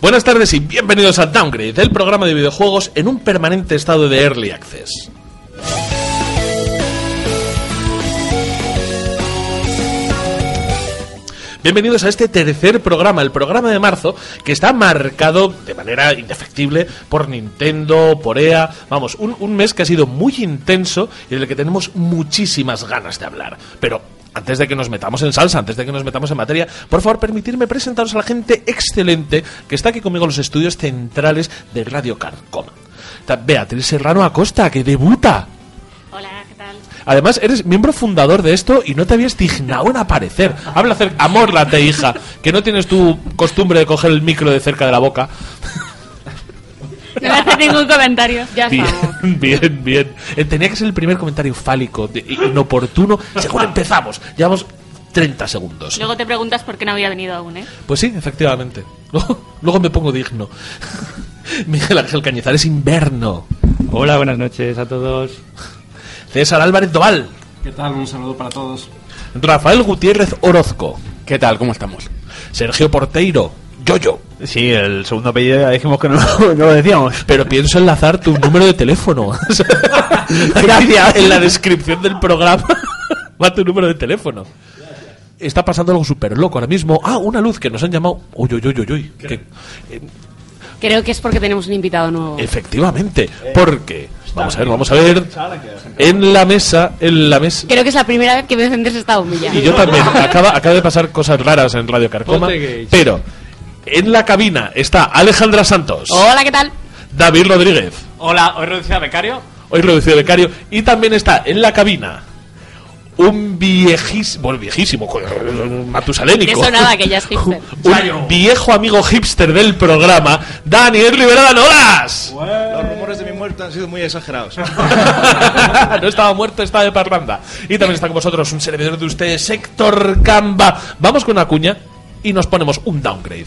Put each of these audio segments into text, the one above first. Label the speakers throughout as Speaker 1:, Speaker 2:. Speaker 1: Buenas tardes y bienvenidos a Downgrade, el programa de videojuegos en un permanente estado de early access. Bienvenidos a este tercer programa, el programa de marzo, que está marcado de manera indefectible por Nintendo, por EA, vamos, un, un mes que ha sido muy intenso y del que tenemos muchísimas ganas de hablar. Pero antes de que nos metamos en salsa, antes de que nos metamos en materia, por favor, permitirme presentaros a la gente excelente que está aquí conmigo en los estudios centrales de Radio Carcoma. Está Beatriz Serrano Acosta, que debuta.
Speaker 2: Hola, ¿qué tal?
Speaker 1: Además, eres miembro fundador de esto y no te habías dignado en aparecer. Habla cer- amórlate, hija, que no tienes tu costumbre de coger el micro de cerca de la boca.
Speaker 2: No voy a hacer ningún comentario. Ya
Speaker 1: Bien,
Speaker 2: estamos.
Speaker 1: bien, bien. Eh, Tenía que ser el primer comentario fálico, de- inoportuno. Según empezamos, llevamos 30 segundos.
Speaker 2: Luego te preguntas por qué no había venido aún, ¿eh?
Speaker 1: Pues sí, efectivamente. Luego, luego me pongo digno. Miguel Ángel Cañizares Inverno.
Speaker 3: Hola, buenas noches a todos.
Speaker 1: César Álvarez Doval.
Speaker 4: ¿Qué tal? Un saludo para todos.
Speaker 1: Rafael Gutiérrez Orozco.
Speaker 5: ¿Qué tal? ¿Cómo estamos?
Speaker 1: Sergio Porteiro. Yoyo.
Speaker 6: Sí, el segundo apellido ya dijimos que no, no lo decíamos.
Speaker 1: Pero pienso enlazar tu número de teléfono. Gracias. En la descripción del programa va tu número de teléfono. Está pasando algo súper loco ahora mismo. Ah, una luz que nos han llamado. Uy, uy, uy, uy, uy. Que-
Speaker 7: Creo que es porque tenemos un invitado nuevo.
Speaker 1: efectivamente. Porque. Vamos a ver, vamos a ver. En la mesa, en la mesa.
Speaker 7: Creo que es la primera vez que me encendes esta bombilla.
Speaker 1: Y yo también. Acaba, acaba de pasar cosas raras en Radio Carcoma.
Speaker 3: Ponte gay.
Speaker 1: Pero en la cabina está Alejandra Santos,
Speaker 2: ¡Oh!
Speaker 7: Hola, ¿qué tal?
Speaker 1: David Rodríguez,
Speaker 3: Hola, hoy reducido a becario.
Speaker 1: hoy reducido becario, y también está en la cabina un viejísimo, bueno, viejísimo, co- matusalénico.
Speaker 2: De eso nada, que ya es hipster.
Speaker 1: Un viejo amigo hipster del programa, Daniel Rivera Nolas.
Speaker 6: Los rumores de mi muerte han sido muy exagerados.
Speaker 1: no estaba muerto, estaba de parranda. Y también está con vosotros un servidor de ustedes, Héctor Camba. Vamos con una cuña y nos ponemos un downgrade.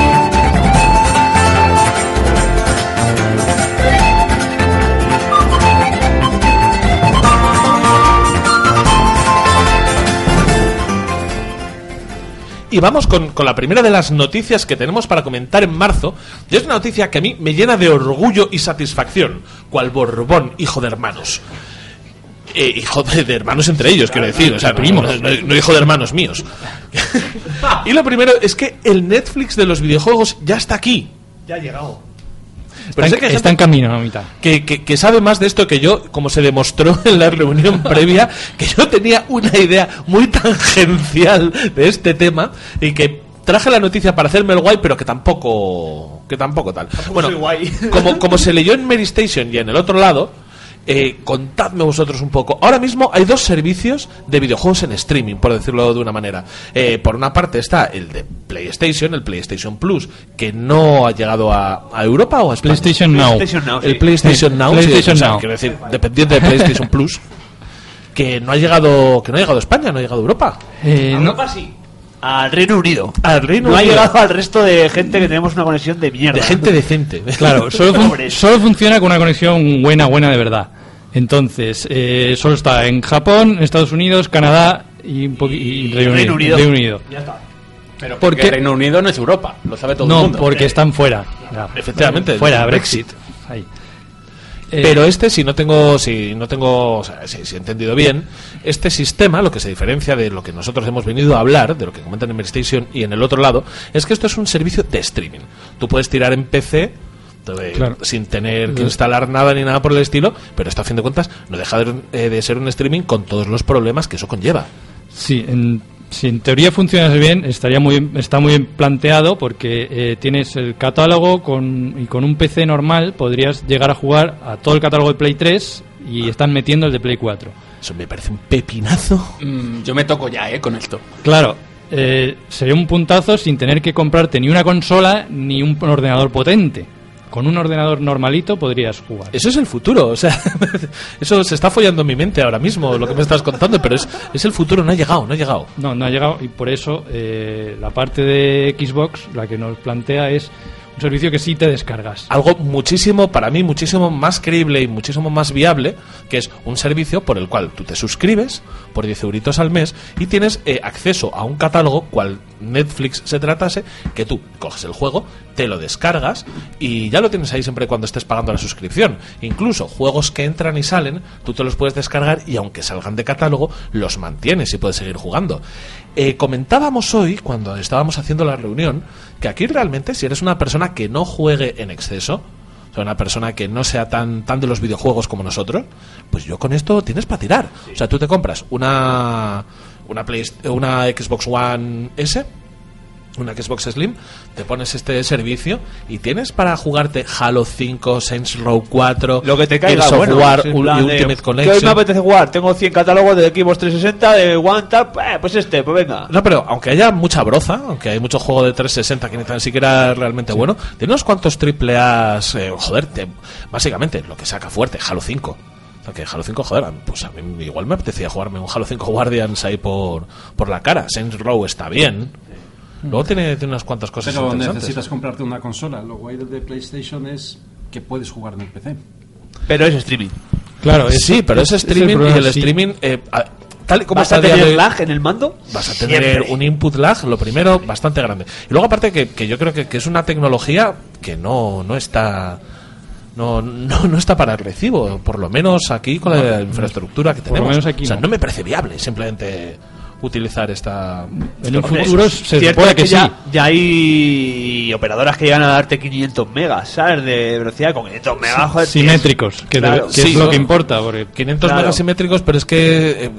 Speaker 1: Y vamos con, con la primera de las noticias que tenemos para comentar en marzo. Y es una noticia que a mí me llena de orgullo y satisfacción, cual Borbón, hijo de hermanos. Eh, hijo de, de hermanos entre ellos, quiero decir. O sea, primos, no, no hijo de hermanos míos. y lo primero es que el Netflix de los videojuegos ya está aquí. Ya ha llegado. Pero sé que hay
Speaker 3: está en
Speaker 1: gente
Speaker 3: camino a mitad.
Speaker 1: que, que- que sabe más de esto que yo, como se demostró en la reunión previa, que yo tenía una idea muy tangencial de este tema y que traje la noticia para hacerme el guay, pero que tampoco que tampoco tal. Bueno,
Speaker 6: soy guay.
Speaker 1: como como se leyó en Mary Station y en el otro lado, eh, contadme vosotros un poco. Ahora mismo hay dos servicios de videojuegos en streaming, por decirlo de una manera. Eh, por una parte está el de PlayStation, el PlayStation Plus, que no ha llegado a, a Europa o a España.
Speaker 3: PlayStation Now.
Speaker 6: PlayStation Now,
Speaker 1: El
Speaker 6: sí.
Speaker 1: PlayStation
Speaker 3: Sí,
Speaker 1: Now,
Speaker 3: PlayStation
Speaker 1: sí, o sea,
Speaker 3: Now.
Speaker 1: quiero decir, dependiente de PlayStation Plus, que no ha llegado, que no ha llegado a España, no ha llegado a Europa.
Speaker 3: Eh, no,
Speaker 6: Al Reino Unido.
Speaker 1: Al Reino
Speaker 6: no ha
Speaker 1: Unido.
Speaker 6: llegado al resto de gente que tenemos una conexión de mierda.
Speaker 1: De gente decente.
Speaker 3: claro, solo, fun-
Speaker 6: Pobres.
Speaker 3: solo funciona con una conexión buena, buena de verdad. Entonces, eh, solo está en Japón, Estados Unidos, Canadá y, un poqui- y Reino,
Speaker 6: Reino Unido.
Speaker 3: Reino Unido.
Speaker 5: Pero
Speaker 3: ¿Por
Speaker 5: porque
Speaker 3: qué?
Speaker 5: el Reino Unido no es Europa, lo sabe todo el
Speaker 3: No,
Speaker 5: mundo.
Speaker 3: porque están fuera. Ya.
Speaker 1: Efectivamente,
Speaker 3: Fuera,
Speaker 1: el
Speaker 3: Brexit. Ahí. Eh,
Speaker 1: Pero este, si no tengo, si no tengo, o sea, si, si he entendido bien, este sistema, lo que se diferencia de lo que nosotros hemos venido a hablar, de lo que comentan en PlayStation y en el otro lado, es que esto es un servicio de streaming. Tú puedes tirar en PC eh,
Speaker 3: Claro.
Speaker 1: sin tener que instalar nada ni nada por el estilo, pero esto a fin de cuentas no deja de, eh, de ser un streaming con todos los problemas que eso conlleva.
Speaker 3: Sí, en, si en teoría funcionase bien, estaría muy bien- está muy bien planteado porque eh, tienes el catálogo con, y con un PC normal podrías llegar a jugar a todo el catálogo de Play 3 y están metiendo el de Play 4.
Speaker 1: Eso me parece un pepinazo.
Speaker 5: Mm, yo me toco ya, eh, con esto.
Speaker 3: Claro, eh, sería un puntazo sin tener que comprarte ni una consola ni un ordenador potente. Con un ordenador normalito podrías jugar.
Speaker 1: Eso es el futuro, o sea, eso se está follando en mi mente ahora mismo, lo que me estás contando, pero es, es el futuro, no ha llegado, no ha llegado.
Speaker 3: No, no ha llegado y por eso eh, la parte de Xbox, la que nos plantea, es un servicio que sí te descargas.
Speaker 1: Algo muchísimo, para mí, muchísimo más creíble y muchísimo más viable, que es un servicio por el cual tú te suscribes por 10 euritos al mes y tienes eh, acceso a un catálogo, cual Netflix se tratase, que tú coges el juego, te lo descargas y ya lo tienes ahí siempre cuando estés pagando la suscripción. Incluso juegos que entran y salen, tú te los puedes descargar y aunque salgan de catálogo, los mantienes y puedes seguir jugando. Eh, comentábamos hoy, cuando estábamos haciendo la reunión, que aquí realmente si eres una persona que no juegue en exceso, o sea, una persona que no sea tan, tan de los videojuegos como nosotros, pues yo con esto tienes para tirar. O sea, tú te compras una, una, Play- una Xbox One S, una Xbox Slim, te pones este servicio y tienes para jugarte Halo 5, Saints Row 4,
Speaker 6: Lo que te caiga,
Speaker 1: Gears of
Speaker 6: bueno,
Speaker 1: War,
Speaker 6: es en
Speaker 1: Ul-
Speaker 6: plan de,
Speaker 1: Ultimate
Speaker 6: Que hoy me
Speaker 1: Collection.
Speaker 6: apetece jugar, tengo 100 catálogos de Xbox 360, de One, tal, eh, pues este, pues venga.
Speaker 1: No, pero aunque haya mucha broza, aunque hay mucho juego de 360 que ni tan siquiera es realmente bueno, tiene unos cuantos triple A's, eh, joder, te- básicamente lo que saca fuerte, Halo 5. Aunque Halo 5, joder, a mí- pues a mí igual me apetecía jugarme un Halo 5 Guardians ahí por, por la cara. Saints Row está bien. Luego tiene, tiene unas cuantas cosas
Speaker 4: Pero
Speaker 1: interesantes. ¿eh?
Speaker 4: necesitas comprarte una consola. Lo guay de PlayStation es que puedes jugar en el PC.
Speaker 6: Pero es streaming.
Speaker 3: Claro,
Speaker 1: eh, sí, pero es streaming y el streaming, eh, a- tal y como
Speaker 6: ¿Vas
Speaker 1: está
Speaker 6: a
Speaker 1: el día de
Speaker 6: tener
Speaker 1: hoy-
Speaker 6: lag en el mando?
Speaker 1: vas a tener un input lag, lo primero, bastante grande. Y luego aparte que, que yo creo que, que es una tecnología que no, no está... No, no, no está para el recibo, por lo menos aquí con la infraestructura que
Speaker 3: lo
Speaker 1: tenemos.
Speaker 3: menos aquí
Speaker 1: o sea,
Speaker 3: no.
Speaker 1: no. me parece viable simplemente utilizar esta...
Speaker 3: En un
Speaker 6: Hombre,
Speaker 3: futuro
Speaker 6: eso es
Speaker 3: se
Speaker 6: cierto
Speaker 3: supone que, sí.
Speaker 6: ya, ya hay operadoras que llegan a darte 500 megas, ¿sabes? De velocidad con 500 megas. joder, tío,
Speaker 3: Simétricos, que, de-
Speaker 6: Claro.
Speaker 3: que
Speaker 1: Sí,
Speaker 3: es lo
Speaker 1: ¿no?
Speaker 3: que importa. Porque
Speaker 1: 500
Speaker 6: Claro.
Speaker 1: megas simétricos, pero es que... eh,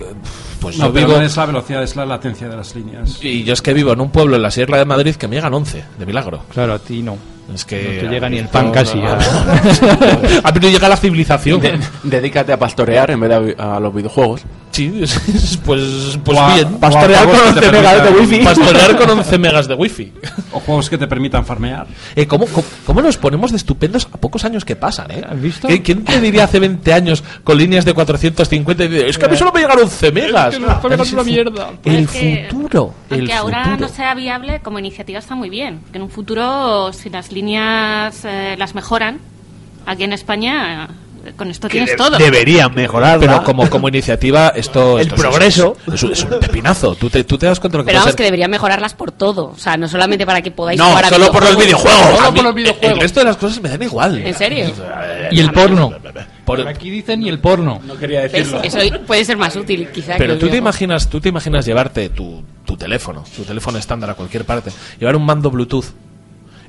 Speaker 1: pues
Speaker 4: No,
Speaker 1: yo
Speaker 4: pero
Speaker 1: vivo...
Speaker 4: no es la velocidad, es la latencia de las líneas.
Speaker 1: Y yo es que vivo en un pueblo en la Sierra de Madrid que me llegan 11, de milagro.
Speaker 3: Claro, a ti no.
Speaker 1: Es que...
Speaker 3: No te llega ni el
Speaker 1: esto-
Speaker 3: pan casi,
Speaker 1: A
Speaker 3: ya.
Speaker 1: mí no llega la civilización.
Speaker 5: De- dedícate a pastorear en vez de a vi- a, los videojuegos.
Speaker 1: Sí, es- pues, pues
Speaker 4: Guau,
Speaker 1: bien.
Speaker 4: guau,
Speaker 6: Pastorear
Speaker 4: guau,
Speaker 6: con
Speaker 4: que te
Speaker 6: 11 megas de
Speaker 4: permita-
Speaker 6: wifi.
Speaker 1: Pastorear con 11 megas de wifi.
Speaker 4: O juegos que te permitan farmear.
Speaker 1: Eh, ¿cómo, cómo, cómo nos ponemos de estupendos a pocos años que pasan, eh?
Speaker 3: ¿Has visto?
Speaker 1: ¿Qué- ¿Quién te diría hace 20 años con líneas de 450 y dice, es que a mí solo me llegaron 11 megas? Ah,
Speaker 3: mierda.
Speaker 2: Pero
Speaker 1: El
Speaker 2: es Pues que-
Speaker 1: futuro, el
Speaker 2: Aunque ahora
Speaker 1: futuro.
Speaker 2: no sea viable, como iniciativa está muy bien. Que en un futuro, si las líneas eh, las mejoran, aquí en España, eh, con esto tienes
Speaker 6: de-
Speaker 2: todo.
Speaker 6: Deberían mejorar.
Speaker 1: Pero como, como iniciativa, esto...
Speaker 6: El
Speaker 1: esto es-
Speaker 6: progreso.
Speaker 1: Es, un- es un pepinazo. Tú te, tú te das cuenta de lo que
Speaker 7: Pero
Speaker 1: puede
Speaker 7: vamos,
Speaker 1: ser.
Speaker 7: que deberían mejorarlas por todo. O sea, no solamente para que podáis
Speaker 1: No,
Speaker 7: jugar a
Speaker 1: solo por los videojuegos.
Speaker 7: Solo
Speaker 1: A mí
Speaker 7: por los videojuegos.
Speaker 1: El resto de las cosas me dan igual. eh,
Speaker 7: ¿En serio?
Speaker 3: Y el porno.
Speaker 1: Por-
Speaker 3: Aquí dicen y el porno.
Speaker 7: ¿Ves? Eso puede ser más útil, quizá. que
Speaker 1: Pero
Speaker 7: los
Speaker 1: tú te
Speaker 7: videojuegos.
Speaker 1: imaginas, tú te imaginas llevarte tu, tu teléfono, tu teléfono estándar a cualquier parte, llevar un mando Bluetooth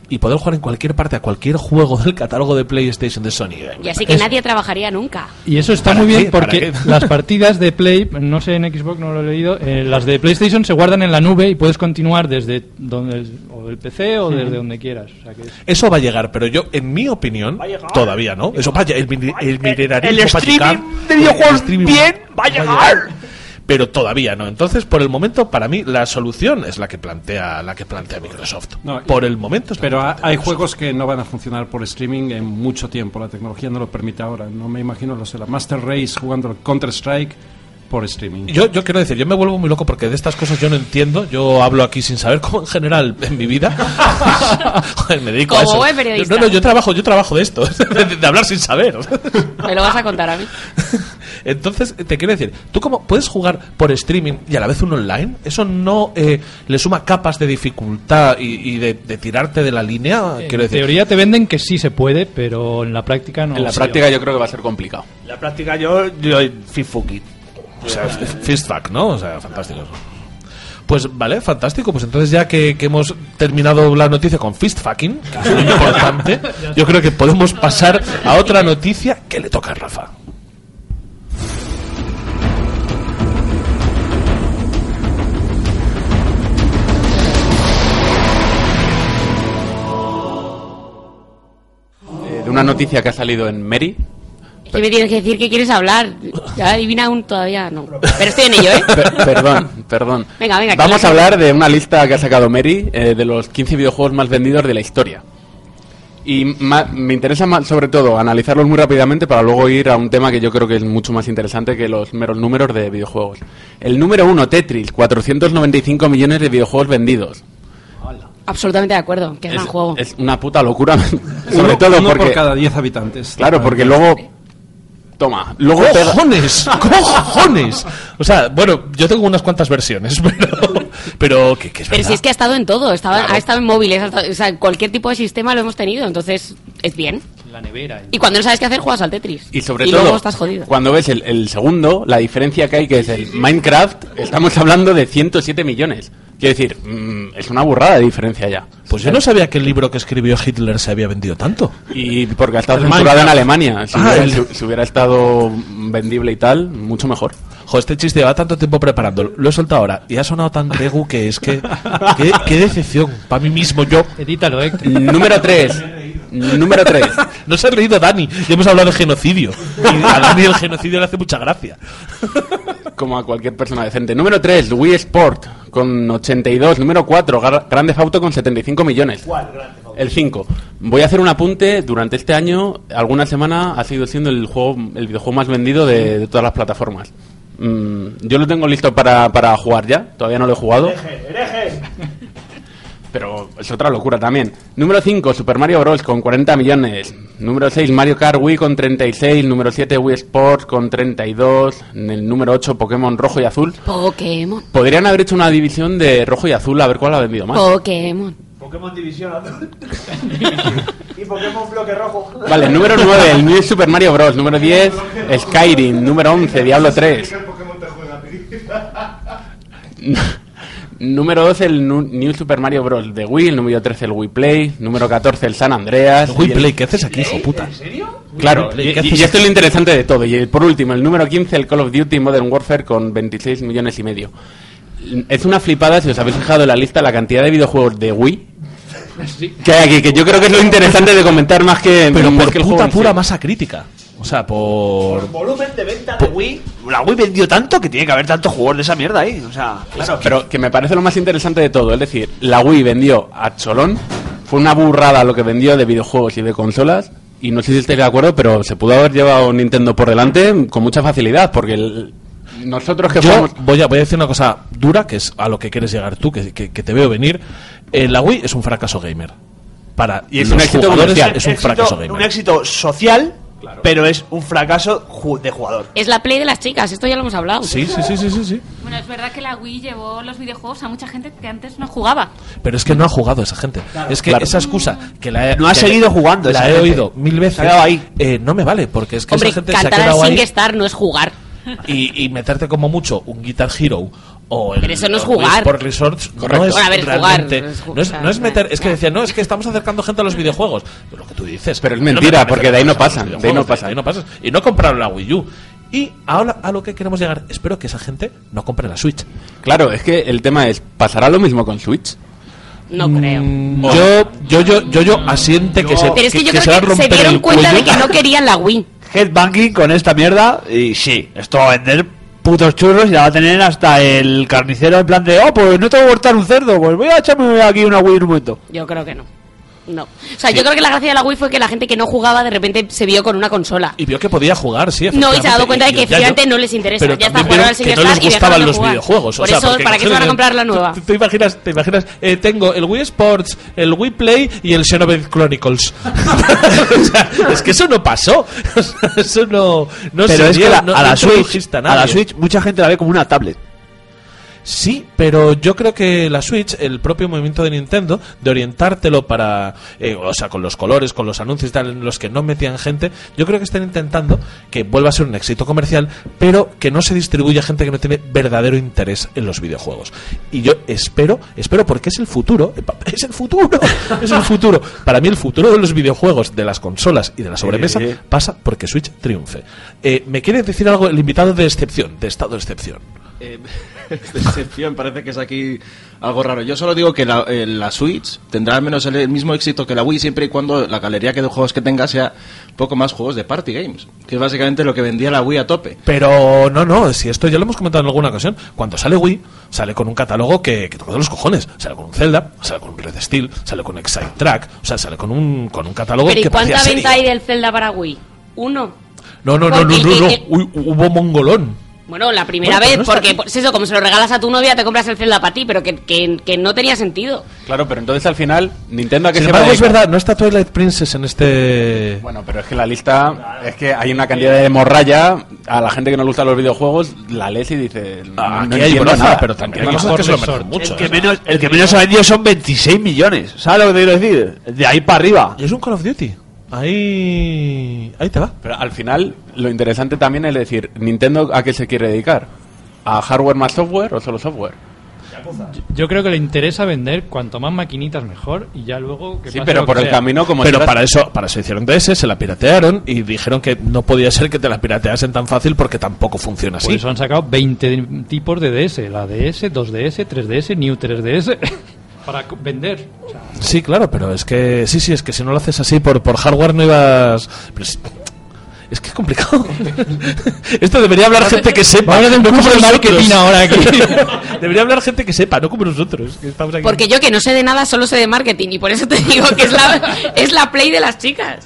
Speaker 1: y poder jugar en cualquier parte a cualquier juego del catálogo de PlayStation de Sony.
Speaker 7: Y así que nadie trabajaría nunca.
Speaker 3: Y eso está
Speaker 1: ¿Para
Speaker 3: muy bien
Speaker 1: qué? ¿Para
Speaker 3: porque
Speaker 1: qué?
Speaker 3: las partidas de Play, no sé en Xbox, no lo he leído, eh, las de PlayStation se guardan en la nube y puedes continuar desde donde, o del PC o desde donde quieras. O sea que es-
Speaker 1: Eso va a llegar, pero yo, en mi opinión, todavía no. Eso vaya, el, mini- el mineralismo va a
Speaker 6: el streaming
Speaker 1: llegar,
Speaker 6: de videojuegos
Speaker 1: el streaming
Speaker 6: bien va a llegar.
Speaker 1: Pero todavía no. Entonces, por el momento, para mí, la solución es la que plantea, la que plantea Microsoft.
Speaker 4: No, y-
Speaker 1: por el momento. es la
Speaker 4: Pero
Speaker 1: que
Speaker 4: ha-
Speaker 1: plantea
Speaker 4: hay
Speaker 1: Microsoft.
Speaker 4: juegos que no van a funcionar por streaming en mucho tiempo. La tecnología no lo permite ahora. No me imagino los de la Master Race jugando al Counter-Strike por streaming.
Speaker 1: Yo, yo quiero decir, yo me vuelvo muy loco porque de estas cosas yo no entiendo. Yo hablo aquí sin saber cómo en general en mi vida. Joder, me dedico a
Speaker 7: Como
Speaker 1: eso.
Speaker 7: buen periodista.
Speaker 1: No, no, yo trabajo, yo trabajo de esto, de, de hablar sin saber.
Speaker 7: Me lo vas a contar a mí.
Speaker 1: Entonces, te quiero decir, ¿tú cómo puedes jugar por streaming y a la vez un online? ¿Eso no eh, le suma capas de dificultad y, y de, de tirarte de la línea?
Speaker 3: en
Speaker 1: Quiero decir,
Speaker 3: teoría te venden que sí se puede, pero en la práctica no.
Speaker 5: En la
Speaker 3: Sí.
Speaker 5: práctica yo creo que va a ser complicado.
Speaker 6: La práctica yo, yo fifuki.
Speaker 1: O sea, fist fuck, ¿no? O sea, fantástico. Pues vale, fantástico. Pues entonces ya que, que hemos terminado la noticia con fist fucking, que es muy importante, yo creo que podemos pasar a otra noticia que le toca a Rafa.
Speaker 5: Eh, de una noticia que ha salido en Mary,
Speaker 7: ¿Qué me tienes que decir que quieres hablar? Ya adivina aún todavía, no. Pero estoy en ello, ¿eh?
Speaker 5: Per- perdón, perdón.
Speaker 7: Venga, venga, que
Speaker 5: Vamos
Speaker 7: no-
Speaker 5: a hablar de una lista que ha sacado Mary eh, de los 15 videojuegos más vendidos de la historia. Y ma- me interesa más, sobre todo analizarlos muy rápidamente para luego ir a un tema que yo creo que es mucho más interesante que los meros números de videojuegos. El número uno, Tetris, 495 millones de videojuegos vendidos.
Speaker 7: Absolutamente de acuerdo, que es gran juego.
Speaker 5: es una puta locura, sobre
Speaker 4: Uno-
Speaker 5: todo
Speaker 4: uno
Speaker 5: porque...
Speaker 4: por cada 10 habitantes.
Speaker 5: Claro, porque luego... Toma, luego pega-
Speaker 1: ¡Cojones! ¡Cojones! O sea, bueno, yo tengo unas cuantas versiones, pero. Pero que, que es
Speaker 7: Pero
Speaker 1: verdad.
Speaker 7: si es que ha estado en todo, estaba, ha estado en móviles, ha estado- o sea, cualquier tipo de sistema lo hemos tenido, entonces es bien.
Speaker 3: La nevera.
Speaker 7: Y cuando no sabes qué hacer, juegas al Tetris.
Speaker 5: Y sobre
Speaker 7: luego
Speaker 5: todo,
Speaker 7: estás jodido.
Speaker 5: cuando ves el, el segundo, la diferencia que hay, que es el Minecraft, estamos hablando de 107 millones. Quiero decir, mm, es una burrada de diferencia ya.
Speaker 1: Pues yo no sabía que el libro que escribió Hitler se había vendido tanto.
Speaker 5: Y porque ha estado
Speaker 1: El
Speaker 5: censurado en
Speaker 1: Minecraft.
Speaker 5: Alemania. Si,
Speaker 1: Ah,
Speaker 5: hubiera,
Speaker 1: el-
Speaker 5: si- si hubiera estado vendible y tal, mucho mejor.
Speaker 1: Jo, este chiste lleva tanto tiempo preparándolo. Lo he soltado ahora y ha sonado tan tregu que es que. ¡Qué, qué decepción! Para mí mismo, yo.
Speaker 3: Edítalo, Héctor.
Speaker 5: Número 3. Número 3.
Speaker 1: No se ha leído a Dani. Ya hemos hablado de genocidio. Y a Dani el genocidio le hace mucha gracia.
Speaker 5: Como a cualquier persona decente. Número 3, Wii Sport, con 82. Número 4, Grande Auto con 75 millones. El 5. Voy a hacer un apunte. Durante este año, alguna semana, ha sido siendo el juego el videojuego más vendido de, de todas las plataformas. Mm, yo lo tengo listo para, para jugar ya. Todavía no lo he jugado. Pero es otra locura también. Número 5, Super Mario Bros. con 40 millones. Número 6, Mario Kart Wii con 36. Número 7, Wii Sports con 32. En el número 8, Pokémon Rojo y Azul.
Speaker 7: Pokémon,
Speaker 5: Podrían haber hecho una división de Rojo y Azul a ver cuál ha vendido más.
Speaker 2: Oh.
Speaker 7: Pokémon.
Speaker 6: Pokémon División azul. y Pokémon Bloque Rojo.
Speaker 5: Vale, número 9, el New Super Mario Bros. Número 10, Skyrim. Número 11, Diablo 3. Número 12, el Nu- New Super Mario Bros. de Wii. El número 13, el Wii Play. Número 14, el San Andreas.
Speaker 1: Uy,
Speaker 5: Y el-
Speaker 1: Play, ¿qué haces aquí, hijo puta?
Speaker 5: Claro,
Speaker 1: Play,
Speaker 5: y,
Speaker 1: ¿qué
Speaker 5: y-
Speaker 1: haces
Speaker 5: y esto es lo interesante de todo. Y eh, por último, el número 15, el Call of Duty Modern Warfare con 26 millones y medio. Es una flipada, si os habéis fijado en la lista, la cantidad de videojuegos de Wii que hay aquí, que yo creo que es lo interesante de comentar más que...
Speaker 1: Pero
Speaker 5: más
Speaker 1: por
Speaker 5: que el
Speaker 1: puta
Speaker 5: juego en sí.
Speaker 1: pura masa crítica. O sea, por.
Speaker 6: Volumen de venta de Wii. La Wii vendió tanto que tiene que haber tantos jugadores de esa mierda ahí. O sea, claro.
Speaker 5: Pero que me parece lo más interesante de todo, es decir, la Wii vendió a Cholón, fue una burrada lo que vendió de videojuegos y de consolas, y no sé si estáis de acuerdo, pero se pudo haber llevado Nintendo por delante con mucha facilidad, porque el- nosotros que
Speaker 1: Yo
Speaker 5: fuimos...
Speaker 1: voy a, voy a decir una cosa dura, que es a lo que quieres llegar tú, que, que- que te veo venir. Eh, la Wii es un fracaso gamer. Para
Speaker 5: Y es
Speaker 1: los
Speaker 5: un éxito
Speaker 1: jugadores
Speaker 5: comercial.
Speaker 1: es un
Speaker 6: Éxito-
Speaker 1: fracaso gamer.
Speaker 6: Un éxito social, pero es un fracaso ju- de jugador.
Speaker 7: Es la play de las chicas, esto ya lo hemos hablado.
Speaker 1: Sí, sí, sí, sí, sí, sí.
Speaker 2: Bueno, es verdad que la Wii llevó los videojuegos a mucha gente que antes no jugaba.
Speaker 1: Pero es que no ha jugado esa gente. es que
Speaker 5: Claro.
Speaker 1: esa excusa que la he,
Speaker 6: No ha
Speaker 1: que
Speaker 6: seguido jugando
Speaker 1: La
Speaker 6: esa
Speaker 1: he
Speaker 6: gente.
Speaker 1: oído mil veces.
Speaker 6: Se ha quedado ahí.
Speaker 1: eh, no me vale, porque es que
Speaker 7: Hombre,
Speaker 1: esa gente se ha
Speaker 7: cantar al
Speaker 1: quedado ahí.
Speaker 7: Sing Star no es jugar.
Speaker 1: y, y meterte como mucho un Guitar Hero o el
Speaker 7: Pero eso no es
Speaker 1: o el
Speaker 7: jugar.
Speaker 1: Sport Resorts
Speaker 5: Correcto.
Speaker 1: no es
Speaker 7: Bueno, a ver, es
Speaker 1: realmente-
Speaker 7: jugar, es ju-
Speaker 1: no es,
Speaker 7: o sea,
Speaker 1: no es meter es que
Speaker 7: ya.
Speaker 1: decía no es que estamos acercando gente a los videojuegos Pero lo que tú dices
Speaker 5: Pero es
Speaker 1: no me
Speaker 5: mentira,
Speaker 1: parece
Speaker 5: porque de ahí no
Speaker 1: acercarlos a los
Speaker 5: pasan, de ahí no
Speaker 1: videojuegos,
Speaker 5: pasan.
Speaker 1: pasas. y no compraron la Wii U y ahora a lo que queremos llegar espero que esa gente no compre la Switch
Speaker 5: Claro, es que el tema es, ¿pasará lo mismo con Switch?
Speaker 7: No creo.
Speaker 1: Mm, yo yo yo yo yo asiente que se
Speaker 7: Pero es que, yo
Speaker 1: se va a
Speaker 7: creo que se
Speaker 1: romper
Speaker 7: dieron
Speaker 1: el
Speaker 7: cuenta de
Speaker 1: cuello.
Speaker 7: que no querían la Wii.
Speaker 6: Headbanging con esta mierda y sí, esto va a vender putos churros y la va a tener hasta el carnicero en plan de, oh, pues no tengo que cortar un cerdo, pues voy a echarme aquí una Wii en un momento.
Speaker 7: Yo creo que no. No. O sea, yo creo que la gracia de la Wii fue que la gente que no jugaba de repente se vio con una consola.
Speaker 1: y vio que podía jugar, sí,
Speaker 7: No, y se ha dado
Speaker 1: efectivamente,
Speaker 7: cuenta de
Speaker 1: y-
Speaker 7: que
Speaker 1: y ya yo-
Speaker 7: efectivamente no les interesa.
Speaker 1: Pero
Speaker 7: Ya está
Speaker 1: también
Speaker 7: jugando
Speaker 1: vieron
Speaker 7: al
Speaker 1: que
Speaker 7: Singer
Speaker 1: no les
Speaker 7: Star y
Speaker 1: gustaban
Speaker 7: dejaron de
Speaker 1: los
Speaker 7: jugar.
Speaker 1: videojuegos.
Speaker 7: Por
Speaker 1: o sea,
Speaker 7: eso,
Speaker 1: porque
Speaker 7: ¿para qué se van a comprar la nueva?
Speaker 1: ¿Tú, tú imaginas, te imaginas, eh, tengo el Wii Sports, el Wii Play y el Xenoblade Chronicles. o sea, es que eso no pasó. O sea, eso no, no
Speaker 6: pero
Speaker 1: se
Speaker 6: es
Speaker 1: dio,
Speaker 6: que la-
Speaker 1: no-
Speaker 6: a,
Speaker 1: no
Speaker 6: la Switch,
Speaker 1: introdujiste
Speaker 6: a,
Speaker 1: a nadie.
Speaker 6: la Switch mucha gente la ve como una tablet.
Speaker 1: Sí, pero yo creo que la Switch, el propio movimiento de Nintendo, de orientártelo para, eh, o sea, con los colores, con los anuncios y tal, en los que no metían gente, yo creo que están intentando que vuelva a ser un éxito comercial, pero que no se distribuya a gente que no tiene verdadero interés en los videojuegos. Y yo espero, espero porque es el futuro, eh, pa- es el futuro, es el futuro. Para mí el futuro de los videojuegos, de las consolas y de la sobremesa
Speaker 6: Sí.
Speaker 1: pasa porque Switch triunfe. Eh, ¿Me quiere decir algo el invitado de excepción, de estado de excepción?
Speaker 8: eh, decepción, parece que es aquí algo raro. Yo solo digo que la, eh, la Switch tendrá al menos el, el mismo éxito que la Wii siempre y cuando la galería que de juegos que tenga sea un poco más juegos de party games, que es básicamente lo que vendía la Wii a tope.
Speaker 1: Pero no, no, si esto ya lo hemos comentado en alguna ocasión. Cuando sale Wii, sale con un catálogo que, que toca de los cojones. Sale con un Zelda, sale con un Red Steel, sale con Excite Track, o sea, sale con un, con un catálogo
Speaker 7: Pero ¿y
Speaker 1: que parecía
Speaker 7: cuánta
Speaker 1: serio.
Speaker 7: venta hay del Zelda para Wii? Uno.
Speaker 1: No, no, no, no,
Speaker 7: Porque
Speaker 1: no,
Speaker 7: el-
Speaker 1: no.
Speaker 7: el-
Speaker 1: Uy, hubo mongolón.
Speaker 7: Bueno, la primera
Speaker 1: Bueno, pero
Speaker 7: vez,
Speaker 1: no está
Speaker 7: porque
Speaker 1: aquí.
Speaker 7: pues eso, como se lo regalas a tu novia, te compras el Zelda para ti, pero que, que- que no tenía sentido.
Speaker 5: Claro, pero entonces al final, Nintendo a Ah, que
Speaker 1: Sin
Speaker 5: se
Speaker 1: embargo, es
Speaker 5: dedica?
Speaker 1: verdad, no está Twilight Princess en este.
Speaker 5: Bueno, pero es que la lista, es que hay una cantidad de morralla a la gente que no le gustan los videojuegos, la lees y dice.
Speaker 1: Ah,
Speaker 5: no,
Speaker 1: aquí hay
Speaker 5: entiendo
Speaker 1: broza,
Speaker 5: nada.
Speaker 1: pero también
Speaker 5: Pero
Speaker 1: hay
Speaker 5: no
Speaker 1: cosas que se lo
Speaker 5: por
Speaker 1: merecen
Speaker 5: resort.
Speaker 1: mucho, ¿eh?
Speaker 6: El que menos, el que menos ha vendido son 26 millones. ¿Sabes lo que te quiero decir? De ahí para arriba.
Speaker 1: Es un Call of Duty. Ahí. Ahí te va.
Speaker 5: Pero al final, lo interesante también es decir, ¿Nintendo a qué se quiere dedicar? ¿A hardware más software o solo software?
Speaker 3: Yo creo que le interesa vender cuanto más maquinitas mejor y ya luego que
Speaker 5: Sí,
Speaker 3: pase
Speaker 5: pero
Speaker 3: lo que
Speaker 5: por el
Speaker 3: sea.
Speaker 5: camino, como
Speaker 1: Pero
Speaker 5: llevas-
Speaker 1: para eso, para eso hicieron DS, se la piratearon y dijeron que no podía ser que te la pirateasen tan fácil porque tampoco funciona así.
Speaker 3: Por Pues eso han sacado 20 de- tipos de DS, la DS, 2DS, 3DS, New 3DS, para co- vender.
Speaker 1: Sí, claro, pero es que sí, sí, es que si no lo haces así por, por hardware no ibas. pero es, es que es complicado. Esto debería hablar gente que sepa.
Speaker 3: Vamos a hacer un
Speaker 1: no como
Speaker 3: curso de
Speaker 1: nosotros.
Speaker 3: marketing ahora aquí.
Speaker 1: debería hablar gente que sepa, no como nosotros. que estamos aquí.
Speaker 7: Porque yo que no sé de nada, solo sé de marketing, y por eso te digo que es la, es la play de las chicas.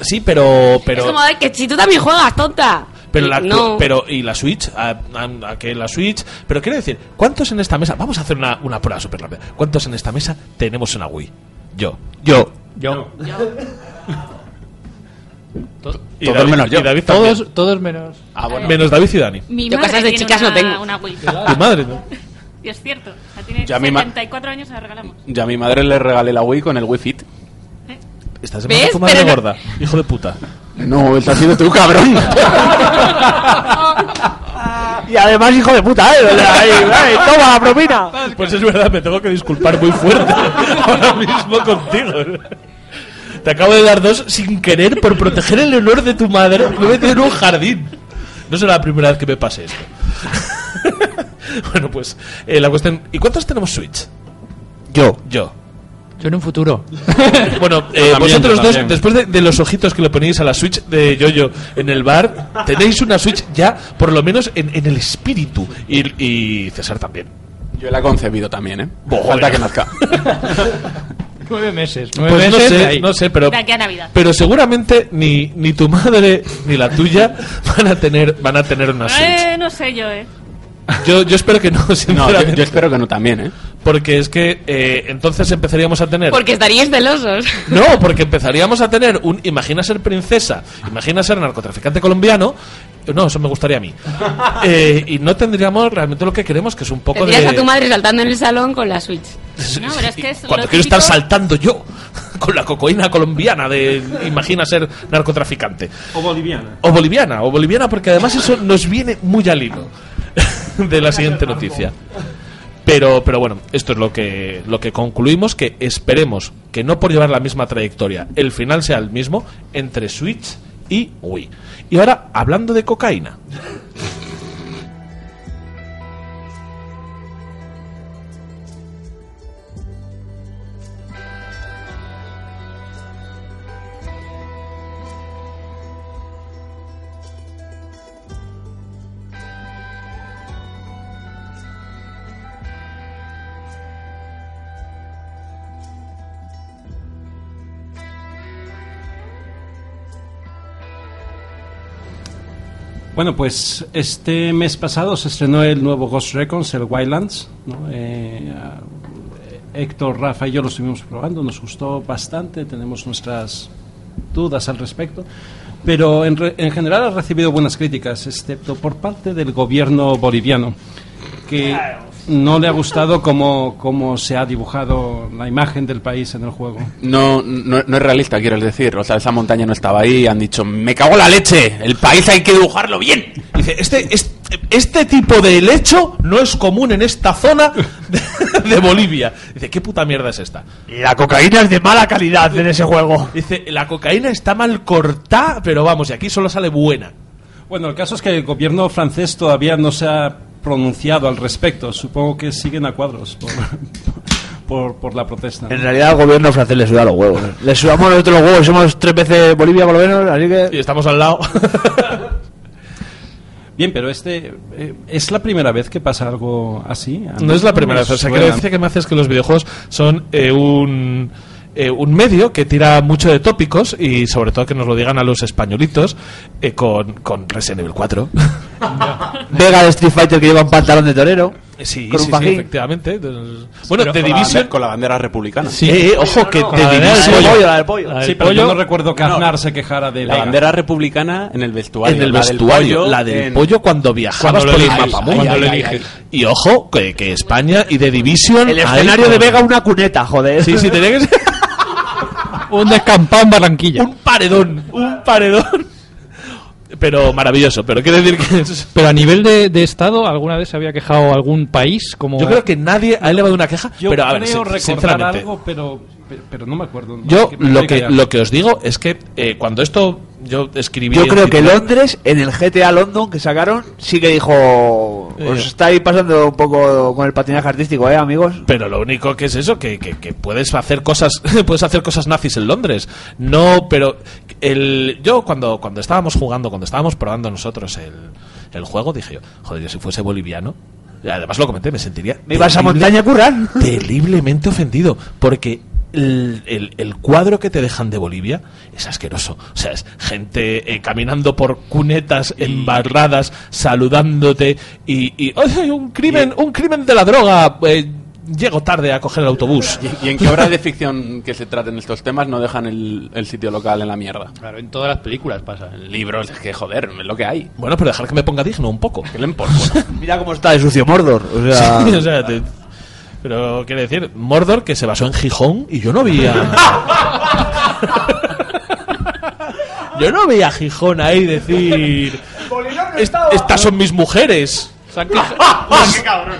Speaker 1: Sí, pero pero
Speaker 7: es como, "Ay, que si tú también juegas, tonta.
Speaker 1: pero la actu-
Speaker 7: no.
Speaker 1: pero y la Switch, a, a- a que la Switch, pero quiero decir, ¿cuántos en esta mesa? Vamos a hacer una, una prueba súper rápida. ¿Cuántos en esta mesa tenemos una Wii? Yo. Yo.
Speaker 3: Yo.
Speaker 1: Y
Speaker 5: Todos
Speaker 1: David-
Speaker 5: menos yo.
Speaker 1: Y David también.
Speaker 3: Todos, todos menos.
Speaker 5: Ah, bueno.
Speaker 1: Menos David y Dani.
Speaker 2: Mi
Speaker 7: Yo
Speaker 2: madre
Speaker 7: cosas de
Speaker 2: tiene
Speaker 7: chicas
Speaker 2: una-
Speaker 7: no tengo.
Speaker 2: Una Wii.
Speaker 1: Tu madre, ¿no?
Speaker 2: Y es cierto. O sea, tiene
Speaker 5: Yo a mi ma-
Speaker 2: 74 años, se la regalamos.
Speaker 5: Yo a mi madre le regalé la Wii con el Wii Fit.
Speaker 1: Esta semana
Speaker 7: ¿Ves?
Speaker 1: tu madre
Speaker 7: Pero no-
Speaker 1: gorda. Hijo de puta.
Speaker 5: No, esa ha sido tú, cabrón.
Speaker 6: Y además, hijo de puta, ¿eh? Ahí, ahí, toma la propina.
Speaker 1: Pues es verdad, me tengo que disculpar muy fuerte ahora mismo contigo. Te acabo de dar dos sin querer por proteger el honor de tu madre. Me he metido en un jardín. No será la primera vez que me pase esto. bueno, pues eh, la cuestión... ¿Y cuántos tenemos Switch? Yo. Yo.
Speaker 3: Yo en un futuro.
Speaker 1: Bueno, eh,
Speaker 5: también,
Speaker 1: vosotros
Speaker 5: yo
Speaker 1: dos,
Speaker 5: también.
Speaker 1: después de, de los ojitos que le ponéis a la Switch de Yoyo en el bar, tenéis una Switch ya, por lo menos en, en el espíritu. Y, y César también.
Speaker 5: Yo la he concebido también, ¿eh?
Speaker 1: Bo,
Speaker 5: Falta
Speaker 1: joder.
Speaker 5: que nazca.
Speaker 3: Nueve meses. Nueve
Speaker 1: Pues no
Speaker 3: meses de
Speaker 1: sé,
Speaker 3: ahí.
Speaker 1: no sé, pero,
Speaker 2: De aquí a Navidad.
Speaker 1: pero seguramente ni, ni tu madre ni la tuya van a tener, van a tener una Switch.
Speaker 2: Eh, no sé yo, eh.
Speaker 1: Yo, yo espero que no,
Speaker 5: No, yo,
Speaker 1: sinceramente.
Speaker 5: yo espero que no también, ¿eh?
Speaker 1: Porque es que eh, entonces empezaríamos a tener...
Speaker 7: Porque estaríais celosos.
Speaker 1: No, porque empezaríamos a tener un... Imagina ser princesa, imagina ser narcotraficante colombiano. No, eso me gustaría a mí. Eh, y no tendríamos realmente lo que queremos, que es un poco
Speaker 7: Tendrías
Speaker 1: de...
Speaker 7: a tu madre saltando en el salón con la Switch.
Speaker 2: No, pero es que es
Speaker 1: Cuando
Speaker 2: lo
Speaker 1: quiero estar
Speaker 2: típico-
Speaker 1: saltando yo con la cocaína colombiana de imagina ser narcotraficante.
Speaker 4: O boliviana.
Speaker 1: O boliviana, o boliviana, porque además eso nos viene muy al hilo de la siguiente noticia. Pero, pero bueno, esto es lo que, lo que concluimos, que esperemos que no por llevar la misma trayectoria, el final sea el mismo entre Switch y Wii. Y ahora, hablando de cocaína.
Speaker 4: Bueno, pues este mes pasado se estrenó el nuevo Ghost Records, el Wildlands. ¿no? Eh, a- Héctor, Rafa y yo lo estuvimos probando, nos gustó bastante, tenemos nuestras dudas al respecto. Pero en, re- en general ha recibido buenas críticas, excepto por parte del gobierno boliviano, que no le ha gustado cómo, cómo se ha dibujado la imagen del país en el juego.
Speaker 5: No, no, no es realista, quiero decir. O sea, esa montaña no estaba ahí. Han dicho, me cago en la leche. El país hay que dibujarlo bien.
Speaker 1: Dice, este, este, este tipo de helecho no es común en esta zona de, de Bolivia. Dice, ¿qué puta mierda es esta?
Speaker 6: La cocaína es de mala calidad en ese juego.
Speaker 1: Dice, la cocaína está mal cortada, pero vamos, y aquí solo sale buena.
Speaker 4: Bueno, el caso es que el gobierno francés todavía no se ha pronunciado al respecto. Supongo que siguen a cuadros por, por, por la protesta.
Speaker 6: En realidad al gobierno francés le suda los huevos. Le sudamos nosotros los huevos, somos tres veces Bolivia por lo menos, así que...
Speaker 1: Y estamos al lado.
Speaker 4: Bien, pero este eh, es la primera vez que pasa algo así. A mí
Speaker 1: No es la primera
Speaker 4: me
Speaker 1: vez. O sea, que la
Speaker 4: suena.
Speaker 1: diferencia que me hace es que los videojuegos son eh, un, eh, un medio que tira mucho de tópicos y sobre todo que nos lo digan a los españolitos eh, con, con Resident Evil 4.
Speaker 6: Vega de Street Fighter que lleva un pantalón de torero.
Speaker 1: Sí,
Speaker 6: con un
Speaker 1: sí, sí,
Speaker 6: fajín.
Speaker 1: efectivamente. Entonces, Bueno, The
Speaker 5: con la
Speaker 1: Division...
Speaker 5: bande- con la bandera republicana.
Speaker 1: Sí. Eh, eh, ojo, que
Speaker 5: con
Speaker 1: The
Speaker 5: la bandera
Speaker 1: Division...
Speaker 5: del pollo,
Speaker 6: la del pollo.
Speaker 5: La del
Speaker 4: Sí, pero yo
Speaker 5: pollo.
Speaker 4: no recuerdo que
Speaker 5: No.
Speaker 4: Aznar se quejara de
Speaker 5: La
Speaker 4: Vega.
Speaker 5: bandera republicana en el vestuario.
Speaker 1: En el
Speaker 5: la del
Speaker 1: vestuario,
Speaker 5: pollo
Speaker 1: la del
Speaker 5: en-
Speaker 1: pollo cuando viajabas
Speaker 5: Cuando
Speaker 1: por
Speaker 5: lo
Speaker 1: el
Speaker 5: eliges,
Speaker 1: mapa
Speaker 5: ahí,
Speaker 1: cuando
Speaker 5: ahí,
Speaker 1: lo
Speaker 5: ahí,
Speaker 1: eliges. Y ojo, que, que España y The Division...
Speaker 6: El
Speaker 1: ahí
Speaker 6: escenario de
Speaker 1: con-
Speaker 6: Vega una cuneta, joder.
Speaker 1: Sí, sí, tenía que ser
Speaker 3: Un descampado en Barranquilla.
Speaker 1: un paredón, un paredón. Pero maravilloso, pero quiero decir que es-
Speaker 3: Pero a nivel de, de Estado, ¿alguna vez se había quejado algún país? Como...
Speaker 1: Yo creo que nadie ha elevado una queja,
Speaker 4: Yo
Speaker 1: pero a ver,
Speaker 4: creo
Speaker 1: sin-
Speaker 4: recordar
Speaker 1: sinceramente.
Speaker 4: algo, pero, pe- pero no me acuerdo.
Speaker 1: Yo
Speaker 4: Es me
Speaker 1: lo
Speaker 4: estoy
Speaker 1: que,
Speaker 4: callando.
Speaker 1: lo que os digo es que eh, cuando esto yo escribí...
Speaker 6: Yo
Speaker 1: el
Speaker 6: creo que
Speaker 1: titular-
Speaker 6: Londres, en el GTA London que sacaron, sí que dijo... Os estáis pasando un poco con el patinaje artístico, ¿eh, amigos?
Speaker 1: Pero lo único que es eso, que, que- que puedes hacer cosas, puedes hacer cosas nazis en Londres. No, pero el, yo cuando, cuando estábamos jugando, cuando estábamos probando nosotros el, el juego, dije yo, joder, yo si fuese boliviano, y además lo comenté, me sentiría
Speaker 6: Me ibas a
Speaker 1: terrible-
Speaker 6: montaña a currar.
Speaker 1: terriblemente ofendido, porque el, el- el cuadro que te dejan de Bolivia es asqueroso. O sea, es gente eh, caminando por cunetas embarradas, saludándote y, y, "Ay, un crimen, un crimen de la droga. eh, llego tarde a coger el autobús.
Speaker 5: ¿Y en qué obra de ficción que se traten estos temas no dejan el, el sitio local en la mierda?
Speaker 9: Claro, en todas las películas pasa.
Speaker 5: En libros, es que joder, es lo que hay.
Speaker 1: Bueno, pero dejar que me ponga digno un poco.
Speaker 5: Que le importa.
Speaker 6: Mira cómo está de sucio Mordor. O sea...
Speaker 1: Sí, o sea, te- pero quiere decir, Mordor que se basó en Gijón y yo no vi a... yo no vi a Gijón ahí decir... "Est- estas son mis mujeres.
Speaker 9: ¡Qué cabrón!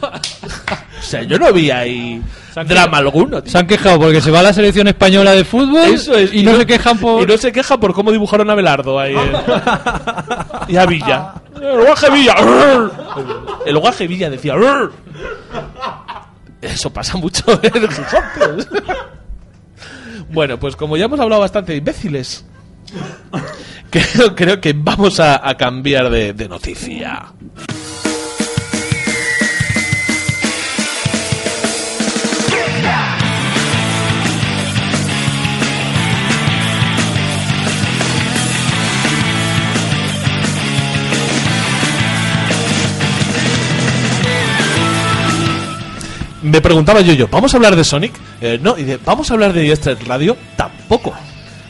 Speaker 1: O sea, yo no vi ahí drama alguno. tío.
Speaker 3: Se han quejado porque se va a la selección española de fútbol
Speaker 1: Eso es,
Speaker 3: y, no, se quejan por...
Speaker 1: Y no se queja por cómo dibujaron a Belardo ahí. eh. y a Villa. El guaje Villa. El guaje Villa decía. Eso pasa mucho en Gijón, tío. Bueno, pues como ya hemos hablado bastante de imbéciles, creo, creo que vamos a, a cambiar de, de noticia. Me preguntaba yo, yo, ¿vamos a hablar de Sonic? Eh, no, y de, ¿vamos a hablar de Yesterday's Radio? Tampoco.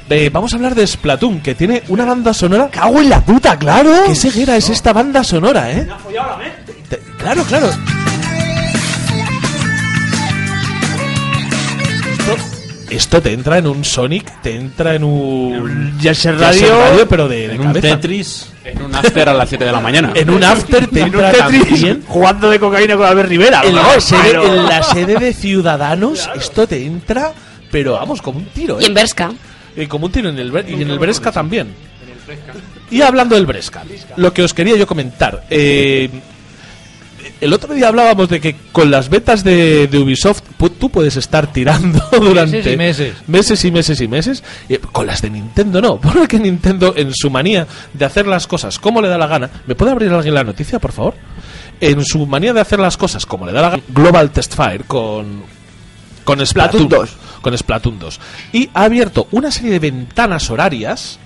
Speaker 1: De, vamos a hablar de Splatoon, que tiene una banda sonora
Speaker 6: ¡Cago en la puta, claro!
Speaker 1: ¿Qué ceguera es esta banda sonora, eh? Te- Claro, claro. Esto, esto te entra en un Sonic, te entra en un.
Speaker 6: Ya se
Speaker 1: Ya sé,
Speaker 6: radio...
Speaker 1: pero de, de
Speaker 4: En un
Speaker 1: cabeza.
Speaker 4: Tetris.
Speaker 5: En un after a las 7 de la mañana.
Speaker 1: En un After te
Speaker 6: En un
Speaker 1: entra
Speaker 6: Tetris
Speaker 1: también.
Speaker 6: jugando de cocaína con Albert Rivera. a lo
Speaker 1: En la,
Speaker 6: mejor,
Speaker 1: sede,
Speaker 6: pero-
Speaker 1: en la sede de Ciudadanos, esto te entra, pero vamos, como un tiro,
Speaker 7: Y en
Speaker 1: ¿eh?
Speaker 7: Berska.
Speaker 1: Eh, como un tiro en el, Bre- y en el Bresca también. Y hablando del Bresca, lo que os quería yo comentar. eh, el otro día hablábamos de que con las betas de, de Ubisoft pu- tú puedes estar tirando durante
Speaker 3: y meses.
Speaker 1: meses y meses y meses. Eh, con las de Nintendo no, porque Nintendo en su manía de hacer las cosas como le da la gana, ¿me puede abrir alguien la noticia, por favor? En su manía de hacer las cosas como le da la gana, Global Test Fire con con Splatoon,
Speaker 6: Splatoon 2.
Speaker 1: Con Splatoon 2. Y ha abierto una serie de ventanas horarias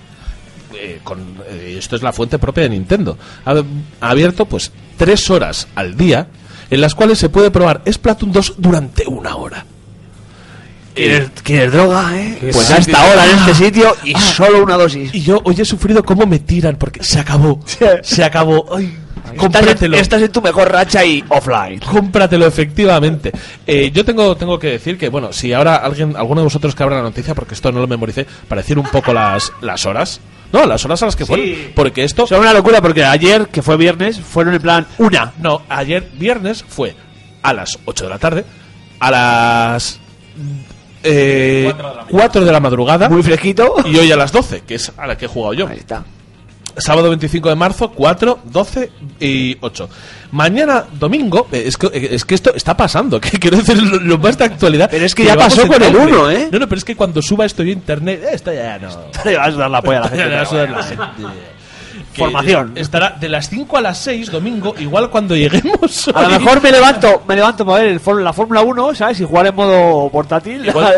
Speaker 1: eh, con, eh, esto es la fuente propia de Nintendo. Ha, ha abierto pues tres horas al día en las cuales se puede probar Splatoon 2 durante una hora.
Speaker 6: ¿Quieres, quieres droga, eh? Pues
Speaker 5: sí,
Speaker 6: hasta
Speaker 5: sí.
Speaker 6: ahora en este sitio y
Speaker 1: Ah.
Speaker 6: solo una dosis.
Speaker 1: Y yo hoy he sufrido cómo me tiran porque se acabó. Se acabó. Ay,
Speaker 6: Estás en,
Speaker 1: cómpratelo.
Speaker 6: estás en tu mejor racha y offline.
Speaker 1: Cómpratelo, efectivamente. Eh, yo tengo, tengo que decir que, bueno, si ahora alguien, alguno de vosotros que abra la noticia, porque esto no lo memoricé, para decir un poco las, las horas. No, las horas a las que fueron. Porque esto.
Speaker 6: Son una locura porque ayer, que fue viernes, fueron en plan una.
Speaker 1: No, ayer viernes fue a las 8 de la tarde, a las. eh, 4 de la madrugada
Speaker 6: Muy fresquito.
Speaker 1: y hoy a las 12, que es a la que he jugado yo.
Speaker 6: Ahí está.
Speaker 1: sábado 25 de marzo, 4, 12 y 8. Mañana, domingo, eh, es que, eh, es que esto está pasando, que quiero decir lo, lo más de actualidad. Pero es
Speaker 6: que ya pasó con el uno, ¿eh?
Speaker 1: No, no, pero es que cuando suba esto yo a internet, eh, esto ya no.
Speaker 6: Le vas a dar la polla a la gente.
Speaker 1: Le vas a dar la gente. Que
Speaker 6: Formación.
Speaker 1: Estará de las 5 a las 6 domingo, igual cuando lleguemos.
Speaker 6: A lo
Speaker 1: hoy.
Speaker 6: mejor me levanto, me levanto para ver el for- la Fórmula 1, ¿sabes? Y jugar en modo portátil.
Speaker 1: Igual,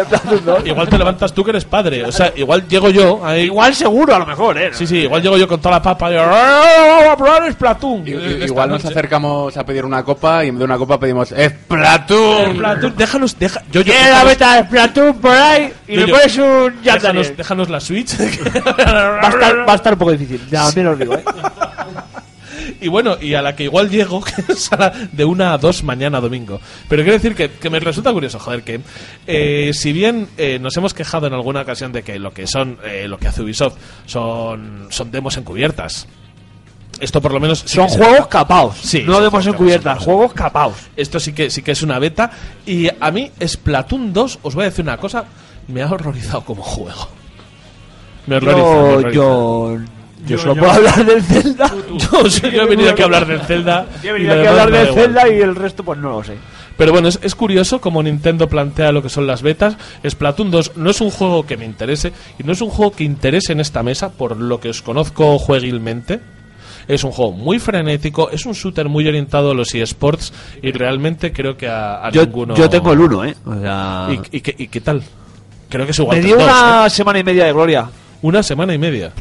Speaker 1: igual te levantas tú que eres padre. O sea, igual llego yo. Igual
Speaker 6: seguro, a lo mejor, ¿eh?
Speaker 1: Sí, sí, igual llego yo con toda la papa. y- "Ah,
Speaker 6: a probar Splatoon.
Speaker 5: Igual nos acercamos a pedir una copa y en vez de una copa pedimos Splatoon.
Speaker 1: Splatoon, déjanos, deja, yo, yo,
Speaker 6: ¿Quieres Eh, la
Speaker 1: déjanos-
Speaker 6: beta de Splatoon por ahí? Y
Speaker 1: Yo-
Speaker 6: me
Speaker 1: yo-
Speaker 6: pones un ya
Speaker 1: déjanos, déjanos la Switch.
Speaker 6: Va a, estar, va a estar un poco difícil, ya también os digo, ¿eh?
Speaker 1: y bueno, y a la que igual llego, que es a la de una a dos mañana domingo. Pero quiero decir que, que me resulta curioso, joder, que eh, si bien eh, nos hemos quejado en alguna ocasión de que lo que son, eh, lo que hace Ubisoft son, son demos encubiertas. Esto por lo menos sí
Speaker 6: Son
Speaker 1: que se-
Speaker 6: juegos capaos.
Speaker 1: Sí,
Speaker 6: no
Speaker 1: son
Speaker 6: demos
Speaker 1: juegos
Speaker 6: encubiertas, juegos capaos.
Speaker 1: Esto sí que sí que es una beta. Y a mí, Splatoon 2, os voy a decir una cosa, me ha horrorizado como juego. Me horroriza. me
Speaker 6: Yo,
Speaker 1: horroriza.
Speaker 6: yo, yo
Speaker 1: Yo-
Speaker 6: solo
Speaker 1: yo-
Speaker 6: puedo hablar del Zelda.
Speaker 1: Yo, sí, yo he venido aquí a hablar del Zelda.
Speaker 6: Yo he
Speaker 1: y
Speaker 6: venido
Speaker 1: lo
Speaker 6: aquí a
Speaker 1: demás
Speaker 6: hablar
Speaker 1: me da
Speaker 6: del
Speaker 1: igual.
Speaker 6: Zelda y el resto, pues no lo sé.
Speaker 1: Pero bueno, es, es curioso como Nintendo plantea lo que son las betas. Splatoon 2 no es un juego que me interese y no es un juego que interese en esta mesa, por lo que os conozco jueguilmente. Es un juego muy frenético, es un shooter muy orientado a los eSports y realmente creo que a, a
Speaker 6: Yo,
Speaker 1: ninguno.
Speaker 6: yo tengo el 1, ¿eh? O sea,
Speaker 1: ¿Y, y qué, y qué tal? Creo que es igual
Speaker 6: me
Speaker 1: que
Speaker 6: dio
Speaker 1: el dos, ¿eh?
Speaker 6: una semana y media de gloria.
Speaker 1: Una semana y media.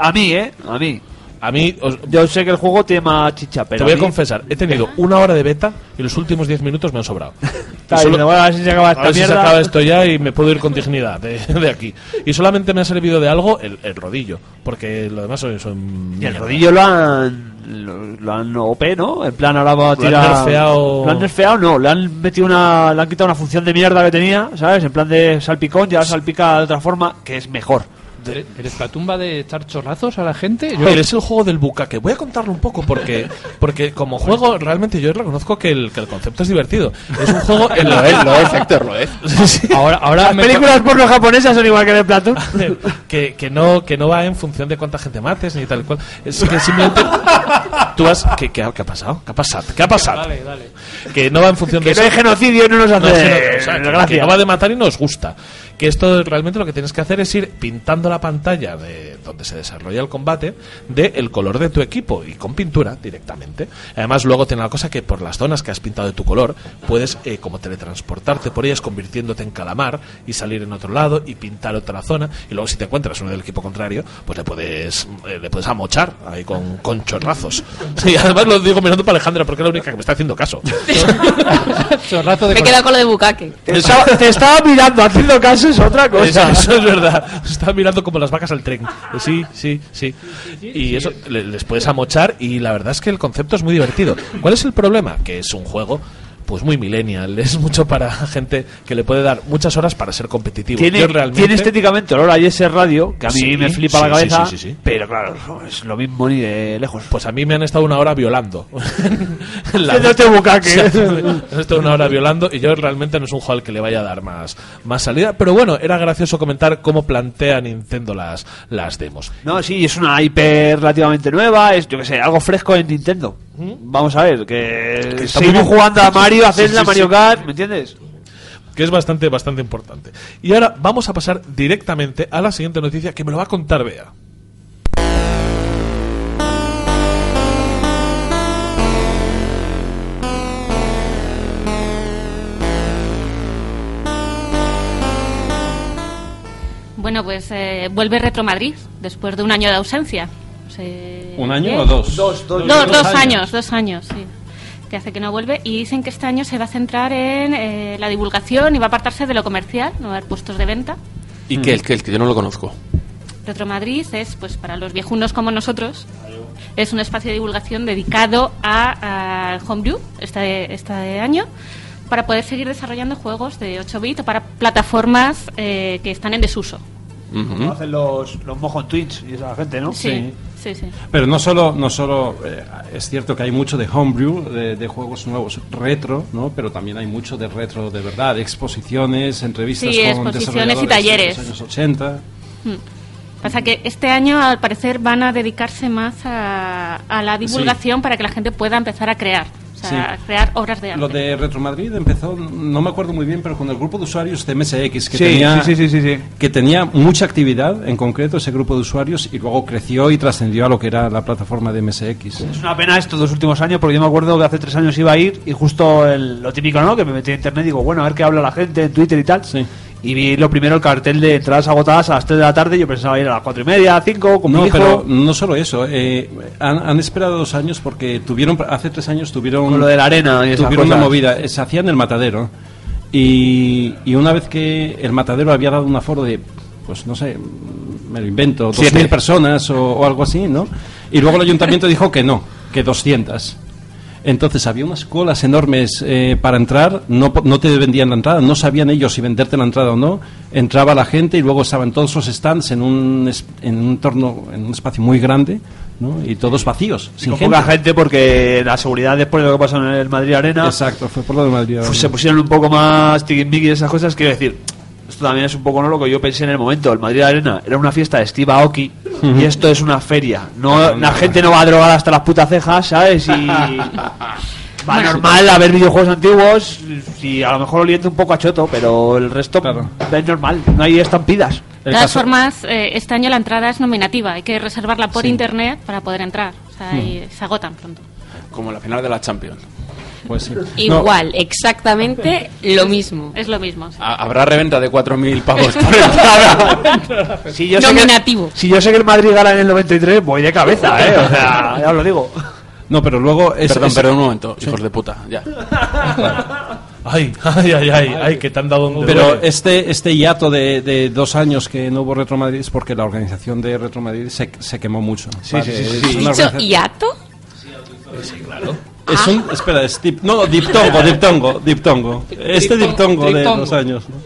Speaker 6: A mí, ¿eh? A mí.
Speaker 1: A mí, os-
Speaker 6: Yo sé que el juego tiene más chicha, pero.
Speaker 1: te voy a
Speaker 6: mí-
Speaker 1: confesar, he tenido una hora de beta y los últimos 10 minutos me han sobrado.
Speaker 6: Está
Speaker 1: Y solo-
Speaker 6: diciendo, bueno, a ver si se acaba esta
Speaker 1: A ver si se
Speaker 6: mierda.
Speaker 1: acaba esto ya y me puedo ir con dignidad de, de aquí. Y solamente me ha servido de algo el, el rodillo, porque lo demás son... son
Speaker 6: Y el
Speaker 1: mierda.
Speaker 6: rodillo lo han. Lo, lo han OP, ¿no? En plan, ahora va a
Speaker 1: Lo han
Speaker 6: tirar.
Speaker 1: nerfeado.
Speaker 6: Lo han nerfeado, no. Le han metido una. Le han quitado una función de mierda que tenía, ¿sabes? En plan de salpicón, ya salpica de otra forma, que es mejor.
Speaker 3: ¿El el Splatoon va de echar chorrazos a la gente? Yo-
Speaker 1: Joder, es el juego del bucaque. Voy a contarlo un poco porque, porque como juego realmente yo reconozco que el, que el concepto es divertido. Es un juego en
Speaker 5: Lo
Speaker 1: el
Speaker 5: es, lo es, Héctor, lo es.
Speaker 3: Ahora, ahora
Speaker 6: Las
Speaker 3: me-
Speaker 6: películas porno japonesas son igual que de Platón.
Speaker 1: que, que no que no va en función de cuánta gente mates ni tal cual. Es que simplemente tú has ¿qué, qué, ha- qué ha pasado? ¿Qué ha pasado? ¿Qué ha pasado?
Speaker 3: Dale, dale.
Speaker 1: Que no va en función
Speaker 6: que
Speaker 1: de
Speaker 6: no hay
Speaker 1: eso.
Speaker 6: genocidio y no nos
Speaker 1: No, es que no-
Speaker 6: hace.
Speaker 1: o sea, que- que
Speaker 6: gracia.
Speaker 1: no va de matar y no os gusta. Que esto realmente lo que tienes que hacer es ir pintando la pantalla de donde se desarrolla el combate de el color de tu equipo y con pintura directamente. Además, luego tiene la cosa que por las zonas que has pintado de tu color puedes eh, como teletransportarte por ellas convirtiéndote en calamar y salir en otro lado y pintar otra zona. Y luego si te encuentras uno del equipo contrario, pues le puedes eh, le puedes amochar ahí con, con chorrazos. Y además lo digo mirando para Alejandra porque es la única que me está haciendo caso.
Speaker 3: chorrazo de
Speaker 7: Me he quedado con lo de bucaque.
Speaker 6: Te estaba, te estaba mirando, haciendo caso es otra
Speaker 1: Eso,
Speaker 6: cosa.
Speaker 1: eso es verdad. Están mirando como las vacas al tren. Sí, sí, sí. Y eso le- les puedes amochar y la verdad es que el concepto es muy divertido. ¿Cuál es el problema? Que es un juego pues muy millennial, es mucho para gente que le puede dar muchas horas para ser competitivo.
Speaker 6: Tiene, este
Speaker 1: Yo realmente-
Speaker 6: tiene estéticamente olor a ese radio, que a mí
Speaker 1: Sí,
Speaker 6: me flipa la
Speaker 1: sí, sí,
Speaker 6: cabeza.
Speaker 1: sí, sí, sí.
Speaker 6: Pero claro, no es lo mismo ni de lejos.
Speaker 1: Pues a mí me han estado una hora violando. En la-
Speaker 6: Haciéndote bucaque.
Speaker 1: Sí, me han estado una hora violando y yo realmente no es un juego al que le vaya a dar más, más salida. Pero bueno, era gracioso comentar cómo plantea Nintendo las, las demos.
Speaker 6: No, sí, es una IP relativamente nueva, es, yo que sé, algo fresco en Nintendo. Vamos a ver, que,
Speaker 1: ¿Mm? Que está
Speaker 6: seguimos
Speaker 1: muy bien.
Speaker 6: jugando a Mario, a
Speaker 1: Sí, sí,
Speaker 6: Zelda,
Speaker 1: sí.
Speaker 6: Mario Kart, ¿me entiendes?
Speaker 1: que es bastante, bastante importante. Y ahora vamos a pasar directamente a la siguiente noticia que me lo va a contar Bea.
Speaker 2: Bueno, pues eh, vuelve Retro Madrid después de un año de ausencia. Se-
Speaker 8: ¿Un año
Speaker 2: ¿Eh?
Speaker 8: o dos?
Speaker 2: Dos, dos años. dos años, sí. Que hace que no vuelve. Y dicen que este año se va a centrar en eh, la divulgación y va a apartarse de lo comercial, no va a haber puestos de venta.
Speaker 5: ¿Y qué? El que el que yo no lo conozco.
Speaker 2: Retro Madrid es, pues para los viejunos como nosotros, es un espacio de divulgación dedicado a, a Homebrew este, este año para poder seguir desarrollando juegos de 8 bits para plataformas eh, que están en desuso.
Speaker 5: Ujú.
Speaker 6: Como hacen los, los Mojon Twins y esa gente, ¿no?
Speaker 2: sí, sí. sí.
Speaker 4: Pero no solo, no solo eh, es cierto que hay mucho de homebrew, de, de juegos nuevos retro, ¿no? Pero también hay mucho de retro de verdad, exposiciones, entrevistas
Speaker 2: Sí,
Speaker 4: con
Speaker 2: exposiciones y
Speaker 4: desarrolladores
Speaker 2: talleres.
Speaker 4: de los años 80.
Speaker 2: Pasa que este año, al parecer, van a dedicarse más a, a la divulgación para que la gente pueda empezar a crear. O sea,
Speaker 4: Sí.
Speaker 2: a crear obras de arte.
Speaker 4: Lo de Retro Madrid empezó, no me acuerdo muy bien, pero con el grupo de usuarios de MSX, que,
Speaker 6: Sí,
Speaker 4: tenía,
Speaker 6: sí, sí, sí, sí.
Speaker 4: que tenía mucha actividad, en concreto ese grupo de usuarios, y luego creció y trascendió a lo que era la plataforma de MSX.
Speaker 6: Es una pena estos dos últimos años, porque yo me acuerdo que hace tres años iba a ir y justo el- lo típico, ¿no? Que me metí en internet y digo, bueno, a ver qué habla la gente en Twitter y tal. Y vi lo primero el cartel de entradas agotadas a las 3 de la tarde. Yo pensaba ir a las 4 y media, 5, con
Speaker 4: No,
Speaker 6: mi hijo.
Speaker 4: pero no solo eso. eh, han, han esperado dos años porque tuvieron, hace tres años tuvieron.
Speaker 6: Con lo de la arena y esas
Speaker 4: Tuvieron una
Speaker 6: cosas.
Speaker 4: movida. eh, Se hacían el matadero. Y, y una vez que el matadero había dado un aforo de, pues no sé, me lo invento,
Speaker 5: Siete.
Speaker 4: 2.000 personas o, o algo así, ¿no? Y luego el ayuntamiento dijo que no, que 200. Entonces había unas colas enormes eh, para entrar, no, po- no te vendían la entrada, no sabían ellos si venderte la entrada o no. Entraba la gente y luego estaban todos los stands en un, es- en un torno, en un espacio muy grande, ¿no? Y todos vacíos,
Speaker 6: Sin
Speaker 4: sin
Speaker 6: poca gente porque la seguridad después de lo que pasó en el Madrid Arena
Speaker 4: Exacto, fue por lo de Madrid.
Speaker 6: pues, se pusieron un poco más tiquismiquis y esas cosas. Quiero decir, esto también es un poco no lo que yo pensé en el momento. El Madrid Arena era una fiesta de Steve Aoki
Speaker 4: Ujú.
Speaker 6: y esto es una feria. No, la gente no va a drogar hasta las putas cejas, ¿sabes? Y va normal a ver videojuegos antiguos y a lo mejor oliendo un poco a choto, pero el resto es normal. No hay estampidas.
Speaker 2: De todas formas, eh, este año la entrada es nominativa. Hay que reservarla por internet para poder entrar. O sea, y se agotan pronto.
Speaker 5: Como la final de la Champions.
Speaker 4: Pues sí.
Speaker 7: Igual, exactamente lo mismo.
Speaker 2: Es lo
Speaker 5: Ah,
Speaker 2: mismo. sí.
Speaker 5: Habrá reventa de 4.000 pavos.
Speaker 6: Si yo sé que-
Speaker 7: Nominativo.
Speaker 6: si yo sé que el Madrid gana en el 93, voy de cabeza, ¿eh? O sea, ya os lo digo.
Speaker 4: No, pero luego... es-
Speaker 5: perdón,
Speaker 4: es-
Speaker 5: perdón un momento, hijos de puta. Ya.
Speaker 1: Ay, ay, ay, ay, ay, que te han dado un
Speaker 4: Pero este, este hiato de, de dos años que no hubo Retro Madrid es porque la organización de Retro Madrid se, se quemó mucho. Vale, es
Speaker 7: ¿Has
Speaker 4: una
Speaker 7: dicho
Speaker 4: organización-
Speaker 7: hiato?
Speaker 4: Es un,
Speaker 7: Ah.
Speaker 4: espera, es dip- no, diptongo, diptongo, diptongo. Este diptongo, de
Speaker 7: Diptongo.
Speaker 4: dos años. ¿no?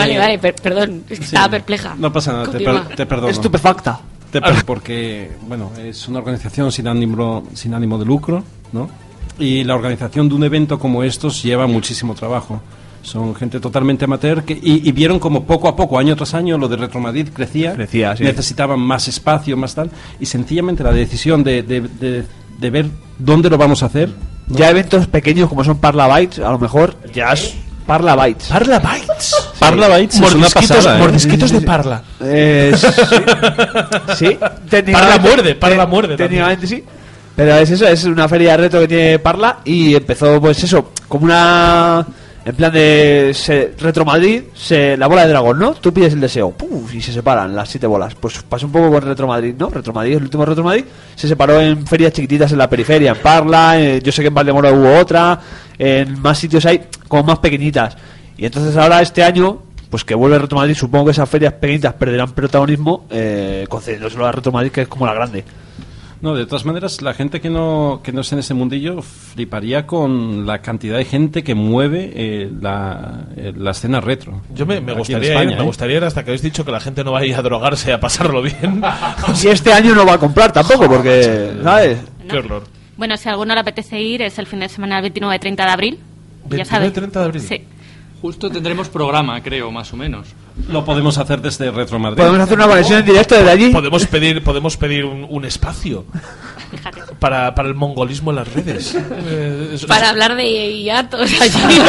Speaker 7: Vale,
Speaker 4: Eh,
Speaker 7: vale, per- perdón, es que
Speaker 4: sí.
Speaker 7: estaba Ah, perpleja.
Speaker 4: No pasa nada, te, per-
Speaker 7: Continúa.
Speaker 4: te perdono.
Speaker 6: Estupefacta.
Speaker 4: Te per- porque, bueno, es una organización sin ánimo, sin ánimo de lucro, ¿no? Y la organización de un evento como estos lleva muchísimo trabajo. Son gente totalmente amateur que, y, y vieron como poco a poco, año tras año, lo de Retro Madrid crecía.
Speaker 6: Crecía, sí.
Speaker 4: Necesitaban más espacio, más tal. Y sencillamente la decisión de, de- de- de ver dónde lo vamos a hacer. ¿no?
Speaker 6: Ya eventos pequeños como son Parlabytes, a lo mejor ya es Parlabytes.
Speaker 1: Parla Bytes.
Speaker 4: Parla Bytes es una
Speaker 1: Mordisquitos-
Speaker 4: pasada. ¿eh?
Speaker 1: mordisquitos de Parla.
Speaker 6: Eh, sí, sí, técnicamente-
Speaker 1: Parla muerde, Parla
Speaker 6: te-
Speaker 1: muerde
Speaker 6: Técnicamente sí. Pero es eso, es una feria de reto que tiene Parla y empezó pues eso, como una... En plan de se- Retro Madrid, se, la bola de dragón, ¿no? Tú pides el deseo, ¡puf! y se separan las siete bolas. Pues pasó un poco con Retro Madrid, ¿no? Retro Madrid, el último Retro Madrid, se separó en ferias chiquititas en la periferia, en Parla, eh, yo sé que en Valdemoro hubo otra, en más sitios hay como más pequeñitas. Y entonces ahora este año, pues que vuelve Retro Madrid, supongo que esas ferias pequeñitas perderán protagonismo, eh, concediéndoselo a Retro Madrid, que es como la grande.
Speaker 4: No, de todas maneras, la gente que no, que no esté en ese mundillo fliparía con la cantidad de gente que mueve eh, la, eh, la escena retro.
Speaker 1: Yo me,
Speaker 4: Aquí
Speaker 1: me
Speaker 4: en
Speaker 1: gustaría
Speaker 4: España,
Speaker 1: ir, me
Speaker 4: ¿eh?
Speaker 1: gustaría ir hasta que habéis dicho que la gente no va a ir a drogarse, a pasarlo bien.
Speaker 6: Y este año no va a comprar tampoco, porque, ¿sabes?
Speaker 1: Qué horror.
Speaker 2: Bueno, si a alguno le apetece ir, es el fin de semana del 29 y 30 de abril. ya sabes.
Speaker 1: 29 y 30 de abril.
Speaker 2: Sí.
Speaker 9: Justo tendremos programa, creo, más o menos.
Speaker 4: Lo podemos hacer desde Retro Madrid.
Speaker 6: Podemos hacer una conexión en directo desde allí.
Speaker 1: Podemos pedir, podemos pedir un, un espacio para, para el mongolismo en las redes. Eh, es-
Speaker 7: Para hablar de hiatos allí.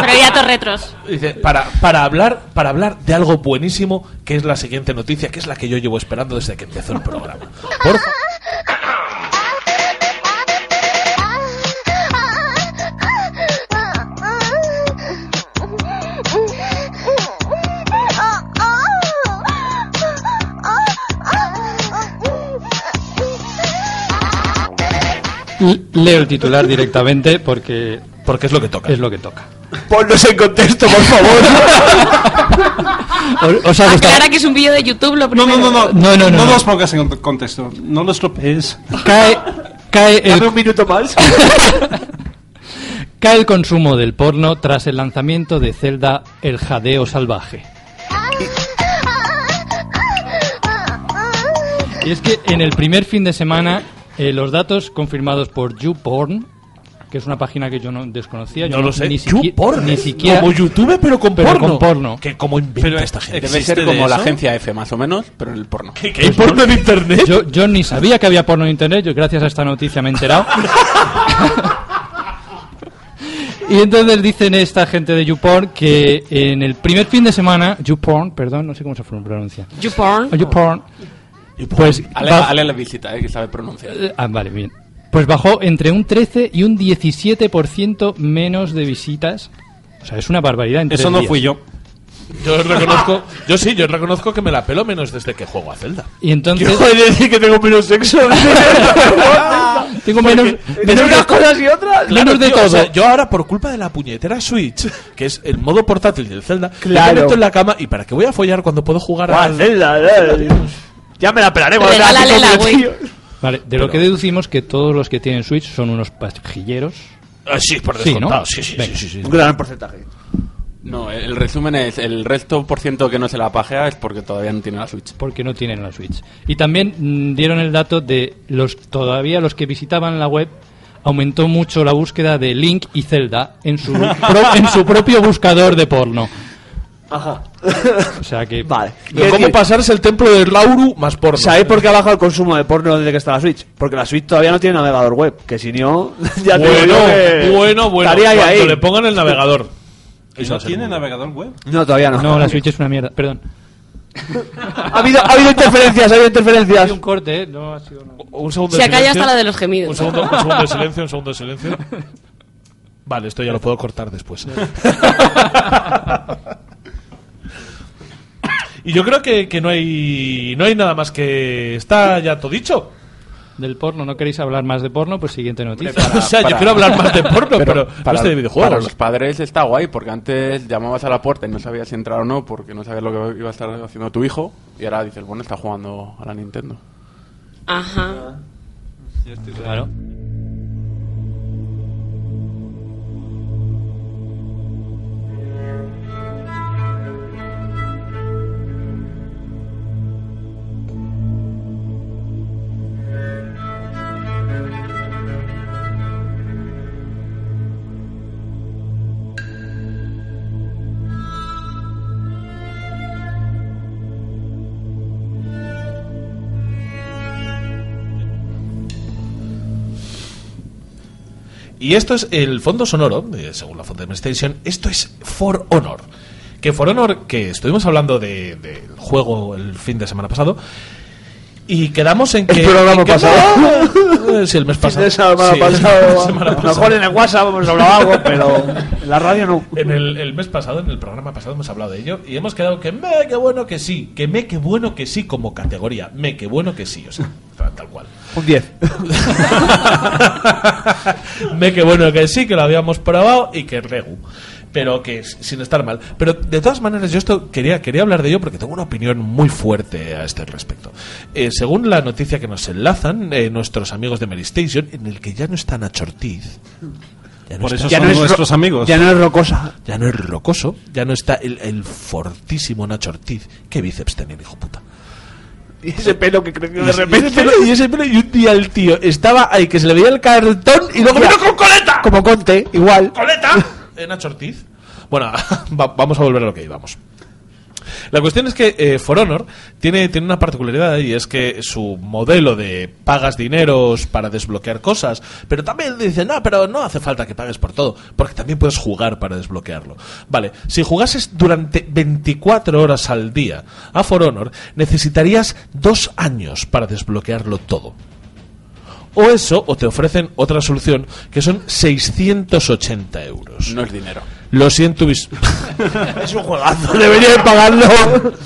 Speaker 2: Pero hay datos retros.
Speaker 1: Dice, para, para, hablar, para hablar de algo buenísimo, que es la siguiente noticia, que es la que yo llevo esperando desde que empezó el programa. Por fa-
Speaker 3: Leo el titular directamente porque
Speaker 1: porque es lo que toca.
Speaker 3: es lo que toca.
Speaker 6: Ponnos en contexto, por favor.
Speaker 3: ¿Os, os ha gustado?
Speaker 7: Aclara que es un vídeo de YouTube lo
Speaker 4: No,
Speaker 7: primero.
Speaker 4: no, no, no,
Speaker 3: No, no, no, no.
Speaker 4: los pongas en cont- contexto. No los tropees.
Speaker 3: Cae, cae el
Speaker 6: Dame un minuto más.
Speaker 3: Cae el consumo del porno tras el lanzamiento de Zelda El Jadeo Salvaje. Y es que en el primer fin de semana, eh, los datos confirmados por YouPorn que es una página que yo no desconocía. yo
Speaker 1: no lo sé.
Speaker 3: Ni,
Speaker 1: YouPorn
Speaker 3: siquiera- ni siquiera.
Speaker 1: Como YouTube, pero con
Speaker 3: pero
Speaker 1: porno.
Speaker 3: con porno.
Speaker 1: Que como inventa esta gente.
Speaker 5: Debe ser como la agencia F, más o menos, pero en el porno.
Speaker 1: ¿Qué, hay porno en internet?
Speaker 3: Yo, yo ni sabía que había porno en internet, yo gracias a esta noticia me he enterado. y entonces dicen esta gente de YouPorn que en el primer fin de semana, YouPorn, perdón, no sé cómo se pronuncia.
Speaker 7: YouPorn.
Speaker 3: YouPorn. Pues
Speaker 5: Ale,
Speaker 3: va-
Speaker 5: Ale la visita, eh, que sabe pronunciar.
Speaker 3: Ah, vale, bien. Pues bajó entre un 13 y un 17% menos de visitas. O sea, es una barbaridad. en tres días.
Speaker 1: Yo reconozco, yo sí, yo reconozco que me la pelo menos desde que juego a Zelda.
Speaker 3: Y entonces.
Speaker 1: Yo he de decir que tengo menos sexo.
Speaker 3: tengo menos.
Speaker 1: menos
Speaker 6: unas cosas y otras.
Speaker 1: Claro,
Speaker 6: Menos de
Speaker 1: tío, o
Speaker 6: todo.
Speaker 1: sea, yo ahora, por culpa de la puñetera Switch, que es el modo portátil del Zelda,
Speaker 6: Claro.
Speaker 1: me meto en la cama y ¿para qué voy a follar cuando puedo jugar a
Speaker 6: Guau, Zelda, eh, Ya me la pelaremos.
Speaker 7: Regálale
Speaker 6: o sea,
Speaker 7: la
Speaker 6: tío,
Speaker 7: Wii.
Speaker 6: tío.
Speaker 3: Vale, de lo que deducimos que todos los que tienen Switch son unos pajilleros.
Speaker 1: Ah, sí, por
Speaker 3: Sí, ¿no?
Speaker 1: descontado. Sí, sí,
Speaker 3: Venga.
Speaker 1: sí, sí, sí.
Speaker 6: Un gran porcentaje.
Speaker 5: No, el, el resumen es: el resto por ciento que no se la pajea es porque todavía no tiene la Switch.
Speaker 3: Porque no tienen la Switch. Y también mm, dieron el dato de los todavía los que visitaban la web aumentó mucho la búsqueda de Link y Zelda en su pro- en su propio buscador de porno.
Speaker 6: Ajá.
Speaker 3: O sea que
Speaker 6: Vale.
Speaker 1: Pero ¿Cómo pasarse el templo de Lauru más porno?
Speaker 6: ¿Sabéis por qué ha bajado el consumo de porno desde que está la Switch? Porque la Switch todavía no tiene navegador web, que si no, ya te
Speaker 1: bueno,
Speaker 6: digo yo que
Speaker 1: bueno, bueno.
Speaker 6: estaría ahí,
Speaker 1: Cuando
Speaker 6: ahí.
Speaker 1: le pongan el navegador.
Speaker 4: ¿Y no tiene navegador web?
Speaker 6: No, todavía no.
Speaker 3: no, la Switch es una mierda. Perdón.
Speaker 6: Ha habido, ha habido interferencias, ha habido
Speaker 3: Ha
Speaker 6: interferencias.
Speaker 3: sido un corte, ¿eh? no ha sido nada.
Speaker 1: Un segundo
Speaker 7: Se
Speaker 1: de
Speaker 7: acalla
Speaker 1: silencio.
Speaker 7: hasta la de los gemidos.
Speaker 1: Un segundo, un segundo de silencio, un segundo de silencio. Vale, esto ya lo puedo cortar después. y yo creo que, que no hay no hay nada más que está ya todo dicho.
Speaker 3: Del porno, ¿no queréis hablar más de porno? Pues siguiente noticia.
Speaker 1: o sea, yo quiero hablar más de porno, Eh, pero, no
Speaker 5: para-
Speaker 1: sé de videojuegos.
Speaker 5: Para los padres está guay, porque antes llamabas a la puerta y no sabías si entrar o no, porque no sabías lo que iba a estar haciendo tu hijo. Y ahora dices, bueno, está jugando a la Nintendo.
Speaker 7: Ajá.
Speaker 3: Claro.
Speaker 1: Y esto es el fondo sonoro, eh, según la fuente de Administration, esto es For Honor. Que For Honor, que estuvimos hablando de- del juego el fin de semana pasado, y quedamos en que...
Speaker 6: programa
Speaker 1: en que-
Speaker 6: pasado.
Speaker 1: No, eh, sí, el mes pasado.
Speaker 6: De semana
Speaker 1: Sí,
Speaker 6: pasado,
Speaker 1: la
Speaker 6: a-
Speaker 1: semana
Speaker 6: a lo
Speaker 1: pasada.
Speaker 6: mejor en el WhatsApp hemos hablado algo, pero en la radio no.
Speaker 1: En el, el mes pasado, en el programa pasado, hemos hablado de ello y hemos quedado que me, qué bueno que sí, que me, qué bueno que sí, como categoría, me, qué bueno que sí, o sea, tal- tal cual.
Speaker 6: Un 10.
Speaker 1: Me que bueno que sí, que lo habíamos probado y que regu. Pero que s- sin estar mal. Pero de todas maneras, yo esto quería, quería hablar de ello porque tengo una opinión muy fuerte a este respecto. Eh, según la noticia que nos enlazan eh, nuestros amigos de Mary Station, en el que ya no está Nacho Ortiz, ya no,
Speaker 4: Por
Speaker 1: está-
Speaker 4: eso
Speaker 1: ya
Speaker 4: son
Speaker 1: no es,
Speaker 4: nuestros
Speaker 6: ro-
Speaker 4: amigos.
Speaker 6: Ya no es rocosa.
Speaker 1: ya no es rocoso, ya no está el, el fortísimo Nacho Ortiz. Qué bíceps tenía, el hijo puta.
Speaker 6: Y ese pelo que creció
Speaker 1: Y
Speaker 6: de
Speaker 1: ese-
Speaker 6: repente.
Speaker 1: Y ese, pelo, y ese pelo, y un día el tío estaba ahí que se le veía el cartón y luego vino con coleta.
Speaker 6: Como Conte, igual.
Speaker 1: ¡Coleta! Eh, Nacho Ortiz. Bueno, va- vamos a volver a lo que íbamos. La cuestión es que eh, For Honor tiene, tiene una particularidad y es que su modelo de pagas dineros para desbloquear cosas, pero también dicen, no, pero no hace falta que pagues por todo, porque también puedes jugar para desbloquearlo. Vale, si jugases durante 24 horas al día a For Honor, necesitarías dos años para desbloquearlo todo. O eso, o te ofrecen otra solución, que son 680 euros.
Speaker 5: No es dinero.
Speaker 1: Lo siento, Ubis-
Speaker 6: Es un juegazo, debería de pagarlo.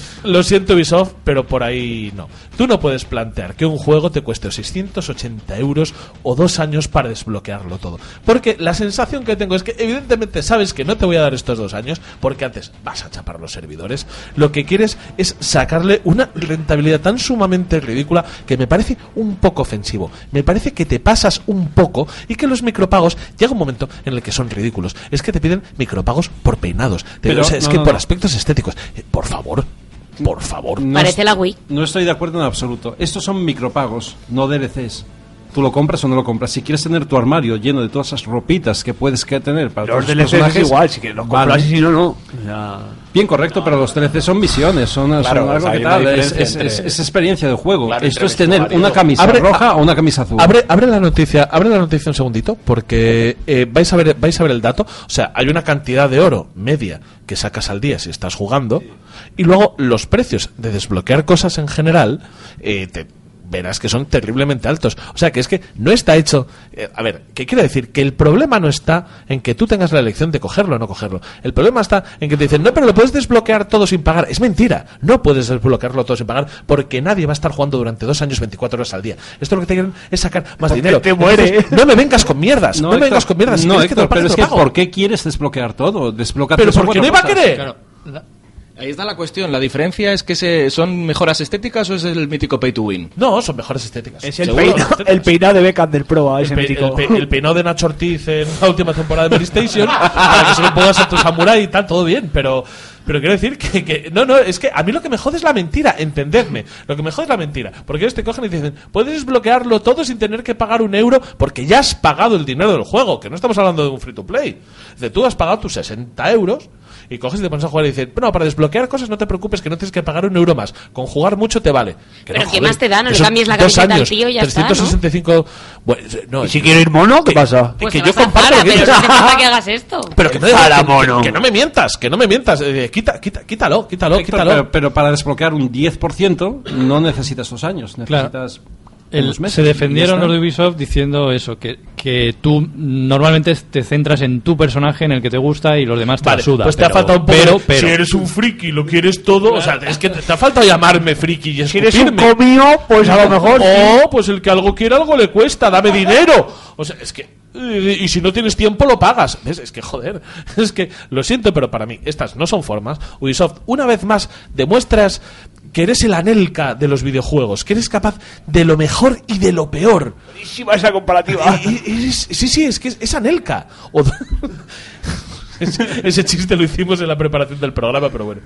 Speaker 1: lo siento Ubisoft, pero por ahí no. Tú no puedes plantear que un juego te cueste 680 euros o dos años para desbloquearlo todo. Porque la sensación que tengo es que evidentemente sabes que no te voy a dar estos dos años porque antes vas a chapar los servidores. Lo que quieres es sacarle una rentabilidad tan sumamente ridícula que me parece un poco ofensivo. Me parece que te pasas un poco y que los micropagos llega un momento en el que son ridículos. Es que te piden micropagos por peinados. Te-
Speaker 4: Pero,
Speaker 1: o sea, es
Speaker 4: no,
Speaker 1: que
Speaker 4: no,
Speaker 1: por
Speaker 4: no.
Speaker 1: aspectos estéticos. Eh, por favor, por favor.
Speaker 4: No
Speaker 7: Parece
Speaker 4: es-
Speaker 7: la Wii.
Speaker 4: No estoy de acuerdo en absoluto. Estos son micropagos, no DLCs. Tú lo compras o no lo compras. Si quieres tener tu armario lleno de todas esas ropitas que puedes que tener para
Speaker 6: Los
Speaker 4: todos
Speaker 6: DLCs es
Speaker 4: personajes,
Speaker 6: igual, si que los compras
Speaker 4: vale.
Speaker 6: y si no, no.
Speaker 4: Bien correcto, pero los DLC son misiones, son, son
Speaker 6: Claro, o
Speaker 4: algo
Speaker 6: sea,
Speaker 4: que
Speaker 6: hay una
Speaker 4: tal, es,
Speaker 6: diferencia
Speaker 4: es-
Speaker 6: entre-
Speaker 4: es- es experiencia de juego.
Speaker 6: Claro,
Speaker 4: Esto
Speaker 6: entre
Speaker 4: es tener
Speaker 6: vestuario.
Speaker 4: una camisa
Speaker 1: Abre-
Speaker 4: roja o una camisa azul.
Speaker 1: Abre, abre la noticia, abre la noticia un segundito, porque eh, vais a ver, vais a ver el dato. O sea, hay una cantidad de oro media que sacas al día si estás jugando, y luego los precios de desbloquear cosas en general, eh, te verás que son terriblemente altos. O sea, que es que no está hecho. eh, a ver, ¿qué quiere decir? Que el problema no está en que tú tengas la elección de cogerlo o no cogerlo. El problema está en que te dicen, no, pero lo puedes desbloquear todo sin pagar. Es mentira. No puedes desbloquearlo todo sin pagar porque nadie va a estar jugando durante dos años 24 horas al día. Esto lo que te quieren es sacar más
Speaker 4: Porque
Speaker 1: dinero.
Speaker 4: te muere.
Speaker 1: Entonces, no me vengas con mierdas. No, me
Speaker 4: Héctor,
Speaker 1: vengas con mierdas. Si
Speaker 4: No,
Speaker 1: quieres que te lo
Speaker 4: Héctor,
Speaker 1: pague,
Speaker 4: pero es
Speaker 1: te
Speaker 4: que
Speaker 1: lo pago.
Speaker 4: ¿por qué quieres desbloquear todo? Desbloquear
Speaker 1: Pero
Speaker 4: tres o
Speaker 1: porque
Speaker 4: cuatro
Speaker 1: no iba a
Speaker 4: cosas.
Speaker 1: querer.
Speaker 8: Claro. Ahí está la cuestión. La diferencia es que se, son mejoras estéticas o es el mítico pay to win.
Speaker 1: No, son mejores estéticas.
Speaker 6: Es el,
Speaker 8: Seguro.
Speaker 6: peinado, el peinado de Beckham del Proa,
Speaker 1: El,
Speaker 6: ese
Speaker 1: pe-
Speaker 6: mítico.
Speaker 1: el pe- el peinado de Nacho Ortiz en la última temporada de PlayStation para que se lo pongas a tu samurai y tal, todo bien, pero pero quiero decir que, que- no, no, es que a mí lo que me jode es la mentira, entendedme, lo que me jode es la mentira, porque ellos te cogen y te dicen, puedes desbloquearlo todo sin tener que pagar un euro porque ya has pagado el dinero del juego, que no estamos hablando de un free to play, de tú has pagado tus 60 euros y coges y te pones a jugar y dicen, no, para desbloquear cosas no te preocupes, que no tienes que pagar un euro más, con jugar mucho te vale. Que
Speaker 7: Pero
Speaker 1: no,
Speaker 7: ¿qué
Speaker 1: joder,
Speaker 7: más te da? No
Speaker 1: que
Speaker 7: le
Speaker 1: son
Speaker 7: cambies la
Speaker 1: dos
Speaker 7: camiseta al
Speaker 1: años,
Speaker 7: tío y ya está, ¿no?
Speaker 1: 365... Bueno, eh, no,
Speaker 6: ¿Y si quiere ir mono? ¿Qué pasa?
Speaker 7: Pues
Speaker 1: que
Speaker 7: te
Speaker 1: yo
Speaker 7: vas a
Speaker 1: comparto
Speaker 7: Zara,
Speaker 1: lo que
Speaker 7: pero
Speaker 1: dices.
Speaker 7: no te falta que hagas esto.
Speaker 1: Pero que no,
Speaker 6: Para,
Speaker 1: que- que-
Speaker 6: mono.
Speaker 1: que no me mientas, que no me mientas. Eh, quita, quita, quítalo, quítalo,
Speaker 4: Héctor,
Speaker 1: quítalo.
Speaker 4: Pero, pero para desbloquear un 10% no necesitas dos años, necesitas
Speaker 3: El-
Speaker 4: unos meses.
Speaker 3: se defendieron
Speaker 4: Y
Speaker 3: los
Speaker 4: ya está.
Speaker 3: de Ubisoft diciendo eso, que, que tú normalmente te centras en tu personaje, en el que te gusta y los demás te la
Speaker 1: Vale,
Speaker 3: suda,
Speaker 1: pues te
Speaker 3: pero,
Speaker 1: ha faltado un poco.
Speaker 3: pero,
Speaker 1: de-
Speaker 3: pero-
Speaker 1: Si eres un friki y lo quieres todo, o sea, es que te, te ha faltado llamarme friki y
Speaker 6: Si eres un
Speaker 1: escupirme.
Speaker 6: comío, pues a lo mejor. sí.
Speaker 1: Oh, pues el que algo quiere, algo le cuesta, dame dinero. O sea, es que. eh, Y si no tienes tiempo, lo pagas. ¿Ves? Es que, joder. Es que, lo siento, pero para mí, estas no son formas. Ubisoft, una vez más, demuestras que eres el anelca de los videojuegos, que eres capaz de lo mejor y de lo peor.
Speaker 6: Buenísima esa comparativa.
Speaker 1: Eh, eh, es- sí, sí, es que es, es Anelka. O- Ese- ese chiste lo hicimos en la preparación del programa, pero bueno.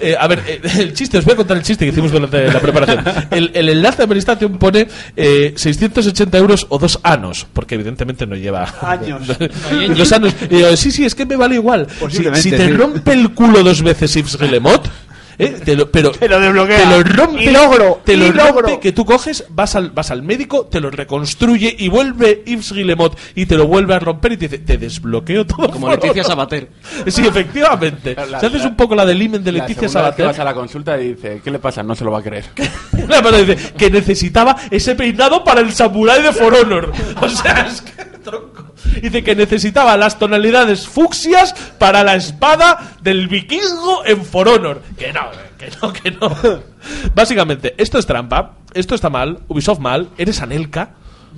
Speaker 1: Eh, a ver, eh, el chiste, os voy a contar el chiste que hicimos durante la preparación. El, el enlace a Meristation pone eh, 680 euros o dos anos, porque evidentemente no lleva
Speaker 6: Años.
Speaker 1: dos anos. Y yo, sí, sí, es que me vale igual. Si,
Speaker 6: Posiblemente,
Speaker 1: si te
Speaker 6: sí.
Speaker 1: rompe el culo dos veces Yves Guillemot, eh, te lo- pero
Speaker 6: Te lo desbloquea.
Speaker 1: te lo rompe,
Speaker 6: Y logro,
Speaker 1: te lo
Speaker 6: y
Speaker 1: rompe,
Speaker 6: logro.
Speaker 1: que tú coges, vas al, vas al médico, te lo reconstruye y vuelve Yves Guillemot y te lo vuelve a romper y te dice, te desbloqueo todo.
Speaker 8: Como
Speaker 1: por
Speaker 8: Leticia
Speaker 1: oro".
Speaker 8: Sabater.
Speaker 1: Sí, efectivamente.
Speaker 5: La-
Speaker 1: si haces
Speaker 5: la-
Speaker 1: un poco la del limen de
Speaker 5: La
Speaker 1: Leticia
Speaker 5: segunda vez que
Speaker 1: Sabater,
Speaker 5: vas a la consulta y dice, ¿qué le pasa? No se lo va a creer.
Speaker 1: la verdad dice que necesitaba ese peinado para el samurái de For Honor. O sea, es que tronco. Dice que necesitaba las tonalidades fucsias para la espada del vikingo en For Honor. Que no, eh, que no, que no. Básicamente, esto es trampa, esto está mal, Ubisoft mal, eres Anelka,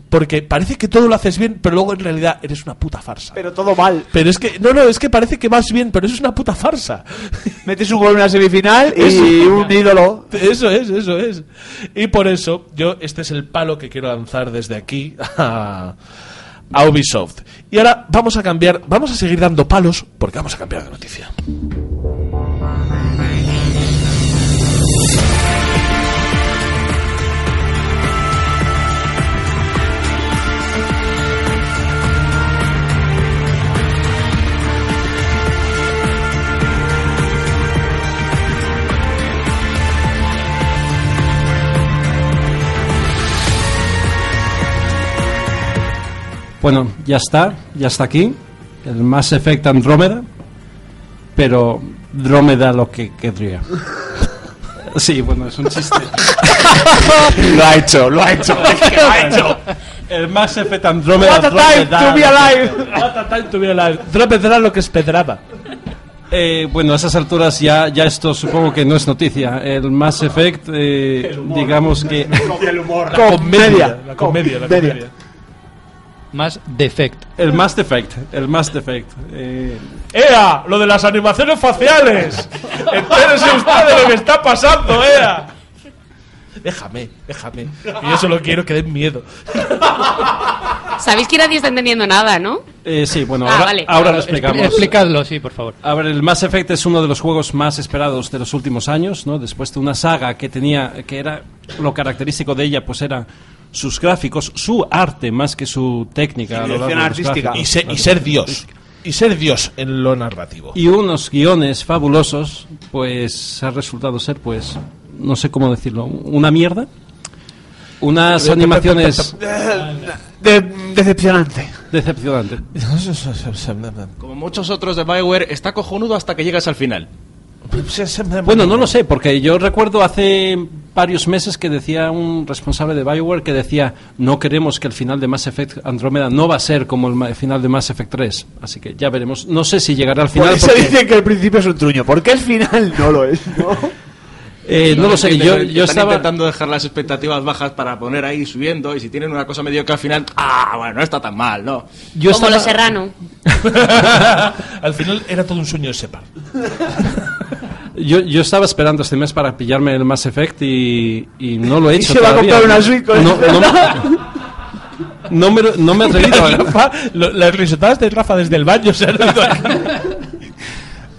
Speaker 1: porque parece que todo lo haces bien, pero luego en realidad eres una puta farsa.
Speaker 6: Pero todo mal.
Speaker 1: Pero es que, no, no, es que parece que vas bien, pero eso es una puta farsa.
Speaker 6: Metes un gol en una semifinal
Speaker 1: Eso.
Speaker 6: y un ídolo.
Speaker 1: Eso es, eso es. Y por eso, yo, este es el palo que quiero lanzar desde aquí a, a Ubisoft. Y ahora vamos a cambiar, vamos a seguir dando palos porque vamos a cambiar de noticia.
Speaker 4: Bueno, ya está, ya está aquí. El Mass Effect Andrómeda. Pero Andrómeda lo que querría. Sí, bueno, es un chiste.
Speaker 5: lo ha hecho, lo ha hecho.
Speaker 4: El Mass Effect Andrómeda.
Speaker 6: What a time to be alive.
Speaker 1: What a time to be alive. Trapezará lo que es pedraba.
Speaker 4: Eh, bueno, a esas alturas ya, ya esto supongo que no es noticia. El Mass Effect, eh, digamos que...
Speaker 1: La
Speaker 6: Comedia.
Speaker 1: La comedia, la
Speaker 6: Comedia.
Speaker 1: comedia.
Speaker 3: Más defect.
Speaker 4: El Mass Effect, el Mass Effect. eh,
Speaker 1: ¡Ea! Lo de las animaciones faciales. Entérese usted de lo que está pasando, ¡Ea! Déjame, déjame. Y yo solo quiero que den miedo.
Speaker 7: Sabéis que nadie está entendiendo nada, ¿no?
Speaker 4: eh, sí, bueno,
Speaker 7: Ah,
Speaker 4: ahora,
Speaker 7: vale.
Speaker 4: ahora lo explicamos.
Speaker 3: Explicadlo, sí, por favor.
Speaker 4: A ver, el Mass Effect es uno de los juegos más esperados de los últimos años, ¿no? Después de una saga que tenía, que era lo característico de ella, pues era sus gráficos, su arte más que su técnica. a lo largo de los
Speaker 1: Y,
Speaker 4: gráficos.
Speaker 1: se- y ser Dios. Y ser Dios en lo narrativo.
Speaker 4: Y unos guiones fabulosos, pues ha resultado ser, pues, no sé cómo decirlo, una mierda. Unas animaciones
Speaker 6: decepcionante.
Speaker 4: Decepcionante.
Speaker 8: Como muchos otros de Bioware, está cojonudo hasta que llegas al final.
Speaker 4: Bueno, no lo sé, porque yo recuerdo hace varios meses que decía un responsable de Bioware que decía no queremos que el final de Mass Effect Andrómeda no va a ser como el ma- final de Mass Effect 3. Así que ya veremos. No sé si llegará al
Speaker 6: Por
Speaker 4: final.
Speaker 6: eso
Speaker 4: porque-
Speaker 6: dicen que el principio es un truño. ¿Por qué el final no lo es? ¿no?
Speaker 4: Eh, no lo sé, yo,
Speaker 8: Están
Speaker 4: yo estaba...
Speaker 8: intentando dejar las expectativas bajas para poner ahí subiendo y si tienen una cosa medio que al final, ah, bueno, no está tan mal, ¿no?
Speaker 7: Como
Speaker 4: Yo estaba-
Speaker 7: los serrano.
Speaker 1: Al final era todo un sueño de Separ.
Speaker 4: Yo, yo estaba esperando este mes para pillarme el Mass Effect y, y no lo he
Speaker 6: Y
Speaker 4: hecho.
Speaker 6: se va a
Speaker 4: todavía.
Speaker 6: comprar una Switch con este.
Speaker 4: no,
Speaker 6: eso.
Speaker 4: no, no me, lo- no me he atrevido. a-
Speaker 1: Rafa, lo- las risetadas de Rafa desde el baño se han ido aquí.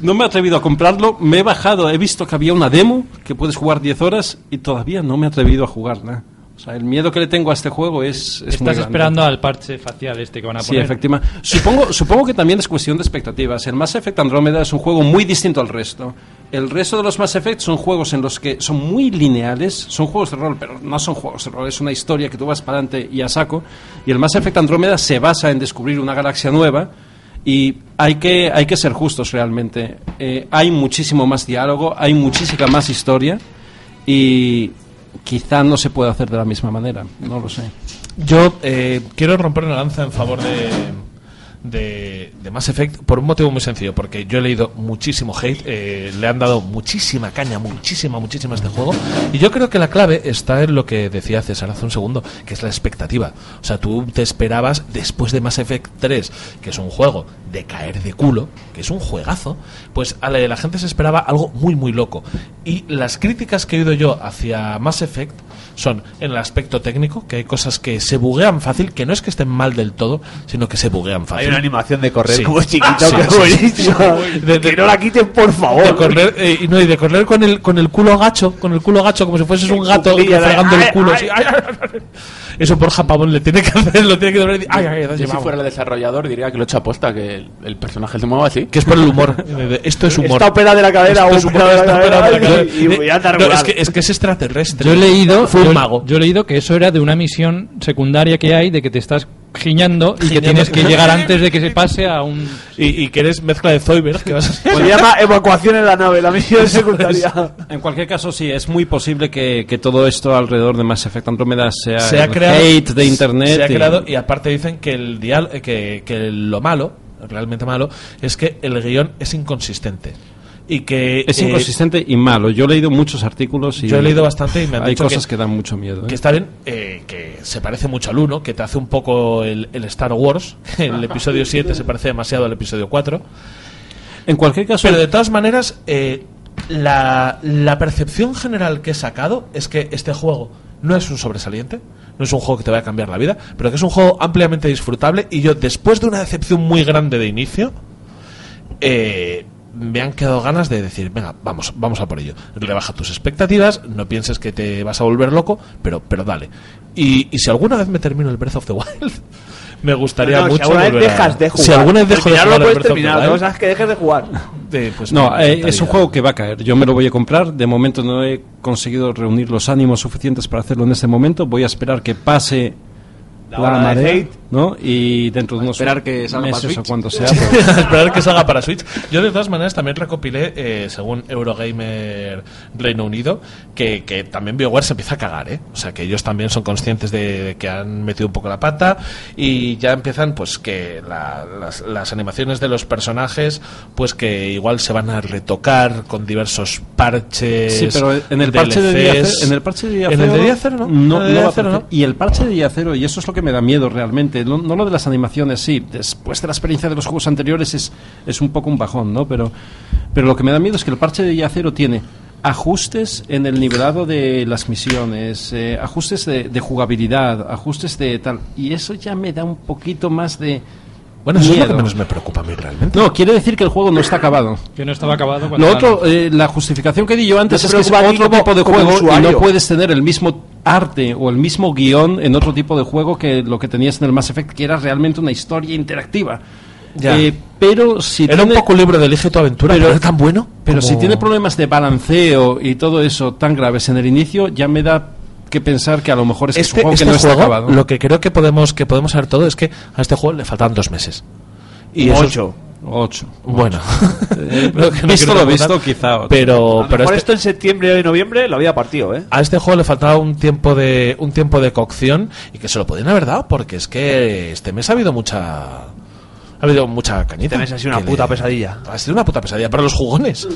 Speaker 4: No me he atrevido a comprarlo, me he bajado, he visto que había una demo que puedes jugar 10 horas y todavía no me he atrevido a jugarla. O sea, el miedo que le tengo a este juego es, es muy
Speaker 3: Estás
Speaker 4: grande.
Speaker 3: esperando al parche facial este que van a
Speaker 4: Sí,
Speaker 3: poner.
Speaker 4: efectivamente. Supongo, supongo que también es cuestión de expectativas. El Mass Effect Andrómeda es un juego muy distinto al resto. El resto de los Mass Effect son juegos en los que son muy lineales, son juegos de rol, pero no son juegos de rol, es una historia que tú vas para adelante y a saco. Y el Mass Effect Andrómeda se basa en descubrir una galaxia nueva y hay que, hay que ser justos realmente. Eh, hay muchísimo más diálogo, hay muchísima más historia y quizá no se pueda hacer de la misma manera, no lo sé.
Speaker 1: Yo eh, quiero romper una lanza en favor de, de, de Mass Effect por un motivo muy sencillo, porque yo he leído muchísimo hate, eh, le han dado muchísima caña, muchísima, muchísima a este juego, y yo creo que la clave está en lo que decía César hace un segundo, que es la expectativa. O sea, tú te esperabas después de Mass Effect 3, que es un juego de caer de culo, que es un juegazo, pues a la, la gente se esperaba algo muy, muy loco. Y las críticas que he oído yo hacia Mass Effect son en el aspecto técnico, que hay cosas que se buguean fácil, que no es que estén mal del todo, sino que se buguean fácil.
Speaker 6: Hay una animación de correr
Speaker 1: Sí.
Speaker 6: como chiquito,
Speaker 1: Sí,
Speaker 6: que es
Speaker 1: sí, sí,
Speaker 6: buenísima. que no la quiten, por favor.
Speaker 1: De correr, eh, y no, y de correr con el, con el culo gacho, con el culo gacho, como si fueses un gato
Speaker 6: cuclillas,
Speaker 1: fregando
Speaker 6: ay,
Speaker 1: el culo.
Speaker 6: ay,
Speaker 1: así, ay, ay, ay. Eso por Japón le tiene que hacer, lo tiene que doblar y decir, ay, ay, ay,
Speaker 5: Yo, si
Speaker 1: llevamos.
Speaker 5: fuera el desarrollador diría que lo he hecho aposta, que el, el personaje se mueva así.
Speaker 1: Que es por el humor. Eh, Esto es humor.
Speaker 6: Esta ópera de la cadera,
Speaker 1: Esto es
Speaker 6: ópera
Speaker 1: humor,
Speaker 6: de la
Speaker 1: esta ópera de la
Speaker 6: cadera,
Speaker 1: cadera.
Speaker 6: y- y voy a andar
Speaker 1: No,
Speaker 6: volando.
Speaker 1: es, que, es que es extraterrestre.
Speaker 3: Yo he leído,
Speaker 1: Fue
Speaker 3: yo-
Speaker 1: un mago.
Speaker 3: yo he leído que eso era de una misión secundaria que hay de que te estás giñando y que tienes que llegar antes de que se pase a un
Speaker 1: Y, y que eres mezcla de Zoidberg, que vas a
Speaker 6: Se llama evacuación en la nave, la misión secundaria.
Speaker 4: En cualquier caso, sí, es muy posible que, que todo esto alrededor de Mass Effect Andromeda sea
Speaker 1: se ha
Speaker 4: el
Speaker 1: creado
Speaker 4: hate de internet.
Speaker 1: se ha
Speaker 4: y-
Speaker 1: creado y aparte dicen que el dial eh, que, que lo malo realmente malo es que el guión es inconsistente y que
Speaker 4: es
Speaker 1: eh,
Speaker 4: inconsistente y malo. Yo he leído muchos artículos y
Speaker 1: Yo he leído bastante y me han
Speaker 4: hay
Speaker 1: dicho
Speaker 4: cosas
Speaker 1: que-
Speaker 4: que, dan mucho miedo. ¿eh?
Speaker 1: que está bien, eh, que se parece mucho al 1, que te hace un poco el, el Star Wars. El episodio 7 se parece demasiado al episodio 4.
Speaker 4: En cualquier caso,
Speaker 1: Pero de todas maneras, eh, la, la percepción general que he sacado es que este juego no es un sobresaliente, no es un juego que te vaya a cambiar la vida, pero que es un juego ampliamente disfrutable y yo después de una decepción muy grande de inicio, eh, me han quedado ganas de decir, venga, vamos, vamos a por ello. Rebaja tus expectativas, no pienses que te vas a volver loco, pero, pero dale. Y, y si alguna vez me termino el Breath of the Wild, me gustaría
Speaker 6: No, no,
Speaker 1: mucho...
Speaker 6: si alguna vez
Speaker 1: volver a-
Speaker 6: dejas de jugar.
Speaker 1: Si alguna vez dejo de
Speaker 6: Terminarlo
Speaker 1: jugar al
Speaker 6: puedes
Speaker 1: Breath of the
Speaker 6: terminar,
Speaker 1: Wild,
Speaker 6: no sabes que dejes de jugar.
Speaker 1: eh, pues
Speaker 4: no,
Speaker 1: me
Speaker 4: eh, es un
Speaker 1: encantaría.
Speaker 4: juego que va a caer. Yo me lo voy a comprar. De momento no he conseguido reunir los ánimos suficientes para hacerlo en este momento. Voy a esperar que pase
Speaker 6: La ola de
Speaker 4: marea,
Speaker 6: hate.
Speaker 4: ¿no? Y dentro de unos
Speaker 8: esperar que salga para
Speaker 4: meses o
Speaker 8: Switch.
Speaker 4: cuando sea. pues,
Speaker 1: A esperar que salga para Switch. Yo de todas maneras también recopilé, eh, según Eurogamer Reino Unido, que, que también BioWare se empieza a cagar, ¿eh? O sea, que ellos también son conscientes de, de que han metido un poco la pata y ya empiezan, pues, que la- las, las animaciones de los personajes, pues, que igual se van a retocar con diversos parches.
Speaker 4: Sí, pero en el parche de día
Speaker 1: DLCs.
Speaker 4: cero, en el parche de día
Speaker 1: En
Speaker 4: cero,
Speaker 1: el de día cero, ¿no?
Speaker 4: No,
Speaker 1: En el de
Speaker 4: no
Speaker 1: día
Speaker 4: va a
Speaker 1: cero,
Speaker 4: aparecer.
Speaker 1: ¿no?
Speaker 4: Y el parche de día cero, y eso es lo que me da miedo realmente, no, no lo de las animaciones, sí, después de la experiencia de los juegos anteriores es, es un poco un bajón, ¿no? Pero, pero lo que me da miedo es que el parche de día cero tiene ajustes en el nivelado de las misiones, eh, ajustes de, de jugabilidad, ajustes de tal, y eso ya me da un poquito más de...
Speaker 1: Bueno, eso es lo
Speaker 4: miedo.
Speaker 1: que menos me preocupa a mí realmente.
Speaker 4: No, quiere decir que el juego no está acabado.
Speaker 3: que no estaba acabado cuando
Speaker 4: Lo
Speaker 3: la-
Speaker 4: otro, eh, la justificación que di yo antes
Speaker 6: No
Speaker 4: es
Speaker 1: Pues
Speaker 6: te
Speaker 4: que es
Speaker 6: preocupa a ti
Speaker 4: otro
Speaker 6: como-
Speaker 4: tipo de
Speaker 6: como
Speaker 4: juego y
Speaker 6: usuario.
Speaker 4: no puedes tener el mismo arte o el mismo guión en otro tipo de juego que lo que tenías en el Mass Effect, que era realmente una historia interactiva.
Speaker 1: Ya.
Speaker 4: Eh, pero si
Speaker 1: Era un
Speaker 4: tiene-
Speaker 1: poco libre de elige tu aventura, pero, era tan bueno.
Speaker 4: pero
Speaker 1: como-
Speaker 4: si tiene problemas de balanceo y todo eso tan graves en el inicio, ya me da que pensar que a lo mejor es, que es
Speaker 1: este,
Speaker 4: un juego
Speaker 1: este
Speaker 4: que no está
Speaker 1: juego,
Speaker 4: acabado.
Speaker 1: lo que creo que podemos que podemos saber todo es que a este juego le faltan dos meses. eso es-
Speaker 4: Ocho. Ocho.
Speaker 1: Bueno.
Speaker 4: Eh,
Speaker 1: Lo que no
Speaker 4: visto
Speaker 1: quiero
Speaker 4: lo visto,
Speaker 1: recordar.
Speaker 4: quizá. otro.
Speaker 1: Pero,
Speaker 6: A lo
Speaker 1: pero
Speaker 6: mejor
Speaker 1: este-
Speaker 6: esto en septiembre o noviembre lo había partido, ¿eh?
Speaker 1: a este juego le faltaba un tiempo de un tiempo de cocción y que se lo podían haber dado porque es que este mes ha habido mucha ha habido mucha cañita.
Speaker 6: Este mes ha sido una
Speaker 1: Que
Speaker 6: puta pesadilla.
Speaker 1: Ha sido una puta pesadilla para los jugones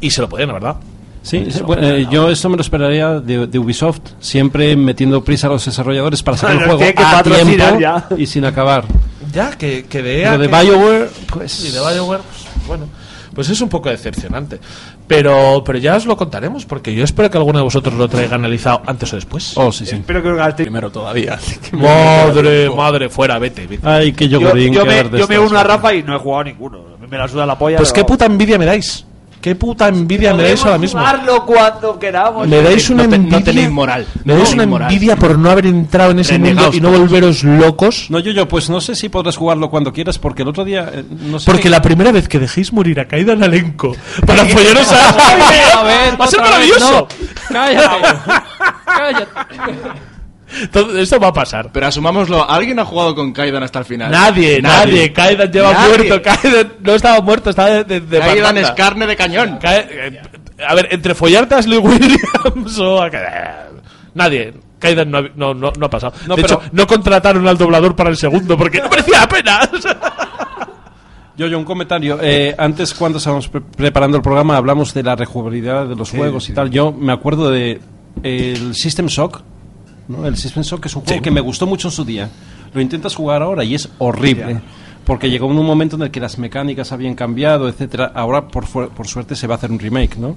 Speaker 1: y se lo podían haber dado.
Speaker 4: Sí,
Speaker 1: Se lo
Speaker 4: bueno,
Speaker 1: podían
Speaker 4: eh, yo esto me lo esperaría de, de Ubisoft, siempre metiendo prisa a los desarrolladores para sacar el
Speaker 1: Nos
Speaker 4: juego
Speaker 1: Ah, tiene que
Speaker 4: a
Speaker 1: patrocinar
Speaker 4: tiempo
Speaker 1: ya.
Speaker 4: y sin acabar.
Speaker 1: Ya, que, que de EA
Speaker 4: Lo de
Speaker 1: que-
Speaker 4: BioWare, pues-
Speaker 1: Y de BioWare, pues, bueno. Pues es un poco decepcionante. Pero, pero ya os lo contaremos, porque yo espero que alguno de vosotros lo traiga analizado antes o después.
Speaker 4: Oh, sí, sí.
Speaker 6: Espero que lo gaste.
Speaker 5: Primero todavía.
Speaker 1: Madre,
Speaker 8: Oh.
Speaker 1: madre, fuera, vete. vete.
Speaker 4: Ay, que
Speaker 6: Yo, yo me, yo me uno a Rafa y no he jugado ninguno. Me la suda la polla.
Speaker 1: Pues qué
Speaker 6: pero-
Speaker 1: puta envidia me dais. Qué puta envidia me dais ahora mismo.
Speaker 6: jugarlo cuando queramos.
Speaker 1: Me dais una
Speaker 8: no te- no
Speaker 1: envidia.
Speaker 8: tenéis moral.
Speaker 1: Me dais una
Speaker 8: No tenéis moral.
Speaker 1: envidia por no haber entrado en ese mundo
Speaker 8: Renegaos
Speaker 1: y no
Speaker 8: todos.
Speaker 1: volveros locos.
Speaker 4: No, yo, yo, pues no sé si podrás jugarlo cuando quieras, porque el otro día, eh, no sé.
Speaker 1: Porque la primera vez que dejéis morir a Caída en Alenco para apoyaros a.
Speaker 4: A ver,
Speaker 1: ¡Va a ser
Speaker 4: otra vez,
Speaker 1: maravilloso!
Speaker 3: ¡Cállate!
Speaker 1: Entonces, esto va a pasar.
Speaker 8: Pero asumámoslo, ¿alguien ha jugado con Kaidan hasta el final?
Speaker 1: Nadie, nadie. Kaidan lleva
Speaker 8: Nadie.
Speaker 1: muerto. Kaidan no estaba muerto, estaba de, de, de
Speaker 8: Kaidan
Speaker 1: parranda.
Speaker 8: es carne de cañón.
Speaker 1: Ka- eh, A ver, entre follarte a Ashley Williams o a... Nadie. Kaidan no, ha- no, no, no ha pasado.
Speaker 4: No,
Speaker 1: de
Speaker 4: pero-
Speaker 1: hecho, no contrataron al doblador para el segundo porque no merecía la pena.
Speaker 4: Yo, yo, un comentario. Eh, antes, cuando estábamos pre- preparando el programa, hablamos de la rejugabilidad de los juegos y tal. Yo me acuerdo de el System Shock. ¿no? El System Shock es un juego que me gustó mucho en su día. Lo intentas jugar ahora y es horrible. Porque llegó en un momento en el que las mecánicas habían cambiado, etcétera. Ahora, por, fu- por suerte, se va a hacer un remake, ¿no?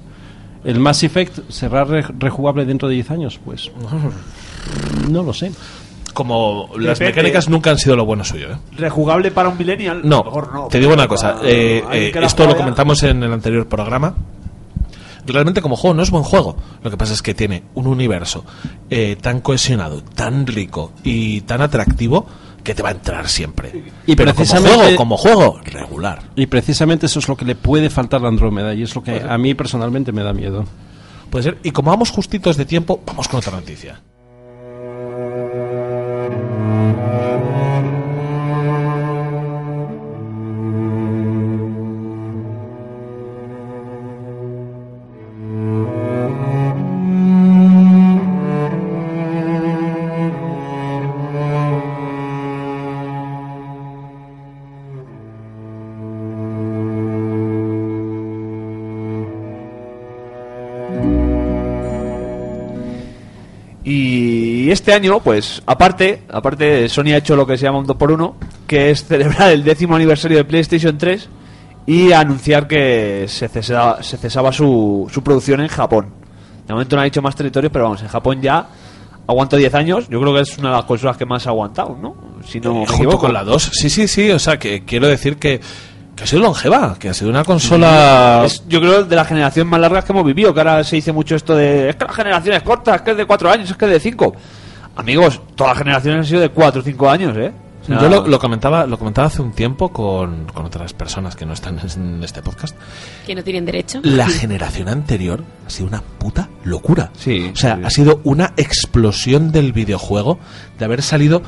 Speaker 4: ¿El Mass Effect será re- rejugable dentro de 10 años? Pues... No lo sé.
Speaker 1: Como las
Speaker 6: Depende.
Speaker 1: mecánicas nunca han sido lo bueno suyo, ¿eh?
Speaker 6: ¿Rejugable para un millennial? A
Speaker 1: No,
Speaker 6: lo mejor no
Speaker 1: te digo una
Speaker 6: pero
Speaker 1: cosa.
Speaker 6: para
Speaker 1: eh,
Speaker 6: alguien
Speaker 1: eh,
Speaker 6: que la
Speaker 1: esto lo
Speaker 6: juega ya-
Speaker 1: comentamos en el anterior programa. Realmente como juego no es buen juego. Lo que pasa es que tiene un universo eh, tan cohesionado, tan rico y tan atractivo que te va a entrar siempre.
Speaker 4: Y
Speaker 1: Pero
Speaker 4: precisamente-
Speaker 1: como juego, como juego, regular.
Speaker 4: Y precisamente eso es lo que le puede faltar a Andrómeda y es lo que a mí personalmente me da miedo.
Speaker 1: Puede ser. Y como vamos justitos de tiempo, vamos con otra noticia.
Speaker 6: Y este año, pues, aparte, aparte Sony ha hecho lo que se llama un 2x1, que es celebrar el décimo aniversario de PlayStation 3 y anunciar que se cesaba, se cesaba su, su producción en Japón. De momento no ha dicho más territorios, pero vamos, en Japón ya aguantó 10 años. Yo creo que es una de las consolas que más ha aguantado, ¿no? Si no me
Speaker 1: Eh, junto
Speaker 6: equivoco.
Speaker 1: con la 2. Sí, sí, sí. O sea, que quiero decir que, que ha sido longeva, que ha sido una consola...
Speaker 6: Es, yo creo de las generaciones más largas que hemos vivido, que ahora se dice mucho esto de es que las generaciones cortas, es que es de 4 años, es que es de 5. Amigos, todas las generaciones han sido de 4 o 5 años, ¿eh? O sea,
Speaker 1: Yo lo, lo comentaba, lo comentaba hace un tiempo con, con otras personas que no están en este podcast.
Speaker 7: Que no tienen derecho.
Speaker 1: La generación anterior ha sido una puta locura.
Speaker 6: Sí,
Speaker 1: O sea,
Speaker 6: sí.
Speaker 1: ha sido una explosión del videojuego, de haber salido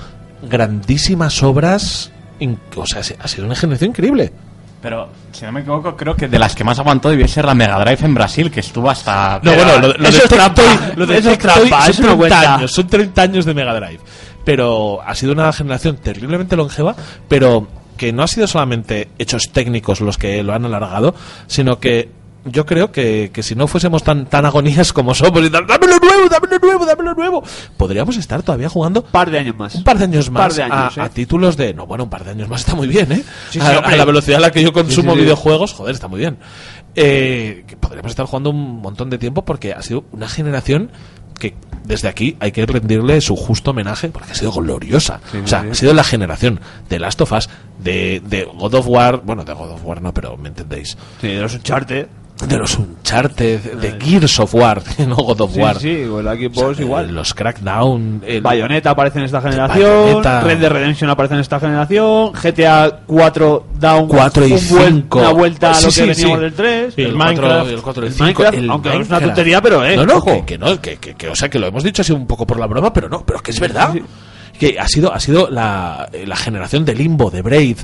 Speaker 1: grandísimas obras. in- O sea, se- ha sido una generación increíble.
Speaker 10: Pero, si no me equivoco, creo que de las que más aguantó debió ser la Mega Drive en Brasil, que estuvo hasta...
Speaker 1: No, bueno, lo, lo
Speaker 6: Eso
Speaker 1: de
Speaker 6: es trampa,
Speaker 1: Tectoy- lo de
Speaker 6: eso es
Speaker 1: Tectoy
Speaker 6: trampa, eso no
Speaker 1: son 30
Speaker 6: cuenta.
Speaker 1: años, son 30 años de Mega Drive. Pero ha sido una generación terriblemente longeva, pero que no ha sido solamente hechos técnicos los que lo han alargado, sino que yo creo que, que si no fuésemos tan, tan agonías como somos y tal, dámelo nuevo, dámelo nuevo, dámelo nuevo, podríamos estar todavía jugando
Speaker 6: par de años más.
Speaker 1: un par de años
Speaker 6: Par
Speaker 1: más
Speaker 6: de años,
Speaker 1: a,
Speaker 6: ¿eh?
Speaker 1: a títulos de no bueno un par de años más está muy bien eh
Speaker 6: Sí, sí,
Speaker 1: a,
Speaker 6: hombre.
Speaker 1: a la velocidad a la que yo consumo
Speaker 6: Sí, sí, sí.
Speaker 1: videojuegos joder está muy bien Eh, que podríamos estar jugando un montón de tiempo porque ha sido una generación que desde aquí hay que rendirle su justo homenaje porque ha sido gloriosa o sea ha sido la generación de Last of Us de, de God of War bueno de God of War no pero me entendéis
Speaker 6: Sí, de los Uncharted.
Speaker 1: de los Uncharted, de Gears of War, no God of
Speaker 6: Sí,
Speaker 1: War.
Speaker 6: sí, o el Xbox igual.
Speaker 1: Los Crackdown, el
Speaker 6: Bayonetta aparece en esta generación,
Speaker 1: Bayonetta.
Speaker 6: Red Dead Redemption aparece en esta generación, GTA 4 da un,
Speaker 1: 4 y
Speaker 6: un vuel-
Speaker 1: 5.
Speaker 6: una vuelta a lo
Speaker 1: Sí,
Speaker 6: que
Speaker 1: sí,
Speaker 6: veníamos
Speaker 1: sí.
Speaker 6: del 3,
Speaker 1: El, 4, el 4 y el 5.
Speaker 6: Minecraft,
Speaker 1: el
Speaker 6: aunque es una
Speaker 1: Minecraft.
Speaker 6: tontería, pero eh,
Speaker 1: No, no,
Speaker 6: ojo.
Speaker 1: que, que no, que, que- que- o sea, que lo hemos dicho así un poco por la broma, pero no, pero que es verdad. Que ha sido, ha sido la, eh, la generación de Limbo, de Braid.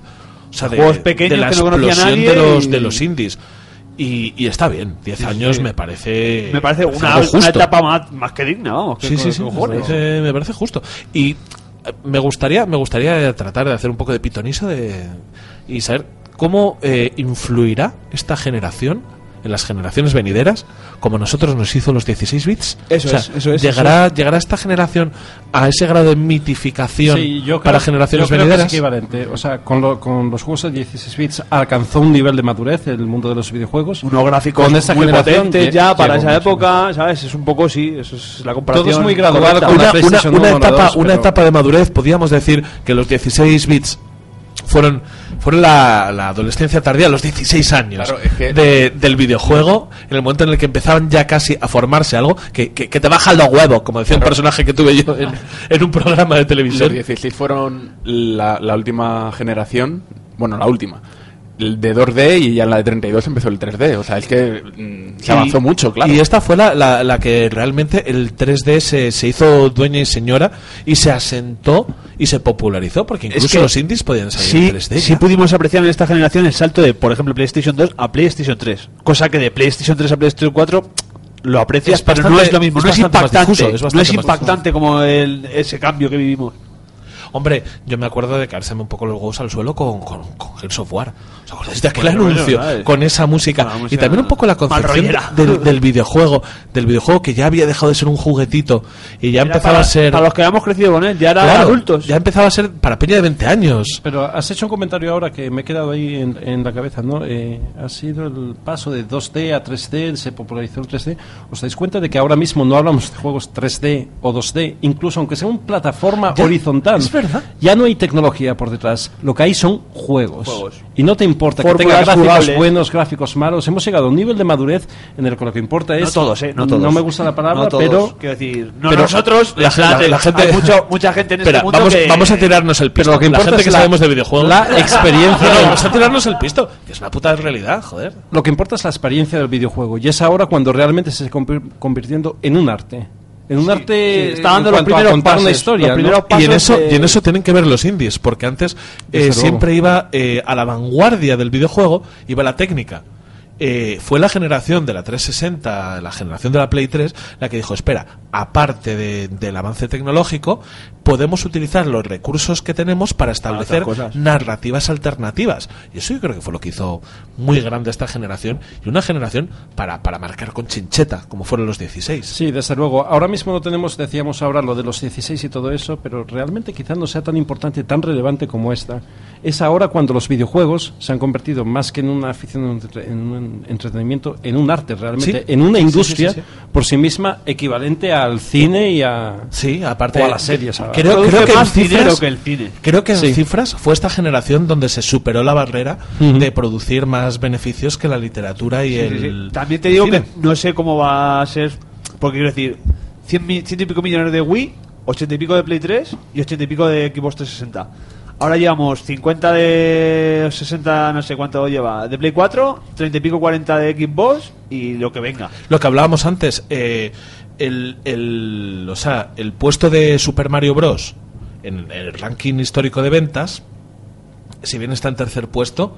Speaker 1: O sea, de,
Speaker 6: Juegos pequeños
Speaker 1: de la
Speaker 6: que no conocía
Speaker 1: explosión
Speaker 6: nadie
Speaker 1: de los,
Speaker 6: y-
Speaker 1: de los indies. Y, y está bien, 10 años me parece.
Speaker 6: me parece una,
Speaker 1: algo
Speaker 6: una
Speaker 1: justo.
Speaker 6: etapa más, más que digna, vamos. que
Speaker 1: Sí, sí,
Speaker 6: co-
Speaker 1: sí, me
Speaker 6: cojones.
Speaker 1: parece, me parece justo. Y eh, me gustaría, me gustaría tratar de hacer un poco de pitoniso de, y saber cómo eh, influirá esta generación en las generaciones venideras, como nosotros nos hizo los 16 bits.
Speaker 6: Eso
Speaker 1: O sea,
Speaker 6: es, eso es,
Speaker 1: ¿llegará, ¿Llegará esta generación a ese grado de mitificación
Speaker 4: Sí, yo creo-
Speaker 1: para generaciones
Speaker 4: yo creo que
Speaker 1: venideras?
Speaker 4: es equivalente. O sea, con, lo- con los juegos de 16 bits alcanzó un nivel de madurez el mundo de los videojuegos.
Speaker 6: Unos gráficos
Speaker 4: con esta
Speaker 6: muy
Speaker 4: generación
Speaker 6: potentes
Speaker 4: lle-
Speaker 6: ya para
Speaker 4: llegó
Speaker 6: esa
Speaker 4: mucho.
Speaker 6: época, ¿sabes? Es un poco, sí, eso es la comparación.
Speaker 4: Todo es muy gradual
Speaker 6: correcta.
Speaker 4: con la
Speaker 1: una, una-
Speaker 4: PlayStation
Speaker 1: una
Speaker 4: 1 o la
Speaker 1: etapa,
Speaker 4: 2,
Speaker 1: una
Speaker 4: pero-
Speaker 1: etapa de madurez, podríamos decir que los 16 bits fueron, fueron la, la adolescencia tardía, los 16 años
Speaker 5: Claro, es que-
Speaker 1: de- del videojuego, en el momento en el que empezaban ya casi a formarse algo que, que- que te baja los huevos, como decía un personaje que tuve yo en, en un programa de
Speaker 5: Los
Speaker 1: televisión.
Speaker 5: 16 fueron la, la última generación, bueno, la última. El de 2D y ya en la de 32 empezó el 3D. O sea, es que mm, se avanzó
Speaker 1: Y-
Speaker 5: mucho, claro.
Speaker 1: Y esta fue la, la- la que realmente el 3D se, se hizo dueña y señora y se asentó y se popularizó, porque incluso
Speaker 6: que
Speaker 1: los indies podían salir
Speaker 6: Sí,
Speaker 1: en 3D.
Speaker 6: sí pudimos apreciar en esta generación el salto de, por ejemplo, PlayStation 2 a PlayStation 3. Cosa que de PlayStation 3 a PlayStation 4 lo aprecias,
Speaker 1: Es
Speaker 6: pero no
Speaker 1: bastante-
Speaker 6: es lo mismo.
Speaker 1: es
Speaker 6: no es
Speaker 1: bastante más
Speaker 6: impactante.
Speaker 1: difuso, es
Speaker 6: no
Speaker 1: bastante
Speaker 6: es
Speaker 1: más difuso.
Speaker 6: impactante como el- ese cambio que vivimos.
Speaker 1: Hombre, yo me acuerdo de caerse un poco los huevos al suelo con, con, con Gears of War. ¿Os acordáis de aquel
Speaker 6: Bueno, bueno,
Speaker 1: anuncio?
Speaker 6: ¿sabes?
Speaker 1: con esa música.
Speaker 6: Una música
Speaker 1: Y también un poco la concepción
Speaker 6: malrollera.
Speaker 1: del, del videojuego. Del videojuego que ya había dejado de ser un juguetito. Y ya empezaba
Speaker 6: para,
Speaker 1: a ser.
Speaker 6: para los que habíamos crecido con él, ya era
Speaker 1: Claro,
Speaker 6: adulto.
Speaker 1: Ya empezaba a ser para peña de 20 años.
Speaker 4: Pero has hecho un comentario ahora que me he quedado ahí en, en la cabeza, ¿no? Eh, ha sido el paso de 2D a 3D, se popularizó el 3D. ¿Os dais cuenta de que ahora mismo no hablamos de juegos 3D o 2D, incluso aunque sea una plataforma
Speaker 1: Ya,
Speaker 4: horizontal?
Speaker 1: es verdad.
Speaker 4: Ya no hay tecnología por detrás. Lo que hay son juegos. Y no te importa que
Speaker 6: Fórmulas
Speaker 4: tenga gráficos
Speaker 6: jugables.
Speaker 4: buenos, gráficos malos. Hemos llegado a un nivel de madurez en el que lo que importa es.
Speaker 6: No todos, ¿eh? No todos.
Speaker 4: me gusta la palabra,
Speaker 6: No todos.
Speaker 4: pero.
Speaker 6: Quiero decir, no
Speaker 1: Pero
Speaker 6: nosotros,
Speaker 1: la, la- la gente.
Speaker 6: hay mucho- mucha gente en
Speaker 1: Espera,
Speaker 6: este mundo
Speaker 1: vamos,
Speaker 6: que-
Speaker 1: vamos a tirarnos el pisto.
Speaker 4: lo que
Speaker 1: la
Speaker 4: importa
Speaker 1: gente
Speaker 4: es
Speaker 1: que
Speaker 4: la-
Speaker 1: sabemos de videojuegos.
Speaker 4: la experiencia.
Speaker 1: No, no, vamos a tirarnos el pisto. Que es una puta realidad, joder.
Speaker 4: Lo que importa es la experiencia del videojuego y es ahora cuando realmente se está convir- convirtiendo en un arte. En un arte
Speaker 6: sí, está dando
Speaker 4: en
Speaker 6: los
Speaker 4: cuanto a
Speaker 6: primeros
Speaker 4: contar
Speaker 6: pasos,
Speaker 4: una historia.
Speaker 6: los
Speaker 4: ¿no?
Speaker 6: primeros
Speaker 1: Y en,
Speaker 6: pasos
Speaker 1: eso,
Speaker 6: de-
Speaker 1: y en eso tienen que ver los indies, porque antes eh,
Speaker 4: luego.
Speaker 1: siempre iba eh, a la vanguardia del videojuego, iba la técnica. Eh, fue la generación de la 360, la generación de la Play 3, la que dijo, espera, aparte de- del avance tecnológico, podemos utilizar los recursos que tenemos para establecer
Speaker 6: cosas.
Speaker 1: narrativas alternativas. Y eso yo creo que fue lo que hizo muy grande esta generación, y una generación para, para marcar con chincheta, como fueron los 16.
Speaker 4: Sí, desde luego. Ahora mismo no tenemos, decíamos ahora, lo de los 16 y todo eso, pero realmente quizás no sea tan importante, tan relevante como esta. Es ahora cuando los videojuegos se han convertido más que en una afición, en un entre- en un entretenimiento, en un arte realmente,
Speaker 1: Sí.
Speaker 4: en una
Speaker 1: Sí, sí,
Speaker 4: industria
Speaker 1: sí, sí,
Speaker 4: por sí misma equivalente al cine y a...
Speaker 1: Sí, aparte
Speaker 4: O a las series, ahora.
Speaker 1: Creo,
Speaker 6: Produce
Speaker 1: creo que
Speaker 6: más
Speaker 1: en cifras-
Speaker 6: dinero que el cine.
Speaker 1: Creo que en
Speaker 4: Sí.
Speaker 1: cifras fue esta generación donde se superó la barrera de producir más beneficios que la literatura y
Speaker 6: Sí, sí,
Speaker 1: el.
Speaker 6: sí. También te digo
Speaker 1: el cine.
Speaker 6: que no sé cómo va a ser, porque quiero decir, 100, mi- 100 y pico millones de Wii, 80 y pico de Play 3 y 80 y pico de Xbox 360. Ahora llevamos 50 de 60, no sé cuánto lleva, de Play 4, 30 y pico 40 de Xbox y lo que venga.
Speaker 1: Lo que hablábamos antes, eh, el, el- o sea, el puesto de Super Mario Bros. en el ranking histórico de ventas, si bien está en tercer puesto.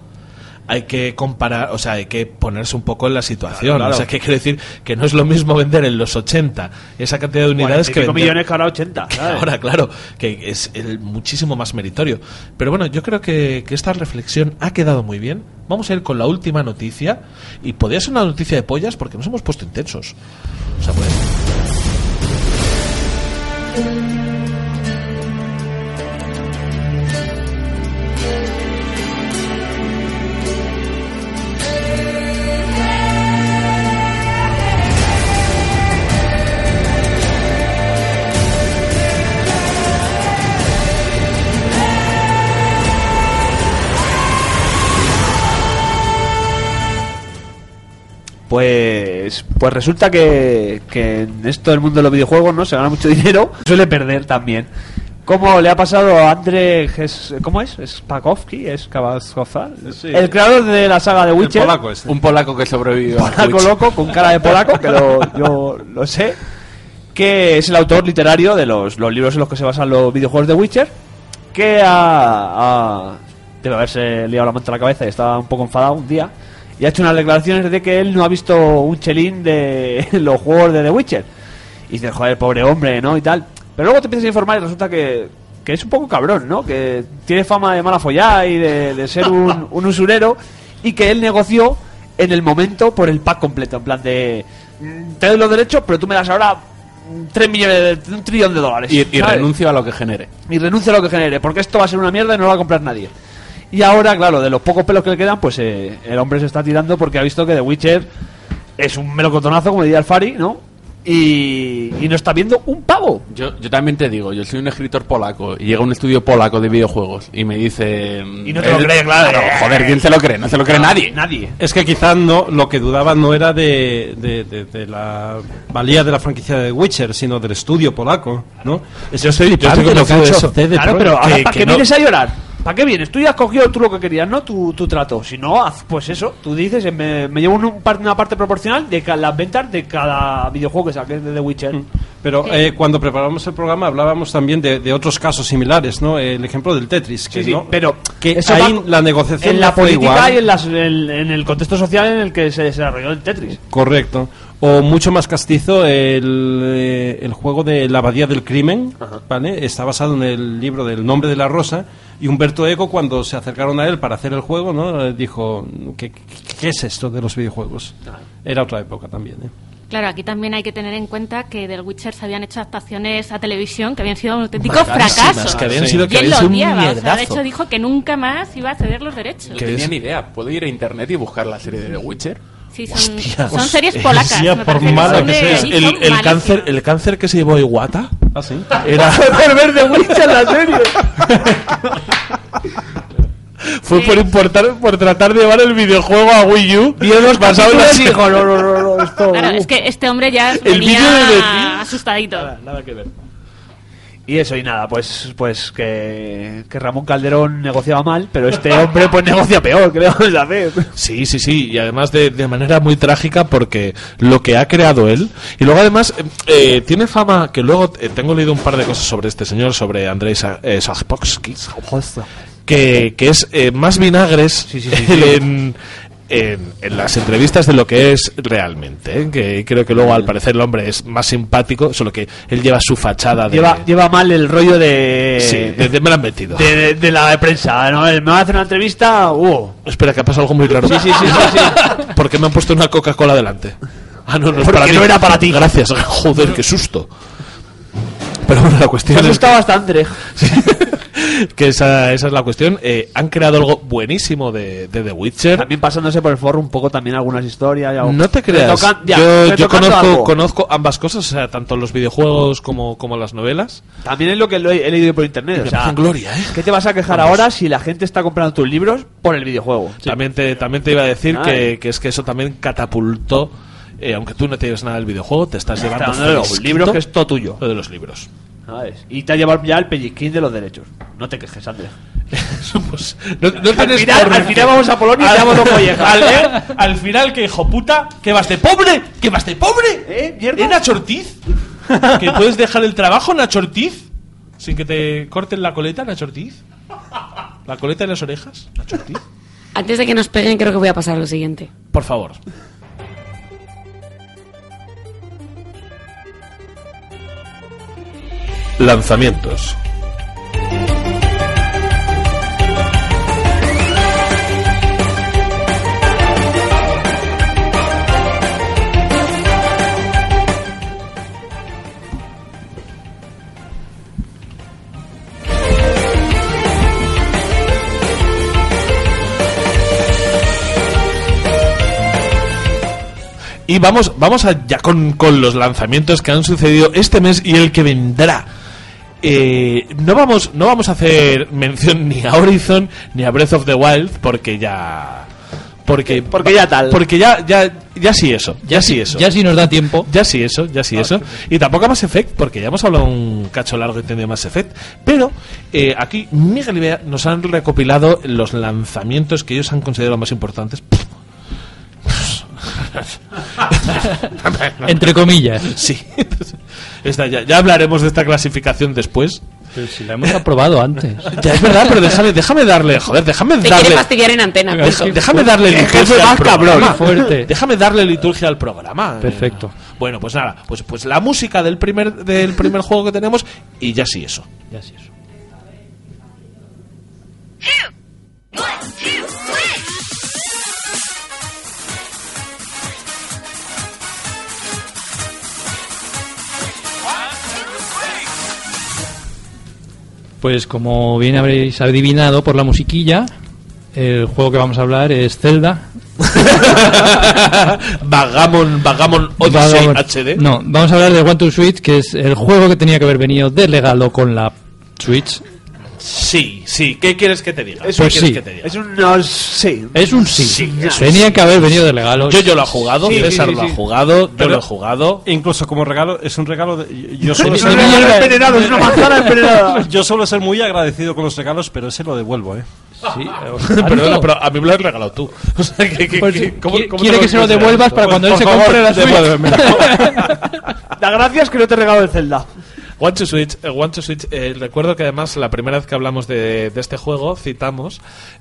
Speaker 1: Hay que comparar, o sea, hay que ponerse un poco en la situación.
Speaker 6: Claro, claro.
Speaker 1: O sea, que quiero decir que no es lo mismo vender en los 80 esa cantidad de unidades
Speaker 6: 45
Speaker 1: que vender
Speaker 6: millones que ahora 80.
Speaker 1: Que
Speaker 6: ¿sabes?
Speaker 1: ahora, claro, que es el muchísimo más meritorio. Pero bueno, yo creo que, que esta reflexión ha quedado muy bien. Vamos a ir con la última noticia. Y podría ser una noticia de pollas porque nos hemos puesto intensos. O sea, pues,
Speaker 6: Pues, pues resulta que, que en esto del mundo de los videojuegos no se gana mucho dinero, suele perder también. ¿Cómo le ha pasado a André Ges- ¿Cómo es? ¿Es Pakowski? ¿Es Kabazkova? El creador de la saga de Witcher.
Speaker 5: Un polaco que sobrevivió. al
Speaker 6: polaco
Speaker 5: Witcher.
Speaker 6: loco, con cara de polaco, que lo, yo lo sé, que es el autor literario de los, los libros en los que se basan los videojuegos de Witcher, que ha, ha- debe haberse liado la manta a la cabeza y estaba un poco enfadado un día, y ha hecho unas declaraciones de que él no ha visto un chelín de los juegos de The Witcher. Y dices, joder, pobre hombre, ¿no? Y tal. Pero luego te empiezas a informar y resulta que, que es un poco cabrón, ¿no? Que tiene fama de mala follada y de, de ser un, un usurero y que él negoció en el momento por el pack completo. En plan de, mm, te doy los derechos, pero tú me das ahora 3 millones, de- un trillón de dólares.
Speaker 5: Y, y
Speaker 6: ¿sabes?
Speaker 5: renuncio a lo que genere.
Speaker 6: y renuncio a lo que genere, porque esto va a ser una mierda y no lo va a comprar nadie. Y ahora, claro, de los pocos pelos que le quedan, pues eh, el hombre se está tirando porque ha visto que The Witcher es un melocotonazo, como diría el Fari, ¿no? Y, y no está viendo un pavo.
Speaker 5: Yo, yo también te digo, yo soy un escritor polaco y llega un estudio polaco de videojuegos y me dice... Y
Speaker 6: no te lo cree, claro.
Speaker 5: joder, ¿quién se lo cree? No se lo cree nadie.
Speaker 6: Nadie.
Speaker 4: Es que quizás no, lo que dudaba no era de, de- de- de la valía de la franquicia de Witcher, sino del estudio polaco, ¿no? yo estoy,
Speaker 6: Claro, pero ahora, ¿para qué vienes a llorar? ¿Para qué vienes? Tú ya has cogido tú lo que querías, ¿no? Tu, tu trato. Si no, haz pues eso. Tú dices, eh, me, me llevo un par- una parte proporcional de ca- las ventas de cada videojuego que saques de The Witcher.
Speaker 4: Pero eh, cuando preparamos el programa hablábamos también de, de otros casos similares, ¿no? El ejemplo del Tetris, que,
Speaker 6: Sí, sí,
Speaker 4: no-
Speaker 6: pero
Speaker 4: que
Speaker 6: eso
Speaker 4: ahí
Speaker 6: va
Speaker 4: la negociación
Speaker 6: en la
Speaker 4: no fue
Speaker 6: política
Speaker 4: igual.
Speaker 6: y en, las- en- en el contexto social en el que se desarrolló el Tetris.
Speaker 4: Correcto. O mucho más castizo, el, eh, el juego de La Abadía del Crimen, ¿vale? Está basado en el libro del Nombre de la Rosa. Y Humberto Eco, cuando se acercaron a él para hacer el juego, ¿no? Eh, Dijo, ¿qué, qué- qué es esto de los videojuegos? Era otra época también, ¿eh?
Speaker 2: Claro, aquí también hay que tener en cuenta que del Witcher se habían hecho adaptaciones a televisión que habían sido un auténtico
Speaker 5: Fracarísimas,
Speaker 2: fracaso.
Speaker 5: que habían
Speaker 2: Y
Speaker 5: sido-
Speaker 2: él
Speaker 5: que habían
Speaker 2: lo
Speaker 5: sido un
Speaker 2: odiaba, o sea, de
Speaker 5: mierdazo.
Speaker 2: hecho dijo que nunca más iba a ceder los derechos.
Speaker 5: No tenía ni idea. ¿Puedo ir a internet y buscar la serie de The Witcher?
Speaker 2: Sí, son, son series polacas.
Speaker 1: Hostia,
Speaker 2: me
Speaker 1: por
Speaker 2: parece que
Speaker 1: mala
Speaker 2: son
Speaker 1: que
Speaker 2: de-
Speaker 1: sea.
Speaker 2: y son
Speaker 1: El, el
Speaker 2: malísimas.
Speaker 1: cáncer, el cáncer que se llevó a Iwata
Speaker 4: ¿Ah, sí?
Speaker 1: era...
Speaker 6: ver The Witcher la serie.
Speaker 1: Fue por, importar, por tratar de llevar el videojuego a Wii U.
Speaker 6: Vio dos
Speaker 1: basado en la
Speaker 6: capítulos y
Speaker 1: serie.
Speaker 6: dijo, no, no, no, no, esto...
Speaker 2: Claro, es que este hombre ya
Speaker 1: Oh. El
Speaker 2: venía
Speaker 1: vídeo de Betín.
Speaker 2: asustadito.
Speaker 1: Nada que ver.
Speaker 6: Y eso, y nada, pues, pues que, que Ramón Calderón negociaba mal, pero este hombre pues negocia peor, creo, es la vez.
Speaker 1: Sí, sí, sí, y además de, de manera muy trágica porque lo que ha creado él, y luego además eh, eh, tiene fama que luego eh, tengo leído un par de cosas sobre este señor, sobre Andrei Sa- eh, Sapkowski, que, que es eh, más vinagres En, en- en las entrevistas de lo que es realmente, ¿eh? que creo que luego al parecer el hombre es más simpático, solo que él lleva su fachada de...
Speaker 6: Lleva, lleva mal el rollo de...
Speaker 1: Sí, de- de- me la han metido.
Speaker 6: de, de- de la prensa, ¿no? El, Me va a hacer una entrevista, uh.
Speaker 1: Espera, que ha pasado algo muy raro.
Speaker 6: Sí, sí, sí, sí,
Speaker 1: Porque me han puesto una Coca-Cola delante. Ah, no, no, es
Speaker 6: Porque
Speaker 1: para mí.
Speaker 6: no era para ti.
Speaker 1: Gracias, joder, qué susto. Pero bueno, la
Speaker 6: Me
Speaker 1: cuestión
Speaker 6: ha
Speaker 1: es
Speaker 6: gustado hasta André.
Speaker 1: que esa, esa es la cuestión. Eh, han creado algo buenísimo de, de The Witcher.
Speaker 6: También pasándose por el foro un poco también algunas historias. y algo.
Speaker 1: No te creas.
Speaker 6: Retocan- ya,
Speaker 1: yo yo
Speaker 6: retocando
Speaker 1: conozco,
Speaker 6: algo.
Speaker 1: conozco ambas cosas, o sea, tanto los videojuegos como, como las novelas.
Speaker 6: También es lo que lo he, he leído por internet. O
Speaker 1: Me
Speaker 6: sea,
Speaker 1: parecen gloria, ¿eh?
Speaker 6: ¿Qué te vas a quejar ahora si la gente está comprando tus libros por el videojuego?
Speaker 1: También, te, también te iba a decir
Speaker 6: Ah,
Speaker 1: que, que es que eso también catapultó. eh, aunque tú no tienes nada del videojuego, te estás llevando Pues
Speaker 6: hablando de los
Speaker 1: fresquito
Speaker 6: libros, que es todo tuyo.
Speaker 1: Lo de los libros.
Speaker 6: ¿Sabes? Y te ha llevado ya el pellizquín de los derechos. No te quejes, Andrés.
Speaker 1: Somos- Pues, no, no
Speaker 6: Al
Speaker 1: tienes
Speaker 6: final-
Speaker 1: por
Speaker 6: al
Speaker 1: qué.
Speaker 6: final vamos a Polonia y
Speaker 1: Al-
Speaker 6: llevamos los collejas.
Speaker 1: Al, eh, al final, que hijo puta, que vas de pobre, que vas de pobre.
Speaker 6: ¿Eh?
Speaker 1: ¿Eh, Nacho Ortiz? ¿Que puedes dejar el trabajo, Nacho Ortiz? Sin que te corten la coleta, Nacho Ortiz. ¿La coleta y las orejas? Nacho Ortiz.
Speaker 7: Antes de que nos peguen, creo que voy a pasar a lo siguiente.
Speaker 1: Por favor. Lanzamientos. Y vamos, vamos allá con, con los lanzamientos que han sucedido este mes y el que vendrá. Eh, no, vamos, no vamos a hacer mención ni a Horizon ni a Breath of the Wild porque ya. Porque,
Speaker 6: porque ya tal.
Speaker 1: Porque ya, ya, ya sí eso. Ya, sí eso.
Speaker 3: ya sí nos da tiempo.
Speaker 1: Ya sí eso, ya sí eso. Y tampoco a Mass Effect, porque ya hemos hablado un cacho largo y tendido de Mass Effect. Pero eh, aquí Miguel y Bea nos han recopilado los lanzamientos que ellos han considerado más importantes.
Speaker 3: Entre comillas.
Speaker 1: Sí. Esta ya, ya hablaremos de esta clasificación después.
Speaker 3: Pero si la hemos aprobado antes.
Speaker 1: Ya es verdad, pero déjame, déjame darle, joder, déjame
Speaker 7: Te
Speaker 1: darle.
Speaker 7: quiere fastidiar en antena.
Speaker 1: Deja- déjame darle
Speaker 7: el
Speaker 1: liturgia al programa.
Speaker 3: fuerte.
Speaker 1: Déjame darle liturgia al programa.
Speaker 3: Perfecto.
Speaker 1: Eh, Bueno, pues nada, pues, pues la música del primer, del primer juego que tenemos y ya sí eso.
Speaker 3: Ya sí eso. Pues como bien habréis adivinado por la musiquilla, el juego que vamos a hablar es Zelda.
Speaker 1: Vagamon, Vagamon Odyssey
Speaker 3: Vamos-
Speaker 1: HD.
Speaker 3: No, vamos a hablar de One to Switch, que es el juego que tenía que haber venido de regalo con la Switch.
Speaker 1: Sí, sí, ¿qué quieres que te diga?
Speaker 3: Pues
Speaker 1: ¿Qué quieres
Speaker 3: sí.
Speaker 1: que te diga?
Speaker 6: Es un no, sí.
Speaker 3: Es un sí.
Speaker 1: Sí, eso
Speaker 3: tenía
Speaker 1: es.
Speaker 3: que haber venido de regalo.
Speaker 1: Yo, yo lo he jugado,
Speaker 4: Sí, sí,
Speaker 1: César
Speaker 4: sí,
Speaker 1: lo
Speaker 4: sí.
Speaker 1: ha jugado, yo
Speaker 4: Pero-
Speaker 1: lo he jugado.
Speaker 4: E Incluso como regalo, es un regalo. De, yo solo
Speaker 6: Es
Speaker 4: soy
Speaker 6: una manzana envenenada, es una manzana envenenada.
Speaker 4: Yo suelo ser muy agradecido con los regalos, pero ese lo devuelvo, ¿eh?
Speaker 3: Sí.
Speaker 1: Perdona, pero a mí me lo has regalado tú. O sea, que- que-
Speaker 3: Pues
Speaker 1: que-
Speaker 3: sí,
Speaker 1: ¿cómo-
Speaker 3: qui-
Speaker 1: cómo
Speaker 3: quiere
Speaker 1: te
Speaker 3: que se lo
Speaker 1: puedes
Speaker 3: devuelvas para cuando él se compre la
Speaker 6: Da gracias que no te he regalado el Zelda.
Speaker 1: One to Switch, eh, One to Switch eh, recuerdo que además la primera vez que hablamos de, de este juego citamos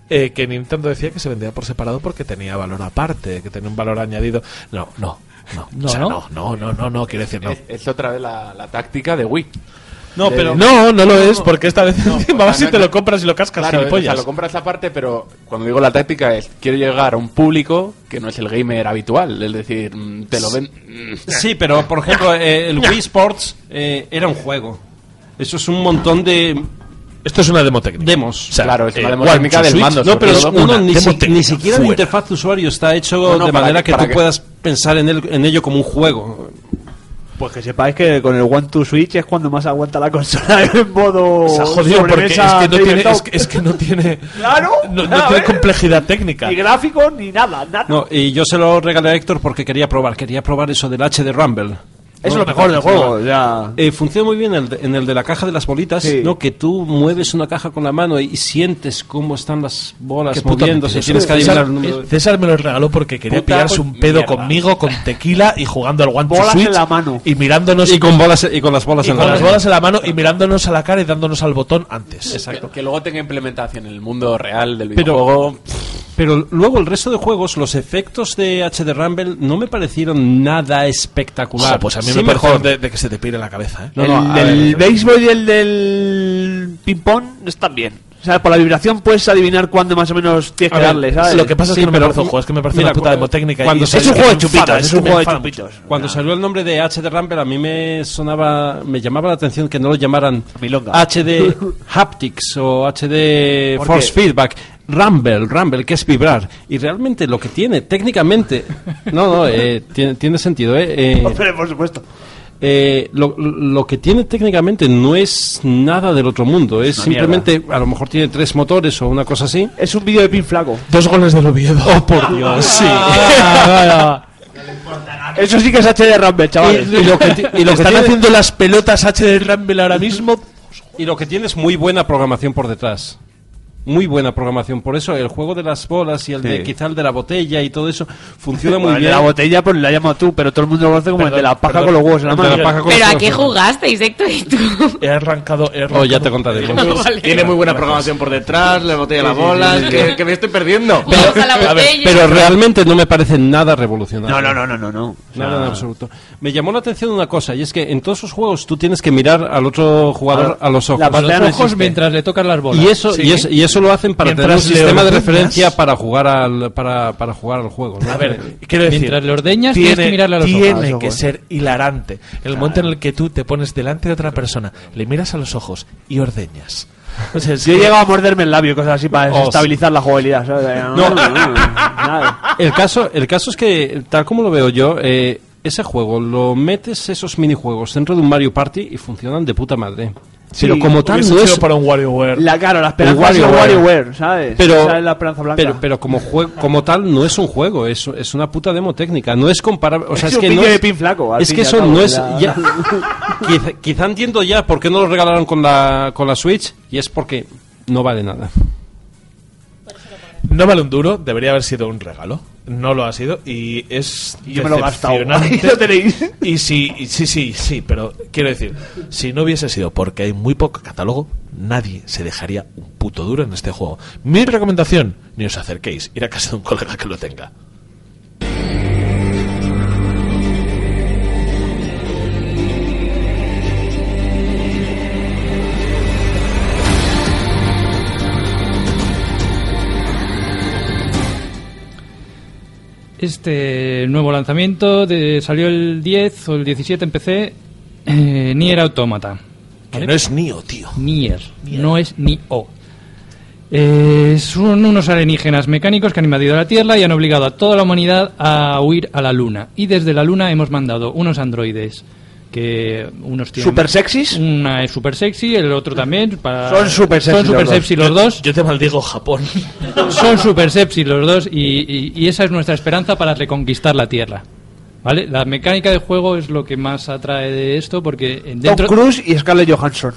Speaker 1: eh, que Nintendo decía que se vendía por separado porque tenía valor aparte, que tenía un valor añadido. No, no, no,
Speaker 3: No,
Speaker 1: o sea,
Speaker 3: ¿no?
Speaker 1: no, no, no, no, no, quiero decir no. Eh,
Speaker 5: Es, es otra vez la, la táctica de Wii.
Speaker 4: No, pero.
Speaker 1: No, no lo es porque esta vez
Speaker 5: No,
Speaker 1: encima
Speaker 5: o sea,
Speaker 1: vas y
Speaker 5: no-
Speaker 1: te lo compras y lo cascas,
Speaker 5: Claro, o sea,
Speaker 1: gilipollas.
Speaker 5: lo compras aparte, pero cuando digo la táctica es quiero llegar a un público que no es el gamer habitual. Es decir, mm, te lo ven. mm.
Speaker 4: Sí, pero por ejemplo, eh, el Wii Sports eh, era un juego. Eso es un montón de
Speaker 1: Esto es una demo técnica.
Speaker 4: demos.
Speaker 1: O sea,
Speaker 5: Claro, es una
Speaker 1: eh,
Speaker 5: demo
Speaker 1: One
Speaker 5: técnica
Speaker 1: to
Speaker 5: del
Speaker 1: Switch,
Speaker 5: mando,
Speaker 4: No,
Speaker 5: sobre
Speaker 4: pero
Speaker 5: todo.
Speaker 4: uno
Speaker 1: una
Speaker 4: ni,
Speaker 1: demo
Speaker 4: si-
Speaker 1: técnica
Speaker 4: ni siquiera la
Speaker 1: fuera.
Speaker 4: interfaz de usuario está hecho
Speaker 5: No, no,
Speaker 4: de
Speaker 5: para
Speaker 4: manera
Speaker 5: que-
Speaker 4: que,
Speaker 5: para
Speaker 4: tú
Speaker 5: que-
Speaker 4: puedas pensar en, el- en ello como un juego.
Speaker 6: Pues que sepáis que con el One to Switch es cuando más aguanta la consola en modo.
Speaker 1: Se ha jodido porque es
Speaker 6: sobremesa
Speaker 1: que no tiene,
Speaker 6: tabletop.
Speaker 1: es que, es que no tiene,
Speaker 6: Claro,
Speaker 1: no, no
Speaker 6: a
Speaker 1: tiene
Speaker 6: ver.
Speaker 1: complejidad técnica.
Speaker 6: Ni gráficos ni nada, nada.
Speaker 4: No, y yo se lo regalé a Héctor porque quería probar, quería probar eso del H de Rumble.
Speaker 6: es lo mejor del juego, ya.
Speaker 4: Eh, funciona muy bien el de- en el de la caja de las bolitas,
Speaker 6: Sí.
Speaker 4: ¿no? Que tú mueves una caja con la mano y, y sientes cómo están las bolas
Speaker 1: Qué puta
Speaker 4: moviéndose.
Speaker 1: mentiroso.
Speaker 4: Tienes que adivinar
Speaker 1: César,
Speaker 4: el número. de-
Speaker 1: César me lo regaló porque quería
Speaker 4: Puta
Speaker 1: pillarse un pedo conmigo con tequila y jugando al One to
Speaker 6: Bolas en
Speaker 1: Switch
Speaker 6: la mano.
Speaker 1: y mirándonos
Speaker 4: Y con bolas y con las bolas
Speaker 1: y
Speaker 4: en
Speaker 1: con
Speaker 4: la
Speaker 1: las
Speaker 4: mano.
Speaker 1: bolas en la mano y mirándonos a la cara y dándonos al botón antes.
Speaker 5: Que, que luego tenga implementación en el mundo real del
Speaker 4: Pero-
Speaker 5: videojuego.
Speaker 4: Pero luego el resto de juegos, los efectos de H de Rumble no me parecieron nada espectacular.
Speaker 1: Ojo, pues a mí
Speaker 4: Sí
Speaker 1: me parece
Speaker 4: mejor.
Speaker 1: de, de que se te pire la cabeza, ¿eh?
Speaker 4: No,
Speaker 6: el
Speaker 4: no, a ver.
Speaker 6: del béisbol y el del ping-pong están bien. O sea, por la vibración puedes adivinar cuándo más o menos tienes
Speaker 1: A
Speaker 6: que
Speaker 1: ver,
Speaker 6: darle, ¿sabes?
Speaker 1: Lo que pasa es
Speaker 4: Sí,
Speaker 1: que no me
Speaker 4: pero-
Speaker 1: parece un juego, es que me parece
Speaker 4: mira,
Speaker 1: una puta
Speaker 4: cu-
Speaker 1: demotécnica. y-
Speaker 4: cuando
Speaker 1: y-
Speaker 4: se-
Speaker 1: es un juego de chupitas, es un juego de chupitas.
Speaker 6: chupitos.
Speaker 4: Cuando salió el nombre de H de Rumble, a mí me sonaba, me llamaba la atención que no lo llamaran
Speaker 6: Milonga.
Speaker 4: HD Haptics o HD
Speaker 6: ¿Por
Speaker 4: Force
Speaker 6: qué?
Speaker 4: Feedback. Rumble, Rumble, que es vibrar. Y realmente lo que tiene, técnicamente. No, no, eh, tiene, tiene sentido, ¿eh? Eh,
Speaker 6: Hombre, por supuesto.
Speaker 4: eh, lo, lo que tiene técnicamente no es nada del otro mundo. Es
Speaker 6: Una
Speaker 4: simplemente, a lo mejor tiene tres motores o una cosa así.
Speaker 6: Es un vídeo de pin flaco.
Speaker 1: Dos goles del Oviedo. Oh, por Dios, sí.
Speaker 6: Eso sí que es HD Rumble, chavales.
Speaker 4: Y, y lo que, ti- y lo que
Speaker 1: están
Speaker 4: tiene-
Speaker 1: haciendo las pelotas H de Rumble ahora mismo.
Speaker 4: Y lo que tiene es muy buena programación por detrás. Muy buena programación. Por eso el juego de las bolas y el de
Speaker 6: Sí.
Speaker 4: quizá el de la botella y todo eso funciona muy
Speaker 6: Bueno, el de
Speaker 4: bien.
Speaker 6: la botella pues la llamas tú, pero todo el mundo lo conoce como el de la paja con los huevos en la
Speaker 4: El de
Speaker 6: mano.
Speaker 4: la paja con
Speaker 7: Pero
Speaker 4: los
Speaker 7: ¿a qué
Speaker 4: huevos.
Speaker 7: jugasteis, Héctor? ¿Y tú?
Speaker 1: He arrancado. he
Speaker 4: Oh, ya
Speaker 1: arrancado-
Speaker 4: te contaré.
Speaker 8: Tiene muy buena programación por detrás, le botella las bolas, que, que me estoy perdiendo.
Speaker 7: Juegos a la
Speaker 1: a ver,
Speaker 7: botella.
Speaker 4: Pero realmente no me parece nada revolucionario.
Speaker 6: No, no, no, no, no. no.
Speaker 4: Nada en absoluto. Me llamó la atención una cosa, y es que en todos esos juegos tú tienes que mirar al otro jugador
Speaker 6: Ah,
Speaker 4: a los ojos.
Speaker 6: la pantalla no
Speaker 4: Los ojos
Speaker 3: Ojos mientras le tocas las bolas.
Speaker 4: Y eso, y, eso, y eso lo hacen para tener
Speaker 1: Mientras le
Speaker 4: un sistema de
Speaker 1: ordeñas.
Speaker 4: referencia para jugar al, para, para jugar al juego. ¿no?
Speaker 1: A ver, quiero decir.
Speaker 3: Mientras le ordeñas, tienes que mirarle a los
Speaker 1: tiene
Speaker 3: ojos.
Speaker 6: A los
Speaker 1: que
Speaker 6: ojos.
Speaker 1: ser hilarante. El momento en el que tú te pones delante de otra persona, le miras a los ojos y ordeñas. O sea, es
Speaker 6: Yo he
Speaker 1: que-
Speaker 6: llegado a morderme el labio y cosas así para
Speaker 4: Oh,
Speaker 6: desestabilizar la jugabilidad, ¿sabes?
Speaker 4: No.
Speaker 6: nada.
Speaker 4: El caso, el caso es que, tal como lo veo yo, eh, ese juego lo metes esos minijuegos dentro de un Mario Party y funcionan de puta madre.
Speaker 1: Sí,
Speaker 6: pero como tal
Speaker 1: hubiese
Speaker 6: no es
Speaker 1: sido para un WarioWare.
Speaker 6: la cara la
Speaker 1: El
Speaker 6: esperanza es el
Speaker 1: WarioWare.
Speaker 6: WarioWare sabes
Speaker 4: Pero,
Speaker 6: Esa es la esperanza blanca
Speaker 4: pero, pero como, jue- como tal no es un juego, es, es una puta demo técnica, no es comparable. O sea, es,
Speaker 6: Es un
Speaker 4: que no
Speaker 6: vídeo de Pin Flaco, al
Speaker 4: es
Speaker 6: fin
Speaker 4: que
Speaker 6: y al
Speaker 4: eso
Speaker 6: cabo,
Speaker 4: no es...
Speaker 6: la-
Speaker 4: ya- quizá, quizá entiendo ya por qué no lo regalaron con la, con la Switch y es porque no vale nada.
Speaker 1: No vale un duro, debería haber sido un regalo. No lo ha sido y es
Speaker 6: Yo me lo he gastado.
Speaker 1: decepcionante.
Speaker 6: Ahí lo tenéis.
Speaker 1: Y si, y sí, sí, sí, pero quiero decir, si no hubiese sido porque hay muy poco catálogo, nadie se dejaría un puto duro en este juego. Mi recomendación, ni os acerquéis, ir a casa de un colega que lo tenga.
Speaker 3: Este nuevo lanzamiento de- salió el 10 o el 17 en PC. eh, Nier Automata.
Speaker 1: Que no es Nio, tío.
Speaker 3: Nier. No es ni O. Eh, son unos alienígenas mecánicos que han invadido la Tierra y han obligado a toda la humanidad a huir a la Luna. Y desde la Luna hemos mandado unos androides que unos tienen
Speaker 6: ¿Super sexys?
Speaker 3: Una es super sexy, el otro también. para-
Speaker 6: Son super sexy
Speaker 3: Son
Speaker 6: los
Speaker 3: super
Speaker 6: dos.
Speaker 3: sexy los dos.
Speaker 1: Yo te maldigo Japón.
Speaker 3: Son super sepsis los dos y, y- y esa es nuestra esperanza para reconquistar la Tierra. ¿Vale? La mecánica de juego es lo que más atrae de esto porque eh, dentro...
Speaker 6: Tom Cruise y Scarlett Johansson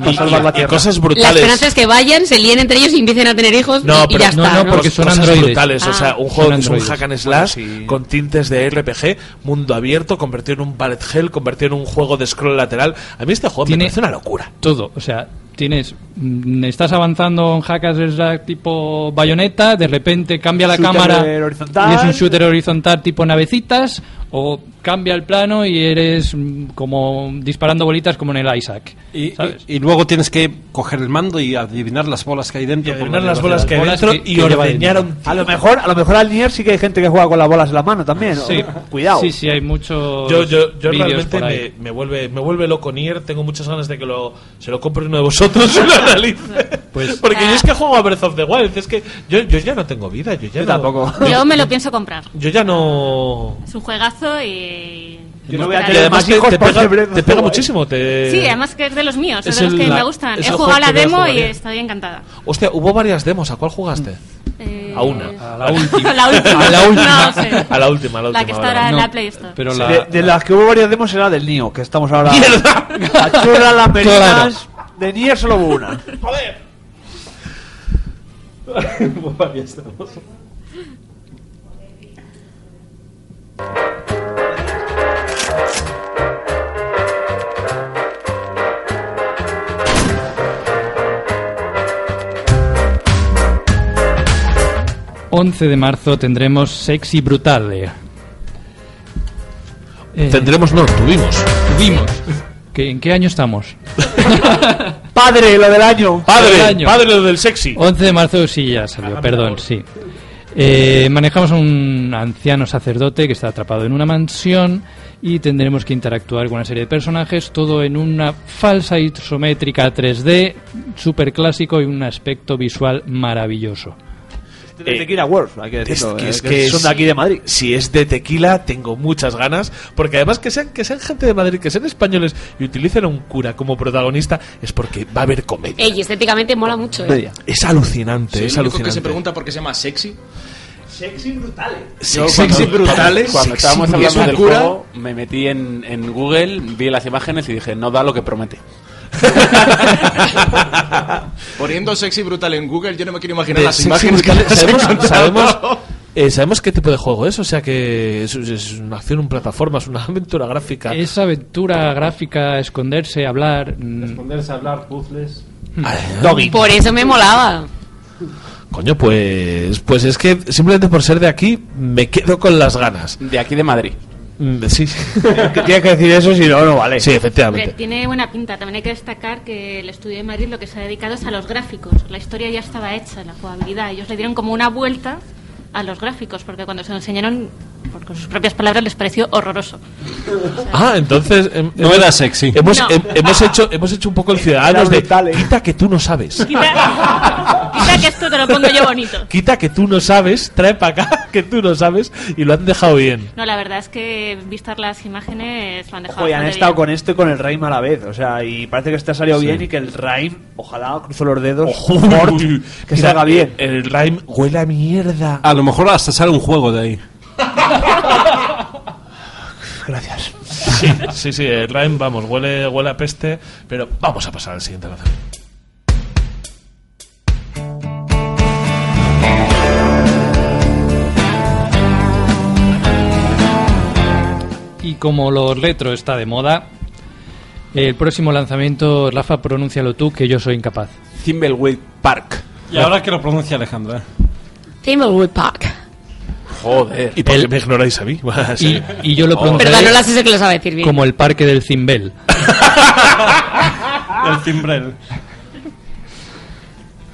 Speaker 6: para
Speaker 3: y-
Speaker 6: salvar
Speaker 3: y-
Speaker 6: la
Speaker 3: y
Speaker 6: tierra
Speaker 1: cosas
Speaker 7: La esperanza es que vayan, se líen entre ellos y empiecen a tener hijos y- y ya está.
Speaker 3: no, porque son
Speaker 1: cosas
Speaker 3: androides.
Speaker 1: brutales.
Speaker 7: Ah.
Speaker 1: O sea, un
Speaker 3: Son
Speaker 1: juego que es un
Speaker 3: androides.
Speaker 1: hack and slash con tintes de RPG, mundo abierto, convertido en un bullet hell, convertido en un juego de scroll lateral. A mí este juego me parece una locura.
Speaker 3: Todo, o sea, tienes mm, estás avanzando en hackers tipo bayoneta, de repente cambia la
Speaker 6: Shooter
Speaker 3: cámara
Speaker 6: horizontal.
Speaker 3: y es un shooter horizontal tipo navecitas o cambia el plano y eres mm, como disparando bolitas como en el Isaac.
Speaker 4: Y, y- y luego tienes que coger el mando y adivinar las bolas que hay dentro. con
Speaker 1: adivinar
Speaker 4: la
Speaker 1: las
Speaker 4: velocidad.
Speaker 1: bolas que hay dentro y ordeñar a un
Speaker 6: a lo mejor a lo mejor al Nier sí que hay gente que juega con las bolas en la mano también
Speaker 3: Sí.
Speaker 6: ¿no? cuidado
Speaker 3: Sí, sí, hay muchos
Speaker 1: Yo, yo, yo
Speaker 3: vídeos
Speaker 1: realmente
Speaker 3: por ahí.
Speaker 1: me, me vuelve, me vuelve loco Nier. Tengo muchas ganas de que lo, se lo compre uno de vosotros y lo analice.
Speaker 6: Pues,
Speaker 1: Porque yo es
Speaker 2: Ah.
Speaker 1: que juego a Breath of the Wild. Es que yo, yo ya no tengo vida. Yo, ya no-
Speaker 2: Yo
Speaker 1: Yo,
Speaker 2: me lo pienso comprar.
Speaker 1: yo ya no.
Speaker 2: Es un juegazo y...
Speaker 6: Yo no voy a
Speaker 1: Y
Speaker 6: tener
Speaker 1: además
Speaker 6: más
Speaker 1: te-
Speaker 6: hijos
Speaker 1: te
Speaker 6: por
Speaker 1: pega-
Speaker 6: ser Breath of
Speaker 1: te
Speaker 6: the
Speaker 1: pega
Speaker 6: Wild.
Speaker 1: muchísimo. Te...
Speaker 2: Sí, además que es de los míos, es,
Speaker 1: es
Speaker 2: de los
Speaker 1: el-
Speaker 2: que
Speaker 1: la-
Speaker 2: me gustan.
Speaker 1: es
Speaker 2: He
Speaker 1: el
Speaker 2: jugado
Speaker 1: juego
Speaker 2: la
Speaker 1: que menos
Speaker 2: demo y
Speaker 1: jugaría.
Speaker 2: estoy encantada.
Speaker 1: Hostia, hubo varias demos. ¿A cuál jugaste? A una.
Speaker 2: Eh,
Speaker 1: A
Speaker 3: la
Speaker 2: última. A la última.
Speaker 1: a la última.
Speaker 2: No sé.
Speaker 1: A la última, a la última.
Speaker 2: La que está
Speaker 1: vale.
Speaker 2: ahora en la Play Store.
Speaker 3: Pero
Speaker 6: Sí,
Speaker 3: la-
Speaker 6: de, de las que hubo varias demos era del Nio que estamos ahora
Speaker 1: ¡Mierda!
Speaker 6: la churra las merinas de Nier solo hubo una
Speaker 3: El 11 de marzo tendremos Sexy Brutale. Eh,
Speaker 1: Tendremos, no, tuvimos.
Speaker 3: Tuvimos. ¿Qué- ¿En qué año estamos?
Speaker 6: padre lo del año
Speaker 1: Padre,
Speaker 3: Del año.
Speaker 1: padre del sexy.
Speaker 3: 11 de marzo sí ya salió, perdón, sí. Eh, manejamos a un anciano sacerdote que está atrapado en una mansión y tendremos que interactuar con una serie de personajes, todo en una falsa isométrica 3D, súper clásico y un aspecto visual maravilloso.
Speaker 6: de Tequila World hay que
Speaker 1: Es
Speaker 6: decirlo
Speaker 1: que,
Speaker 6: eh,
Speaker 1: es
Speaker 6: que
Speaker 1: que
Speaker 6: son
Speaker 1: si-
Speaker 6: de aquí de Madrid
Speaker 1: Si es de tequila, tengo muchas ganas. Porque además que sean, que sean gente de Madrid, que sean españoles y utilicen a un cura como protagonista, es porque va a haber comedia.
Speaker 7: Ey, y estéticamente mola mucho. ¿eh?
Speaker 1: Es alucinante,
Speaker 8: Sí,
Speaker 1: es
Speaker 8: el único que
Speaker 1: alucinante.
Speaker 8: se pregunta por qué se llama sexy.
Speaker 1: Sex-
Speaker 5: Yo cuando-
Speaker 1: sexy brutales.
Speaker 5: Cuando
Speaker 1: sexy
Speaker 5: estábamos hablando del
Speaker 1: brutales. Es un cura.
Speaker 5: juego, me metí en, en Google, vi las imágenes y dije, no da lo que promete.
Speaker 8: Poniendo sexy brutal en Google, yo no me quiero imaginar
Speaker 1: de
Speaker 8: las
Speaker 1: sexy
Speaker 8: imágenes que
Speaker 1: brutales.
Speaker 8: les he
Speaker 1: Sabemos,
Speaker 8: encontrado.
Speaker 1: sabemos, eh, sabemos qué tipo de juego es. O sea que es, es una acción, una plataforma, es una aventura gráfica.
Speaker 3: Esa aventura gráfica, esconderse, hablar... mm,
Speaker 4: Ponerse a hablar puzzles.
Speaker 1: Doggy.
Speaker 7: Por eso me molaba.
Speaker 1: Coño, pues, pues es que simplemente por ser de aquí me quedo con las ganas.
Speaker 5: De aquí de Madrid.
Speaker 1: Mm, Sí,
Speaker 6: que tienes que decir eso si no no vale
Speaker 1: sí,
Speaker 2: Hombre,
Speaker 1: efectivamente.
Speaker 2: tiene buena pinta. También hay que destacar que el estudio de Madrid lo que se ha dedicado es a los gráficos. La historia ya estaba hecha, la jugabilidad. Ellos le dieron como una vuelta a los gráficos, porque cuando se lo enseñaron porque con sus propias palabras les pareció horroroso.
Speaker 1: Ah, entonces. em-
Speaker 4: No
Speaker 1: hemos-
Speaker 4: era sexy.
Speaker 1: Hemos,
Speaker 2: pues, eh, No.
Speaker 1: em- hemos hecho, hemos hecho un poco el ciudadano
Speaker 4: Era
Speaker 1: de.
Speaker 6: ¿eh?
Speaker 1: Quita que tú no sabes.
Speaker 2: Quita que esto te lo pongo yo bonito.
Speaker 1: Quita que tú no sabes, trae para acá que tú no sabes y lo han dejado bien.
Speaker 2: No, la verdad es que vistas las imágenes lo han dejado.
Speaker 6: Ojo, y han
Speaker 2: bastante
Speaker 6: estado
Speaker 2: bien.
Speaker 6: con esto y con el Raim a la vez. O sea, y parece que este ha salido
Speaker 1: Sí.
Speaker 6: bien y que el Raim, ojalá, cruzo los dedos.
Speaker 1: Mort,
Speaker 6: que salga bien. Ah,
Speaker 1: El, el Rhyme huele a mierda.
Speaker 4: A lo mejor hasta sale un juego de ahí.
Speaker 1: Gracias. Sí, sí, sí, el Rhyme, vamos, huele, huele a peste, pero vamos a pasar al siguiente lanzamiento.
Speaker 3: Y como lo retro está de moda, el próximo lanzamiento, Rafa, pronúncialo tú, que yo soy incapaz.
Speaker 5: Thimbleweed Park.
Speaker 4: Y ahora que lo pronuncia Alejandra.
Speaker 7: Thimbleweed Park.
Speaker 5: Joder.
Speaker 1: ¿Y por qué me ignoráis a mí?
Speaker 3: Y, y yo lo pronunciaré
Speaker 7: Perdón, no la sé que lo sabe decir bien.
Speaker 3: como el parque del Cimbel.
Speaker 4: El timbrel.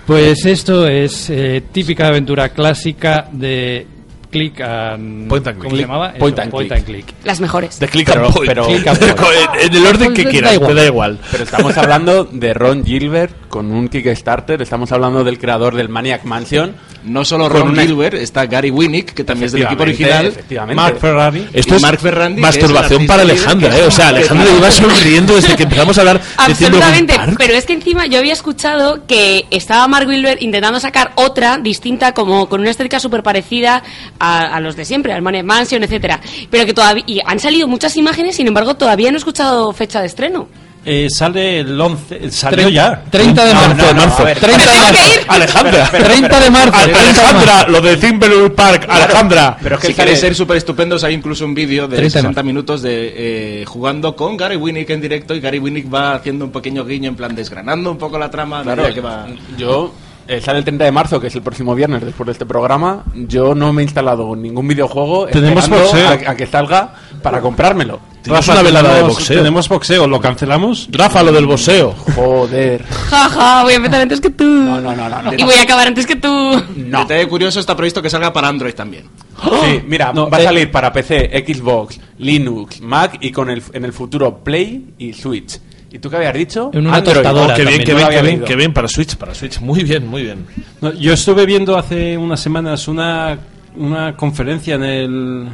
Speaker 3: Pues esto es eh, típica aventura clásica de click and...
Speaker 1: Point and
Speaker 3: ¿Cómo
Speaker 1: click.
Speaker 3: se llamaba? Eso,
Speaker 1: Point and click.
Speaker 7: Las mejores.
Speaker 1: De click
Speaker 5: Pero-
Speaker 1: and point.
Speaker 5: pero-
Speaker 1: Click and point. en el orden que
Speaker 7: Pues
Speaker 3: Da
Speaker 1: quieras,
Speaker 3: igual.
Speaker 1: me da igual.
Speaker 5: Pero estamos hablando de Ron Gilbert con un Kickstarter, estamos hablando del creador del Maniac Mansion.
Speaker 8: No solo
Speaker 5: Con
Speaker 8: Ron
Speaker 5: una-
Speaker 8: Gilbert, está Gary Winnick, que también es del equipo
Speaker 5: Efectivamente,
Speaker 8: original.
Speaker 5: efectivamente.
Speaker 8: Mark Ferrari.
Speaker 1: Esto
Speaker 8: Y
Speaker 1: es
Speaker 8: Mark Ferrandi. que es el
Speaker 1: masturbación
Speaker 8: artista
Speaker 1: para
Speaker 8: líder,
Speaker 1: Alejandra,
Speaker 8: que
Speaker 1: ¿eh? O
Speaker 8: es-
Speaker 1: sea, Alejandra iba sonriendo desde que empezamos a hablar de Thimbleweed
Speaker 7: Absolutamente,
Speaker 1: Park.
Speaker 7: pero es que encima yo había escuchado que estaba Mark Wilber intentando sacar otra distinta, como con una estética súper parecida a, a los de siempre, al Maniac Mansion, etcétera. Pero que todavía y han salido muchas imágenes, sin embargo, todavía no he escuchado fecha de estreno.
Speaker 4: Eh, sale el 11. Salió
Speaker 3: Tre-
Speaker 4: ya.
Speaker 3: 30 de
Speaker 1: No,
Speaker 3: marzo.
Speaker 1: no, no, a ver.
Speaker 3: 30 de
Speaker 7: Pero tengo que
Speaker 3: marzo.
Speaker 7: ir.
Speaker 1: Alejandra.
Speaker 3: 30 de marzo. 30 de marzo.
Speaker 1: Alejandra, lo de Thimbleweed Park, Alejandra.
Speaker 5: Pero es que
Speaker 8: si
Speaker 5: él sale-
Speaker 8: queréis ser súper estupendos, hay incluso un vídeo de
Speaker 3: 30 de
Speaker 8: 60 minutos de eh, jugando con Gary Winnick en directo y Gary Winnick va haciendo un pequeño guiño, en plan desgranando un poco la trama. a
Speaker 5: Claro,
Speaker 8: medida que va...
Speaker 5: yo eh, sale el 30 de marzo, que es el próximo viernes después de este programa. Yo no me he instalado ningún videojuego
Speaker 4: Tenemos
Speaker 5: esperando
Speaker 4: boxeo.
Speaker 5: a, a que salga para comprármelo.
Speaker 1: Tenemos una velada de
Speaker 4: tenemos-
Speaker 1: boxeo.
Speaker 4: Tenemos boxeo, ¿lo cancelamos?
Speaker 1: Rafa, lo del boxeo.
Speaker 5: Joder.
Speaker 7: Jaja, voy a empezar antes que tú.
Speaker 5: No, no, no, no. no.
Speaker 7: Y voy a acabar antes que tú.
Speaker 5: No.
Speaker 8: Detalle E curioso, está previsto que salga para Android también.
Speaker 1: ¡Ah!
Speaker 5: Sí, mira,
Speaker 4: No,
Speaker 5: va a
Speaker 4: eh.
Speaker 5: salir para PC, Xbox, Linux, Mac y con el, en el futuro Play y Switch. ¿Y tú qué habías dicho?
Speaker 3: En una
Speaker 5: Android.
Speaker 3: tostadora
Speaker 5: Oh,
Speaker 1: Qué
Speaker 3: Ahora también,
Speaker 1: bien, qué
Speaker 5: no
Speaker 1: bien,
Speaker 5: lo
Speaker 1: qué
Speaker 5: había
Speaker 1: bien,
Speaker 5: leído.
Speaker 1: qué bien para Switch, para Switch. Muy bien, muy bien.
Speaker 4: No, yo estuve viendo hace unas semanas una, una conferencia en el.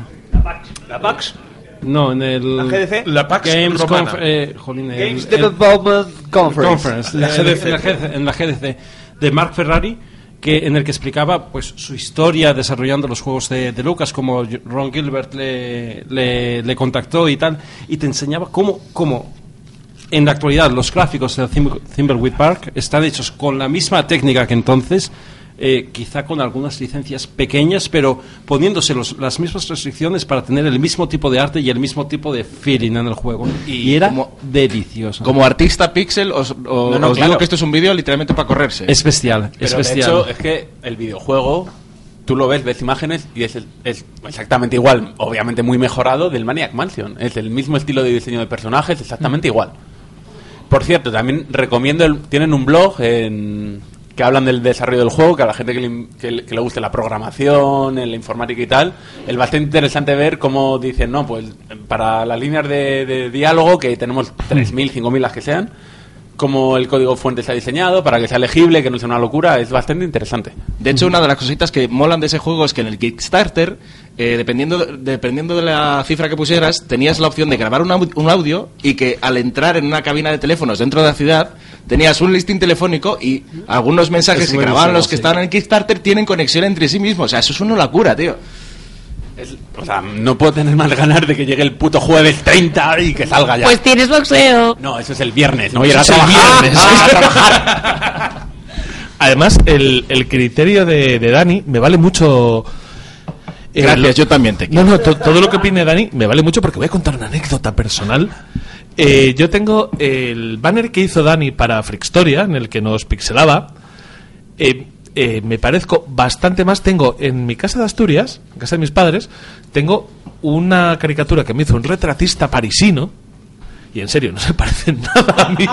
Speaker 6: ¿La PAX?
Speaker 4: No, en el.
Speaker 6: ¿La GDC?
Speaker 1: La PAX
Speaker 4: Games
Speaker 1: romana.
Speaker 4: Conf- eh, jolín, el-
Speaker 6: Games
Speaker 4: el-
Speaker 6: Development Conference. Eh,
Speaker 4: Conference, en-
Speaker 1: La GDC.
Speaker 4: En, la GDC, en la GDC, de Mark Ferrari, que, en el que explicaba pues su historia desarrollando los juegos de, de Lucas, como Ron Gilbert le, le, le contactó y tal, y te enseñaba cómo, cómo en la actualidad los gráficos de Thimb- Thimbleweed Park están hechos con la misma técnica que entonces. eh, quizá con algunas licencias pequeñas, pero poniéndose los- las mismas restricciones para tener el mismo tipo de arte y el mismo tipo de feeling en el juego. Y, era
Speaker 8: como-
Speaker 4: delicioso.
Speaker 8: Como artista pixel, os, o-
Speaker 5: No, no,
Speaker 8: os
Speaker 5: claro.
Speaker 8: digo que esto es un vídeo literalmente para correrse.
Speaker 4: Es bestial,
Speaker 5: Pero
Speaker 4: es
Speaker 5: de
Speaker 4: bestial.
Speaker 5: hecho, es que el videojuego, tú lo ves, ves imágenes y es, el- es exactamente igual, obviamente muy mejorado, del Maniac Mansion. Es el mismo estilo de diseño de personajes, exactamente igual. Por cierto, también recomiendo, el- tienen un blog en- que hablan del desarrollo del juego, que a la gente que le, in- que le- que le guste la programación, eh, la informática y tal, es bastante interesante ver cómo dicen, no, pues para las líneas de, de diálogo, que tenemos 3.000, 5.000 las que sean, cómo el código fuente está diseñado, para que sea legible, que no sea una locura, es bastante interesante.
Speaker 8: De hecho, una de las cositas que molan de ese juego es que en el Kickstarter, eh, dependiendo, dependiendo de la cifra que pusieras, tenías la opción de grabar un, au- un audio y que al entrar en una cabina de teléfonos dentro de la ciudad, tenías un listín telefónico y algunos mensajes
Speaker 4: Es
Speaker 8: que
Speaker 4: muy
Speaker 8: grababan
Speaker 4: bueno,
Speaker 8: los que
Speaker 4: sí.
Speaker 8: estaban en el Kickstarter tienen conexión entre sí mismos. O sea, eso es una locura, tío.
Speaker 5: Es- o sea, no puedo tener más ganas de que llegue el puto jueves 30 y que salga ya.
Speaker 7: Pues tienes boxeo.
Speaker 5: no, eso es el viernes, no voy a ir a
Speaker 1: Eso es el
Speaker 5: trabajar.
Speaker 1: viernes.
Speaker 5: Ah, a trabajar.
Speaker 1: Además, el, el criterio de, de Dani me vale mucho. eh, lo-
Speaker 8: yo también te
Speaker 1: No, no, to- todo lo que opine Dani me vale mucho porque voy a contar una anécdota personal. Eh, yo tengo el banner que hizo Dani para Frickstoria, en el que nos pixelaba. Eh, eh, me parezco bastante más. Tengo en mi casa de Asturias, en casa de mis padres, tengo una caricatura que me hizo un retratista parisino. y en serio, no se parece en nada a mí.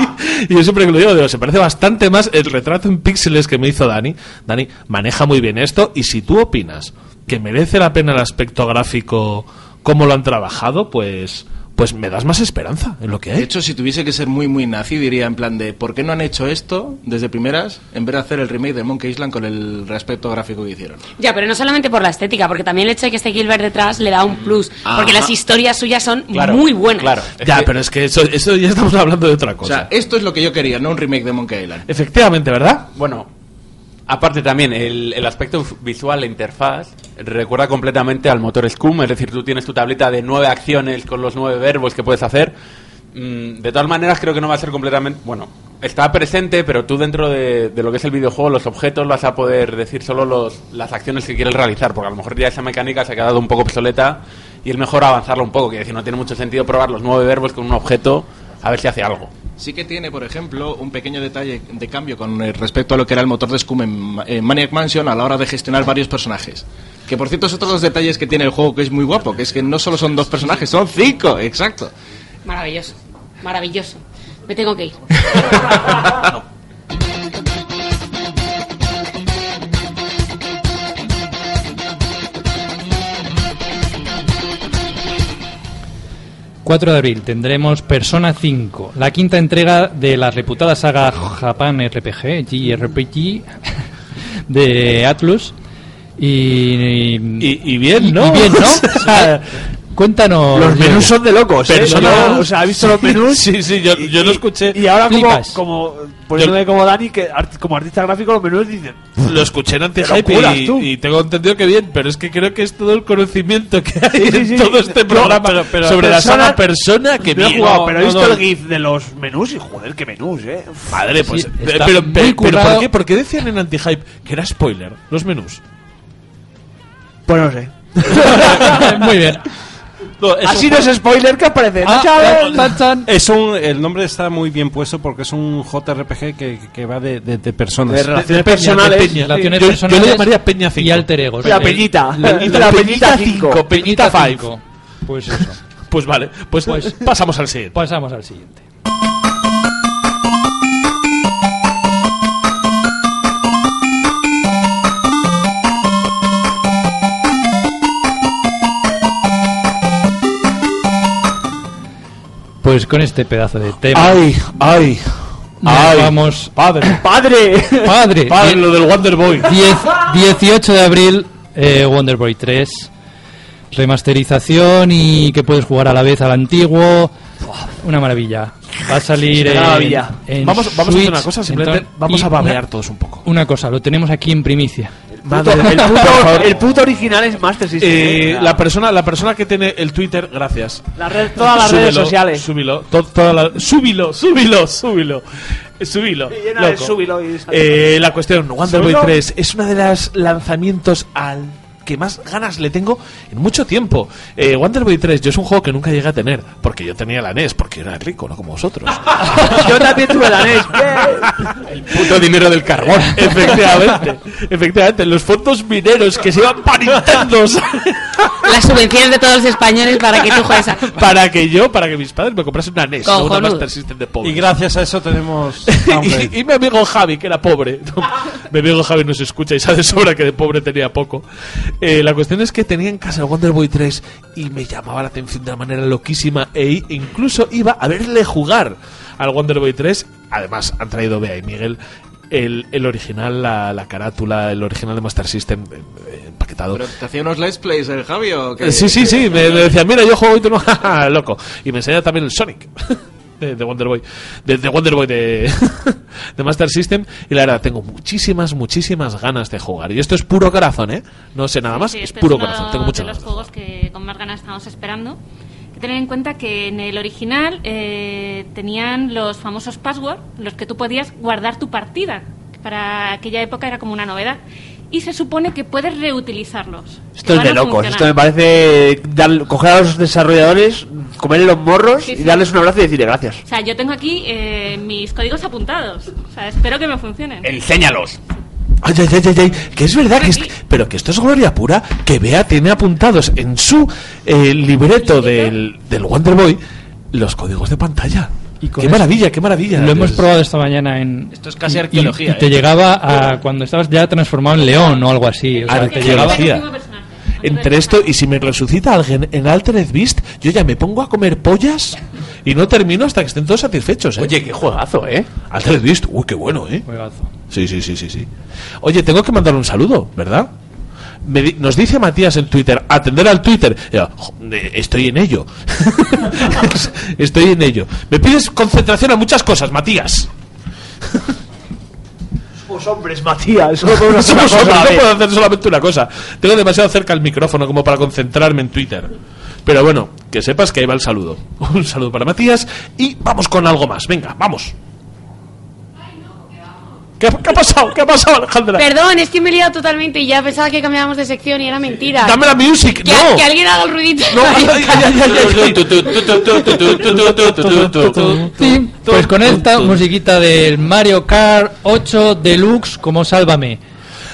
Speaker 1: Y yo siempre que lo digo, digo, se parece bastante más el retrato en píxeles que me hizo Dani. Dani maneja muy bien esto y si tú opinas que merece la pena el aspecto gráfico, cómo lo han trabajado, pues, pues me das más esperanza en lo que hay.
Speaker 8: De hecho, si tuviese que ser muy, muy nazi, diría en plan de ¿por qué no han hecho esto desde primeras en vez de hacer el remake de Monkey Island con el aspecto gráfico que hicieron?
Speaker 7: Ya, pero no solamente por la estética, porque también el hecho de que esté Gilbert detrás le da un plus.
Speaker 8: Ajá.
Speaker 7: Porque las historias suyas son muy buenas.
Speaker 1: ya, pero es que eso, eso ya estamos hablando de otra
Speaker 8: O
Speaker 1: cosa.
Speaker 8: sea, esto es lo que yo quería, no un remake de Monkey Island.
Speaker 1: Efectivamente, ¿verdad?
Speaker 5: Bueno, aparte también, el, el aspecto visual, la interfaz, recuerda completamente al motor Scum, es decir, tú tienes tu tableta de nueve acciones con los nueve verbos que puedes hacer. Mm, De todas maneras, creo que no va a ser completamente. Bueno, está presente, pero tú dentro de, de lo que es el videojuego, los objetos, vas a poder decir solo los- las acciones que quieres realizar, porque a lo mejor ya esa mecánica se ha quedado un poco obsoleta y es mejor avanzarla un poco. Que decir, no tiene mucho sentido probar los nueve verbos con un objeto a ver si hace algo.
Speaker 8: Sí que tiene, por ejemplo, un pequeño detalle de cambio con eh, respecto a lo que era el motor de Scum en, Ma- en Maniac Mansion a la hora de gestionar varios personajes. Que por cierto es otro de los detalles que tiene el juego que es muy guapo, que es que no solo son dos personajes, son cinco, exacto.
Speaker 7: Maravilloso, maravilloso. Me tengo que ir.
Speaker 3: 4 de abril tendremos Persona 5, la quinta entrega de la reputada saga Japan RPG, JRPG, de Atlus. Y, y,
Speaker 1: bien, ¿no?
Speaker 3: Y bien, ¿no? O sea, cuéntanos.
Speaker 6: Los
Speaker 3: Diego.
Speaker 6: menús son de locos, ¿eh?
Speaker 3: Persona-
Speaker 6: Yo- o sea, ¿has visto los menús?
Speaker 1: Sí, sí, yo, yo lo escuché.
Speaker 6: Y ahora como,
Speaker 1: Flipas.
Speaker 6: como poniéndome como Dani, que art- como artista gráfico los menús dicen...
Speaker 1: Lo escuché en
Speaker 6: Qué
Speaker 1: anti-hype
Speaker 6: locuras,
Speaker 1: y,
Speaker 6: tú.
Speaker 1: y tengo entendido que bien, pero es que creo que es todo el conocimiento que hay
Speaker 6: Sí, sí, sí.
Speaker 1: en todo este
Speaker 6: No,
Speaker 1: programa
Speaker 6: pero- pero
Speaker 1: sobre
Speaker 6: Persona-
Speaker 1: la saga persona que
Speaker 6: no he
Speaker 1: bien.
Speaker 6: jugado, pero he
Speaker 1: No,
Speaker 6: visto
Speaker 1: no,
Speaker 6: el GIF de los menús y joder, qué menús, ¿eh?
Speaker 1: Madre, pues.
Speaker 6: Sí,
Speaker 1: pe-
Speaker 6: está
Speaker 1: pero,
Speaker 6: muy
Speaker 1: pe- pero
Speaker 6: currado.
Speaker 1: ¿por, qué, por qué decían en anti-hype que era spoiler? Los menús.
Speaker 6: Pues no sé.
Speaker 3: Muy bien.
Speaker 6: Así no es spoiler que aparece.
Speaker 1: Ah,
Speaker 6: ¡Tachán!
Speaker 4: Es un, el nombre está muy bien puesto porque es un JRPG que, que va de, de- de personas.
Speaker 6: De relaciones personales.
Speaker 3: Relaciones
Speaker 6: Yo- yo le
Speaker 3: personales
Speaker 6: llamaría
Speaker 1: Peña
Speaker 3: 5. Y alter egos.
Speaker 6: La
Speaker 3: Eh,
Speaker 6: Peñita.
Speaker 3: la-
Speaker 6: La Peñita 5.
Speaker 3: Peñita
Speaker 6: Peñita
Speaker 3: 5.
Speaker 6: 5.
Speaker 3: Pues eso.
Speaker 1: Pues vale, pues, pasamos al siguiente.
Speaker 6: pues,
Speaker 3: Pasamos al siguiente. Pues con este pedazo de tema.
Speaker 1: Ay, ay,
Speaker 3: nos
Speaker 1: ay.
Speaker 3: Vamos.
Speaker 1: Padre.
Speaker 6: ¡Padre!
Speaker 3: Padre.
Speaker 1: Padre, lo del Wonder Boy.
Speaker 3: 10 18 de abril, eh, Wonder Boy 3. Remasterización y que puedes jugar a la vez al antiguo. Una maravilla. Va a salir
Speaker 1: Una
Speaker 3: en-
Speaker 1: maravilla.
Speaker 3: en
Speaker 1: Vamos- vamos a hacer
Speaker 3: Switch,
Speaker 1: una cosa, simplemente
Speaker 3: entonces-
Speaker 1: vamos
Speaker 3: y
Speaker 1: a babear
Speaker 3: una-
Speaker 1: todos un poco.
Speaker 3: Una cosa, lo tenemos aquí en primicia.
Speaker 6: Puto- el, puto, el puto original es Master System.
Speaker 1: Eh,
Speaker 6: ¿eh?
Speaker 1: la persona la persona que tiene el Twitter, gracias.
Speaker 6: La red- todas las redes sociales.
Speaker 1: Súbilo, to- toda la- súbilo, súbilo, súbilo. Eh, Súbilo.
Speaker 6: Llena de
Speaker 1: loco.
Speaker 6: súbilo y-
Speaker 1: Eh, la cuestión, Wonder Boy
Speaker 6: ¿Súbilo?
Speaker 1: 3 es una de las lanzamientos al que más ganas le tengo en mucho tiempo. Eh, Wonder Boy 3, yo es un juego que nunca llegué a tener, porque yo tenía la NES, porque yo era rico, no como vosotros.
Speaker 6: Yo también tuve la NES.
Speaker 1: Puto dinero del carbón. Efectivamente, efectivamente, los fondos mineros que se iban para Nintendo.
Speaker 7: Las subvenciones de todos los españoles para que tú juegues a...
Speaker 1: para que yo, para que mis padres me comprasen una NES, no una
Speaker 7: Cojonudo.
Speaker 1: Master System de pobre.
Speaker 4: Y gracias a eso tenemos. Downgrade.
Speaker 1: y, y mi amigo Javi, que era pobre. No, mi amigo Javi nos escucha y sabe de sobra que de pobre tenía poco. Eh, la cuestión es que tenía en casa el Wonder Boy 3 y me llamaba la atención de una manera loquísima e i- e incluso iba a verle jugar al Wonder Boy 3. Además, han traído Bea y Miguel el, el original, la, la carátula, el original de Master System eh, eh, empaquetado.
Speaker 8: Pero te hacía unos let's plays el Javi o qué?
Speaker 1: Eh, Sí, sí, sí. Me, me decía, mira, yo juego y tú no. Ja, ja, loco. Y me enseña también el Sonic. De, de Wonder Boy. De, de Wonder Boy de, de Master System. Y la verdad, tengo muchísimas, muchísimas ganas de jugar. Y esto es puro corazón, ¿eh? No sé nada más.
Speaker 2: Sí,
Speaker 1: es
Speaker 2: este
Speaker 1: puro
Speaker 2: uno
Speaker 1: corazón. Tengo
Speaker 2: de
Speaker 1: muchas
Speaker 2: los
Speaker 1: ganas.
Speaker 2: juegos que con más ganas estamos esperando. Hay que tener en cuenta que en el original eh, tenían los famosos password, los que tú podías guardar tu partida. que Para aquella época era como una novedad. Y se supone que puedes reutilizarlos.
Speaker 6: Esto
Speaker 2: que
Speaker 6: es
Speaker 2: van
Speaker 6: de
Speaker 2: a
Speaker 6: locos.
Speaker 2: funcionar.
Speaker 6: Esto me parece dar- coger a los desarrolladores, comerle los morros
Speaker 2: Sí,
Speaker 6: y
Speaker 2: sí.
Speaker 6: darles un abrazo y decirle gracias.
Speaker 2: O sea, yo tengo aquí eh, mis códigos apuntados. O sea, espero que me funcionen.
Speaker 5: Enséñalos.
Speaker 1: Ay, ay, ay, ay, ay, que es verdad que es, pero que esto es gloria pura, que Bea tiene apuntados en su eh, libreto del, del Wonder Boy los códigos de pantalla.
Speaker 3: Y con
Speaker 1: qué
Speaker 3: eso-
Speaker 1: maravilla, qué maravilla.
Speaker 3: Lo hemos
Speaker 1: Es-
Speaker 3: probado esta mañana en.
Speaker 8: Esto es casi
Speaker 3: y- y-
Speaker 8: arqueología,
Speaker 3: Y, te
Speaker 8: ¿eh?
Speaker 3: llegaba a cuando estabas ya transformado en león o algo así. o sea, te llegaba-
Speaker 1: Arqueología. Entre esto y si me resucita alguien en Altered Beast, yo ya me pongo a comer pollas y no termino hasta que estén todos satisfechos. Oye, qué juegazo, ¿eh? Altered Beast, uy, qué bueno, ¿eh? Sí, sí, sí, sí, sí. Oye, tengo que mandar un saludo, ¿verdad? Me di- nos dice Matías en Twitter, atender al Twitter. Y yo, "Jo, eh, estoy en ello. estoy en ello. Me pides concentración a muchas cosas, Matías.
Speaker 6: Somos hombres, Matías. Solo podemos hacer una
Speaker 1: Somos
Speaker 6: cosa
Speaker 1: hombres,
Speaker 6: a la
Speaker 1: no
Speaker 6: vez.
Speaker 1: puedo hacer solamente una cosa. Tengo demasiado cerca el micrófono como para concentrarme en Twitter. Pero bueno, que sepas que ahí va el saludo. Un saludo para Matías y vamos con algo más. Venga, vamos. ¿Qué, qué ha pasado? ¿Qué ha pasado, Alejandra?
Speaker 7: Perdón, es que me he liado totalmente y ya pensaba que cambiábamos de sección y era mentira.
Speaker 1: Dame la music,
Speaker 7: que,
Speaker 1: no.
Speaker 7: que alguien haga el ruidito.
Speaker 1: No, ay, ay, ay, Pues ay, ay, ay.
Speaker 3: Sí, Pues con esta musiquita del Mario Kart 8 Deluxe, como sálvame.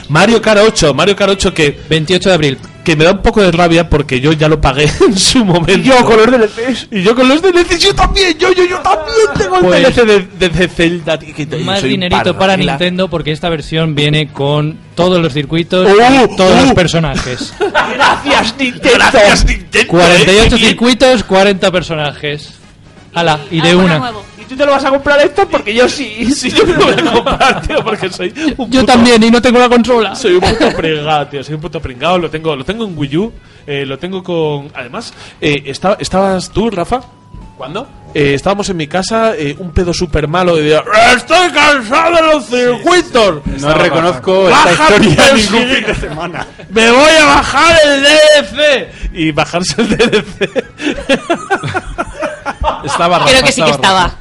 Speaker 1: Mario Kart 8, Mario Kart 8 que
Speaker 3: 28 de abril.
Speaker 1: Que me da un poco de rabia porque yo ya lo pagué en su momento. Y
Speaker 6: yo con los
Speaker 1: DLCs. Y yo con los DLCs, yo también, yo, yo, yo también tengo el
Speaker 3: Pues-
Speaker 1: DLC de, de- de Zelda. tío, que- que
Speaker 3: Más
Speaker 1: soy un
Speaker 3: dinerito
Speaker 1: pardo,
Speaker 3: para
Speaker 1: que la-
Speaker 3: Nintendo porque esta versión viene con todos los circuitos
Speaker 1: ¡Oh!
Speaker 3: y todos los
Speaker 1: ¡Oh!
Speaker 3: personajes.
Speaker 1: Gracias, Nintendo. Gracias, Nintendo.
Speaker 3: 48 circuitos, 40 personajes. Ala, y de una.
Speaker 6: ¿Y tú te lo vas a comprar esto? Porque yo sí.
Speaker 1: Sí, yo me lo voy a comprar, tío, porque soy un
Speaker 3: Yo
Speaker 1: puto-
Speaker 3: también, y no tengo la consola.
Speaker 1: Soy un puto pringado, tío. Soy un puto pringado. Lo tengo, lo tengo en Wii U. eh, lo tengo con. Además, eh, esta- ¿estabas tú, Rafa? ¿Cuándo? Eh, estábamos en mi casa, eh, un pedo súper malo. Y decía, ¡Estoy cansado de los circuitos!
Speaker 5: No reconozco
Speaker 1: Baja
Speaker 5: esta historia ningún
Speaker 1: el
Speaker 5: fin
Speaker 1: siguiente.
Speaker 5: de semana.
Speaker 1: ¡Me voy a bajar el DLC! Y bajarse el DLC.
Speaker 10: Estaba
Speaker 7: Creo que sí que estaba.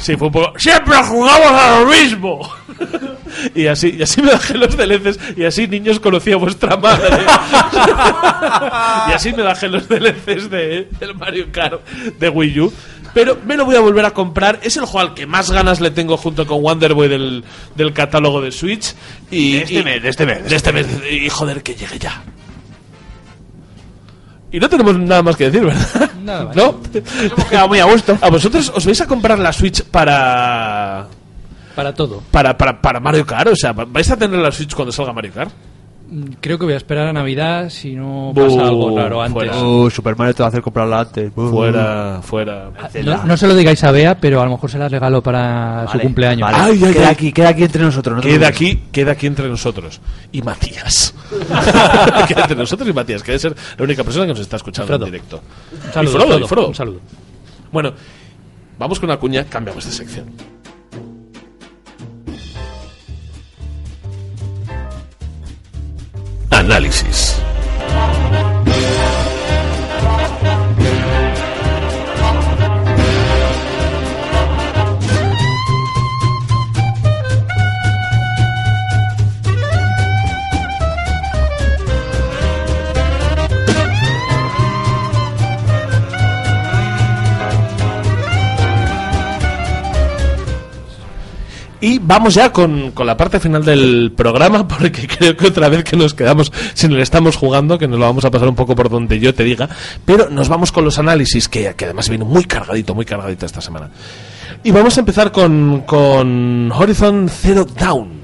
Speaker 1: Sí, fue un poco. ¡Siempre jugamos a lo mismo! y, así, y así me bajé los DLCs. Y así, niños, conocí a vuestra madre. y así me bajé los DLCs de, del Mario Kart de Wii U. Pero me lo voy a volver a comprar. Es el juego al que más ganas le tengo junto con Wonderboy del, del catálogo de Switch. Y,
Speaker 6: De este
Speaker 1: y-
Speaker 6: mes, de este mes, de
Speaker 1: De este mes. Y joder, que llegue ya. Y no tenemos nada más que decir, ¿verdad?
Speaker 3: Nada más.
Speaker 1: ¿No? Hemos quedado muy a gusto. ¿A vosotros os vais a comprar la Switch para.
Speaker 3: Para todo.
Speaker 1: Para, para, para Mario Kart? O sea, ¿vais a tener la Switch cuando salga Mario Kart?
Speaker 3: Mm, Creo que voy a esperar a Navidad si no pasa
Speaker 1: Buh,
Speaker 3: algo raro antes.
Speaker 1: fuera.
Speaker 3: No-
Speaker 6: Uh, Super Mario te va a hacer comprarla antes. Uh.
Speaker 1: Fuera, fuera.
Speaker 3: No, se lo digáis a Bea, pero a lo mejor se la regalo para su cumpleaños.
Speaker 6: Vale. queda aquí, queda aquí entre nosotros. no te
Speaker 1: Queda
Speaker 6: preocupes.
Speaker 1: aquí, queda aquí entre nosotros. Y Matías. queda entre nosotros y Matías, que debe ser la única persona que nos está escuchando
Speaker 3: Frodo.
Speaker 1: en directo.
Speaker 3: Un saludo,
Speaker 1: Y Frodo,
Speaker 3: Frodo,
Speaker 1: y Frodo.
Speaker 3: un saludo.
Speaker 1: Bueno, vamos con una cuña, cambiamos de sección. Análisis. Y vamos ya con, con la parte final del programa, porque creo que otra vez que nos quedamos sin el estamos jugando, que nos lo vamos a pasar un poco por donde yo te diga, pero nos vamos con los análisis, que, que además viene muy cargadito, muy cargadito esta semana. Y vamos a empezar con, con Horizon Zero Down.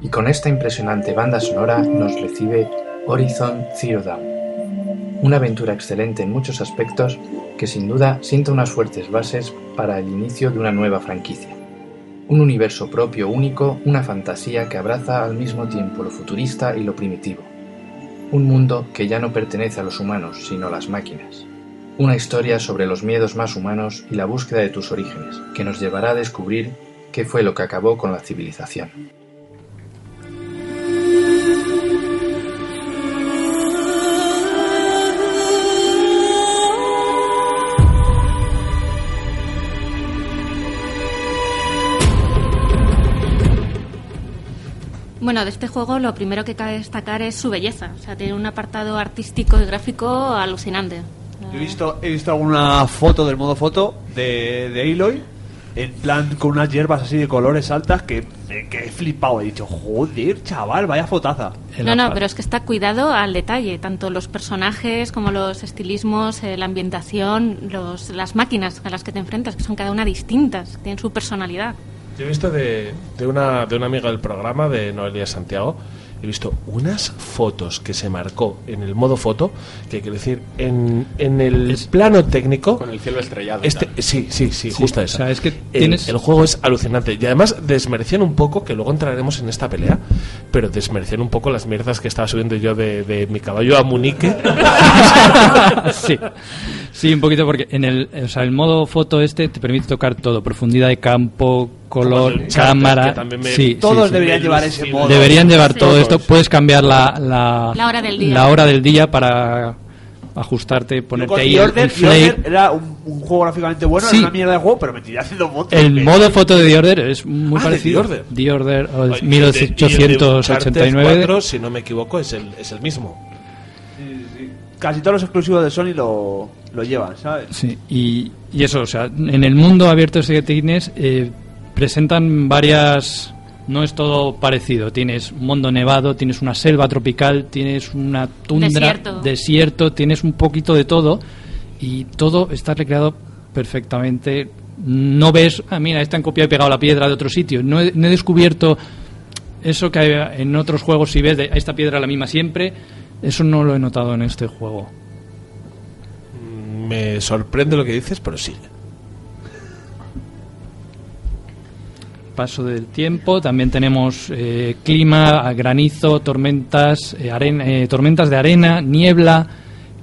Speaker 11: y con esta impresionante banda sonora nos recibe Horizon Zero Dawn. Una aventura excelente en muchos aspectos que sin duda sienta unas fuertes bases para el inicio de una nueva franquicia. Un universo propio único, una fantasía que abraza al mismo tiempo lo futurista y lo primitivo. un mundo que ya no pertenece a los humanos, sino a las máquinas. Una historia sobre los miedos más humanos y la búsqueda de tus orígenes, que nos llevará a descubrir qué fue lo que acabó con la civilización.
Speaker 2: Bueno, de este juego lo primero que cabe destacar es su belleza. O sea, tiene un apartado artístico y gráfico alucinante.
Speaker 6: Yo he visto, he visto alguna foto del modo foto de, de Aloy, en plan con unas hierbas así de colores altas que, que he flipado. He dicho, joder, chaval, vaya fotaza.
Speaker 2: No, no, pero es que está cuidado al detalle, tanto los personajes como los estilismos, eh, la ambientación, los, las máquinas a las que te enfrentas, que son cada una distintas, tienen su personalidad.
Speaker 1: Yo he visto de, de una, de una amiga del programa, de Noelia Santiago, he visto unas fotos que se marcó en el modo foto, que quiero decir, en, en el plano técnico... Con
Speaker 5: el cielo estrellado.
Speaker 1: Este, sí, sí, sí, justo esa.
Speaker 3: o sea, es que
Speaker 1: el,
Speaker 3: tienes-
Speaker 1: el juego es alucinante. Y además desmerecían un poco, que luego entraremos en esta pelea, pero desmerecían un poco las mierdas que estaba subiendo yo de, de mi caballo a Munique.
Speaker 3: sí. Sí, un poquito porque en el, o sea, el modo foto este te permite tocar todo, profundidad de campo, color,
Speaker 1: Como el Uncharted, que
Speaker 3: cámara.
Speaker 1: también me-
Speaker 3: Sí, sí,
Speaker 6: Todos
Speaker 3: sí.
Speaker 6: deberían llevar ese modo.
Speaker 3: Deberían llevar
Speaker 6: Sí.
Speaker 3: todo esto. Puedes cambiar la, la,
Speaker 6: La hora del día.
Speaker 3: la hora del día para ajustarte, ponerte ahí
Speaker 6: Y
Speaker 3: el,
Speaker 6: Order,
Speaker 3: el
Speaker 6: y
Speaker 3: flare.
Speaker 6: Order era un, un juego gráficamente bueno,
Speaker 3: Sí.
Speaker 6: era una mierda de juego, pero me tiré haciendo fotos.
Speaker 3: El
Speaker 6: Me-
Speaker 3: modo foto de The Order es muy
Speaker 1: Ah, de
Speaker 3: parecido.
Speaker 1: The Order.
Speaker 3: The Order, o
Speaker 1: Oye,
Speaker 3: es
Speaker 1: y el de- y el de Uncharted
Speaker 3: 1889.
Speaker 1: 4, si no me equivoco, es el, es el mismo.
Speaker 6: Casi todos los exclusivos de Sony lo, lo llevan, ¿sabes?
Speaker 3: Sí, y, y eso, o sea, en el mundo abierto ese que tienes, eh, presentan varias. No es todo parecido. Tienes un mundo nevado, tienes una selva tropical, tienes una tundra,
Speaker 12: Desierto.
Speaker 3: desierto, tienes un poquito de todo. Y todo está recreado perfectamente. No ves, ah, mira, esta han copiado y pegado la piedra de otro sitio. No he, no he descubierto eso que hay en otros juegos, si ves de "Ah, esta piedra la misma siempre. Eso no lo he notado en este juego.
Speaker 1: Me sorprende lo que dices, pero sí.
Speaker 3: paso del tiempo. También tenemos eh, clima, granizo, tormentas, eh, arena- eh, tormentas de arena, niebla.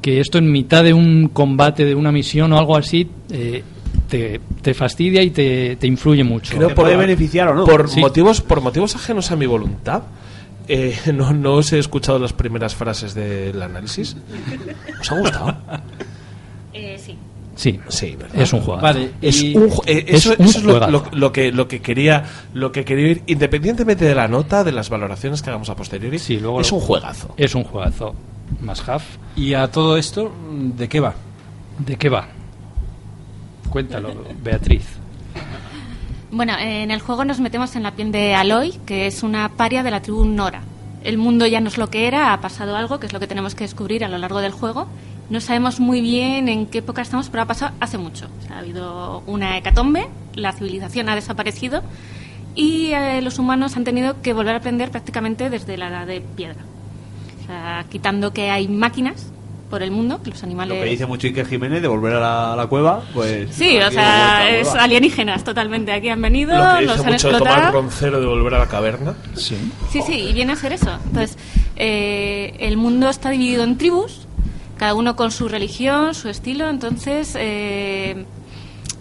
Speaker 3: Que esto en mitad de un combate, de una misión o algo así, eh, te, te fastidia y te, te influye mucho.
Speaker 1: Creo por- Por,
Speaker 3: Sí.
Speaker 1: motivos, por motivos ajenos a mi voluntad, eh, no, no os he escuchado las primeras frases del análisis. ¿Os ha gustado?
Speaker 7: Eh,
Speaker 2: sí.
Speaker 3: Sí,
Speaker 1: sí ¿verdad?
Speaker 3: es un juego.
Speaker 1: Vale, es
Speaker 3: y-
Speaker 1: un ju- eh,
Speaker 3: es
Speaker 1: eso,
Speaker 3: un
Speaker 1: eso es lo,
Speaker 3: juegazo.
Speaker 1: lo- lo que, lo, que quería, lo que quería ir, independientemente de la nota, de las valoraciones que hagamos a posteriori. es un juegazo.
Speaker 3: Es un juegazo. Más half.
Speaker 4: ¿Y a todo esto, de qué va?
Speaker 3: ¿De qué va? Cuéntalo, Beatriz.
Speaker 2: Bueno, eh, en el juego nos metemos en la piel de Aloy, que es una paria de la tribu Nora. El mundo ya no es lo que era, ha pasado algo, que es lo que tenemos que descubrir a lo largo del juego. No sabemos muy bien en qué época estamos, pero ha pasado hace mucho. O sea, ha habido una hecatombe, la civilización ha desaparecido y eh, los humanos han tenido que volver a aprender prácticamente desde la edad de piedra. O sea, quitando que hay máquinas por el mundo, que los
Speaker 6: Lo
Speaker 2: animales...
Speaker 6: que dice mucho Iker Jiménez de volver a la, a la cueva, pues.
Speaker 2: Eh. Sí, o
Speaker 6: aquí hemos vuelto a
Speaker 2: sea,
Speaker 6: la
Speaker 2: Ah, es
Speaker 6: cueva.
Speaker 2: alienígenas totalmente. Aquí han venido,
Speaker 1: Lo que
Speaker 2: los
Speaker 1: dice
Speaker 2: han
Speaker 1: mucho de tomar
Speaker 2: explotado.
Speaker 1: broncero de volver a la caverna.
Speaker 3: Sí.
Speaker 2: Sí, sí, y viene a ser eso. Entonces, eh, el mundo está dividido en tribus, cada uno con su religión, su estilo. Entonces, eh,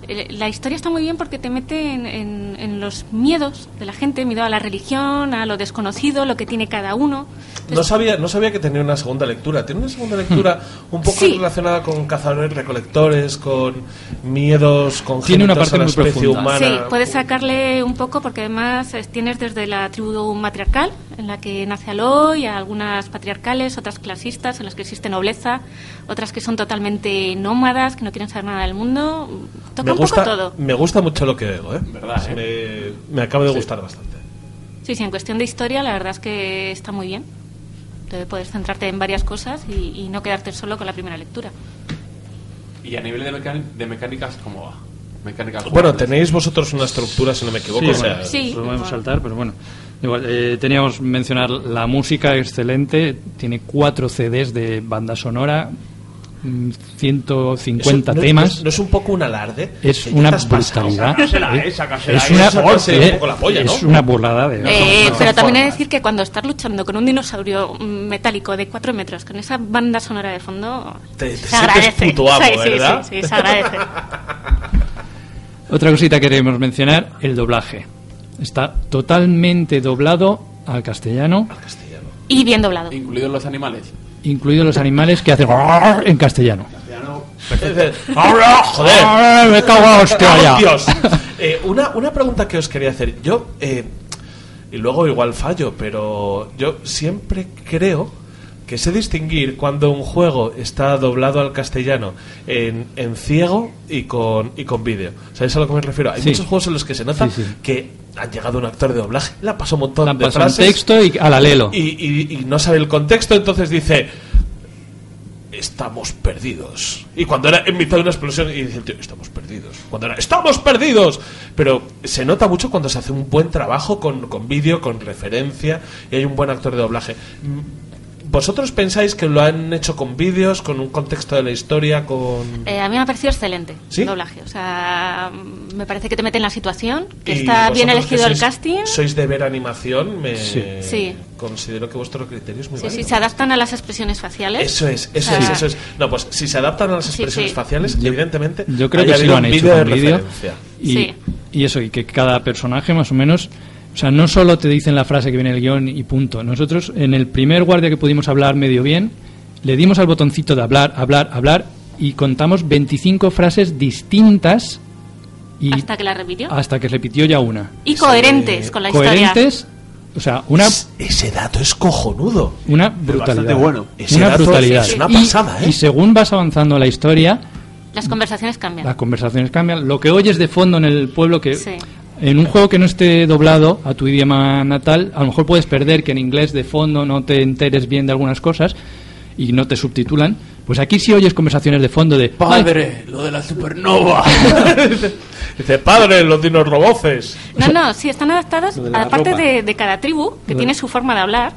Speaker 2: el- la historia está muy bien porque te mete en, en- en los miedos de la gente, miedo a la religión, a lo desconocido, lo que tiene cada uno.
Speaker 1: No sabía, no sabía que tenía una segunda lectura. Tiene una segunda lectura un poco
Speaker 2: Hmm. Sí.
Speaker 1: relacionada con cazadores, recolectores, con miedos, con
Speaker 3: Tiene una
Speaker 1: génitos
Speaker 3: parte
Speaker 1: a la
Speaker 3: muy
Speaker 1: especie
Speaker 3: profunda.
Speaker 1: humana.
Speaker 2: Sí, pues puedes sacarle Eh, un poco porque además eh, tienes desde la tribu matriarcal, en la que nace Aloy, a algunas patriarcales, otras clasistas, en las que existe nobleza, otras que son totalmente nómadas, que no quieren saber nada del mundo. Toca
Speaker 1: me
Speaker 2: un
Speaker 1: gusta,
Speaker 2: poco todo.
Speaker 1: me gusta mucho lo que oigo, ¿eh? Se Me, me acaba de
Speaker 8: Sí.
Speaker 1: gustar bastante.
Speaker 2: Sí, sí, en cuestión de historia la verdad es que está muy bien. Entonces puedes centrarte en varias cosas y, y no quedarte solo con la primera lectura.
Speaker 5: Y a nivel de, mecan- de mecánicas, ¿cómo va? Mecánicas
Speaker 1: Bueno,
Speaker 5: jugables.
Speaker 1: tenéis vosotros una estructura, si no me equivoco.
Speaker 3: Sí,
Speaker 1: o sea,
Speaker 3: bueno,
Speaker 2: Sí.
Speaker 3: lo podemos saltar, pero bueno. Igual, eh, teníamos que mencionar la música excelente. Tiene cuatro CDs de banda sonora mm, 150
Speaker 1: ¿No-
Speaker 3: temas.
Speaker 1: no es- ¿No es un poco un alarde?
Speaker 3: Es
Speaker 1: ¿Qué
Speaker 3: una
Speaker 1: te has pasado?
Speaker 3: brutalidad.
Speaker 1: Sácasela,
Speaker 3: ¿eh?
Speaker 1: eh, sácasela,
Speaker 3: es
Speaker 1: eh,
Speaker 3: una,
Speaker 1: sacarse
Speaker 3: eh,
Speaker 1: un poco la polla, ¿no?
Speaker 3: es una burlada de.
Speaker 2: Eh,
Speaker 3: no.
Speaker 2: pero también he de decir que cuando estás luchando con un dinosaurio mm, metálico de 4 metros, con esa banda sonora de fondo,
Speaker 1: Te- te
Speaker 2: se
Speaker 1: sientes
Speaker 2: agradece.
Speaker 1: puto amo,
Speaker 2: Sí, sí,
Speaker 1: ¿verdad?
Speaker 2: sí, sí, se agradece.
Speaker 3: Otra cosita que queremos mencionar, el doblaje. Está totalmente doblado al castellano,
Speaker 2: Y bien doblado.
Speaker 5: Incluidos los animales.
Speaker 3: incluidos los animales que hacen en castellano.
Speaker 1: ¡Ahora, joder!
Speaker 3: Me cago en la hostia
Speaker 1: ¡Ah,
Speaker 3: ya.
Speaker 1: Dios! Eh, una, una pregunta que os quería hacer. Yo, eh, y luego igual fallo, pero yo siempre creo que sé distinguir cuando un juego está doblado al castellano en, en ciego y con, y con vídeo. ¿Sabéis a lo que me refiero? Hay
Speaker 3: Sí.
Speaker 1: muchos juegos en los que se nota
Speaker 3: Sí, sí.
Speaker 1: que han llegado un actor de doblaje, le ha pasado un montón de
Speaker 3: pasado un
Speaker 1: frases.
Speaker 3: texto y al alelo.
Speaker 1: Y, y- y no sabe el contexto, entonces dice... Estamos perdidos. Y cuando era en mitad de una explosión, y dice el tío, estamos perdidos. Cuando era, estamos perdidos. Pero se nota mucho cuando se hace un buen trabajo con, con vídeo, con referencia, y hay un buen actor de doblaje. Mm, ¿Vosotros pensáis que lo han hecho con vídeos, con un contexto de la historia, con...
Speaker 2: Eh, a mí me ha parecido excelente
Speaker 1: ¿Sí?
Speaker 2: el doblaje. O sea, mm, me parece que te mete en la situación, que
Speaker 1: Y
Speaker 2: está bien
Speaker 1: vosotros que
Speaker 2: elegido el
Speaker 1: sois-
Speaker 2: casting.
Speaker 1: Sois de ver animación, me
Speaker 2: Sí. Sí.
Speaker 1: considero que vuestro criterio es muy
Speaker 2: Sí, sí,
Speaker 1: válido.
Speaker 2: se adaptan a las expresiones faciales.
Speaker 1: Eso es, eso
Speaker 2: O sea,
Speaker 1: es, eso es. No, pues si se adaptan a las
Speaker 2: Sí,
Speaker 1: expresiones
Speaker 2: sí.
Speaker 1: faciales, evidentemente.
Speaker 3: Yo creo
Speaker 1: haya
Speaker 3: que sí
Speaker 1: habido
Speaker 3: lo han
Speaker 1: un
Speaker 3: hecho
Speaker 1: vídeo de
Speaker 3: con vídeo.
Speaker 1: referencia.
Speaker 3: Y,
Speaker 2: Sí.
Speaker 3: y eso, y que cada personaje más o menos... O sea, no solo te dicen la frase que viene en el guión y punto. Nosotros, en el primer guardia que pudimos hablar medio bien, le dimos al botoncito de hablar, hablar, hablar y contamos 25 frases distintas y
Speaker 2: Hasta que la repitió.
Speaker 3: hasta que repitió ya una.
Speaker 2: Y coherentes con la historia.
Speaker 3: Coherentes, o sea, una,
Speaker 1: Ese dato es cojonudo.
Speaker 3: una
Speaker 1: Pero bastante
Speaker 3: brutalidad.
Speaker 1: bueno. Ese
Speaker 3: Una
Speaker 1: dato
Speaker 3: brutalidad.
Speaker 1: es una
Speaker 3: Y-
Speaker 1: pasada, ¿eh?
Speaker 3: y según vas avanzando la historia,
Speaker 2: Las conversaciones cambian.
Speaker 3: las conversaciones cambian. Lo que oyes de fondo en el pueblo, que
Speaker 2: Sí.
Speaker 3: en un juego que no esté doblado a tu idioma natal, a lo mejor puedes perder que en inglés de fondo no te enteres bien de algunas cosas y no te subtitulan. Pues aquí sí oyes conversaciones de fondo de
Speaker 5: Padre, lo de la supernova.
Speaker 1: Dice, padre, los dinosroboces.
Speaker 2: No, no, sí, están adaptados
Speaker 1: Lo de la
Speaker 2: aparte
Speaker 1: ropa.
Speaker 2: de, de cada tribu, que
Speaker 1: Lo-
Speaker 2: tiene su forma de hablar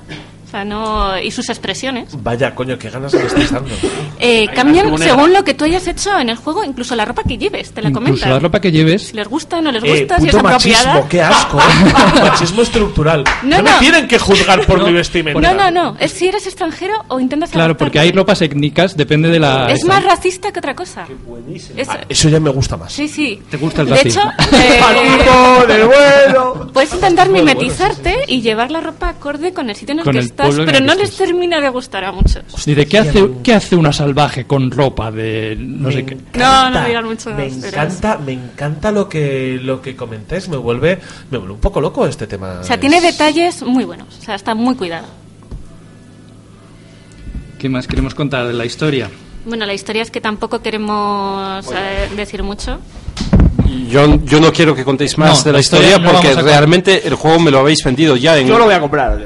Speaker 2: o sea, no, y sus expresiones.
Speaker 1: Vaya, coño, qué ganas me estás dando.
Speaker 2: Eh,
Speaker 1: una
Speaker 2: cambian
Speaker 1: tribuna.
Speaker 2: según lo que tú hayas hecho en el juego, incluso la ropa que lleves, te la
Speaker 3: incluso
Speaker 2: comentan.
Speaker 3: la ropa que lleves.
Speaker 2: Si les gusta, no les
Speaker 1: Eh,
Speaker 2: gusta, si es
Speaker 1: puto
Speaker 2: apropiada.
Speaker 1: machismo, qué asco. ¿eh? machismo estructural.
Speaker 2: No,
Speaker 1: No, me
Speaker 2: no.
Speaker 1: tienen que juzgar por mi vestimenta.
Speaker 2: No, no, no. Es si eres extranjero o intentas
Speaker 3: Claro,
Speaker 2: adaptarte.
Speaker 3: porque hay ropas étnicas, depende de la.
Speaker 2: Es más racista que otra cosa. Es-
Speaker 1: Ah, eso ya me gusta más.
Speaker 2: Sí, sí.
Speaker 3: ¿Te gusta el
Speaker 2: De hecho,
Speaker 3: racismo?
Speaker 2: eh,
Speaker 1: Partido del bueno.
Speaker 2: puedes intentar mimetizarte y llevar la ropa acorde con el sitio en el
Speaker 3: Con
Speaker 2: que
Speaker 3: el
Speaker 2: estás,
Speaker 3: pueblo en
Speaker 2: pero
Speaker 3: el que
Speaker 2: no les termina de gustar a muchos.
Speaker 3: Pues Dice, ¿qué hace, ¿qué hace una salvaje con ropa de no sé qué?
Speaker 2: No,
Speaker 1: encanta,
Speaker 2: no digan mucho
Speaker 1: Me
Speaker 2: más, pero
Speaker 1: encanta, me encanta lo que lo que comentáis, me vuelve me vuelve un poco loco este tema.
Speaker 2: O sea, tiene detalles muy buenos. O sea, está muy cuidado.
Speaker 3: ¿Qué más queremos contar de la historia?
Speaker 2: Bueno, la historia es que tampoco queremos eh, decir mucho.
Speaker 12: Yo, yo no quiero que contéis más
Speaker 3: No,
Speaker 12: de la
Speaker 3: la
Speaker 12: historia,
Speaker 3: historia no
Speaker 12: porque
Speaker 3: vamos a-
Speaker 12: realmente el juego me lo habéis vendido ya. En...
Speaker 6: Yo lo voy a comprar.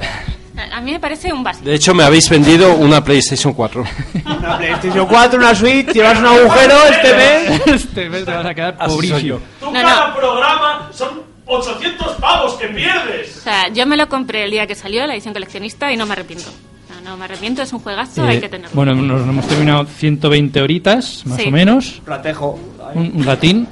Speaker 2: A a mí me parece un básico.
Speaker 12: De hecho, me habéis vendido una PlayStation 4.
Speaker 6: Una PlayStation 4, una Switch, llevas un agujero este mes.
Speaker 3: Este mes te vas a quedar pobrísimo.
Speaker 1: Tú cada programa son 800 pavos que pierdes.
Speaker 2: O sea, yo me lo compré el día que salió la edición coleccionista y no me arrepiento. No, no me arrepiento, es un juegazo, hay
Speaker 3: Eh,
Speaker 2: que tenerlo.
Speaker 3: Bueno, nos hemos terminado 120 horitas, más
Speaker 2: Sí.
Speaker 3: o menos.
Speaker 6: Ratejo.
Speaker 3: Un, un latín.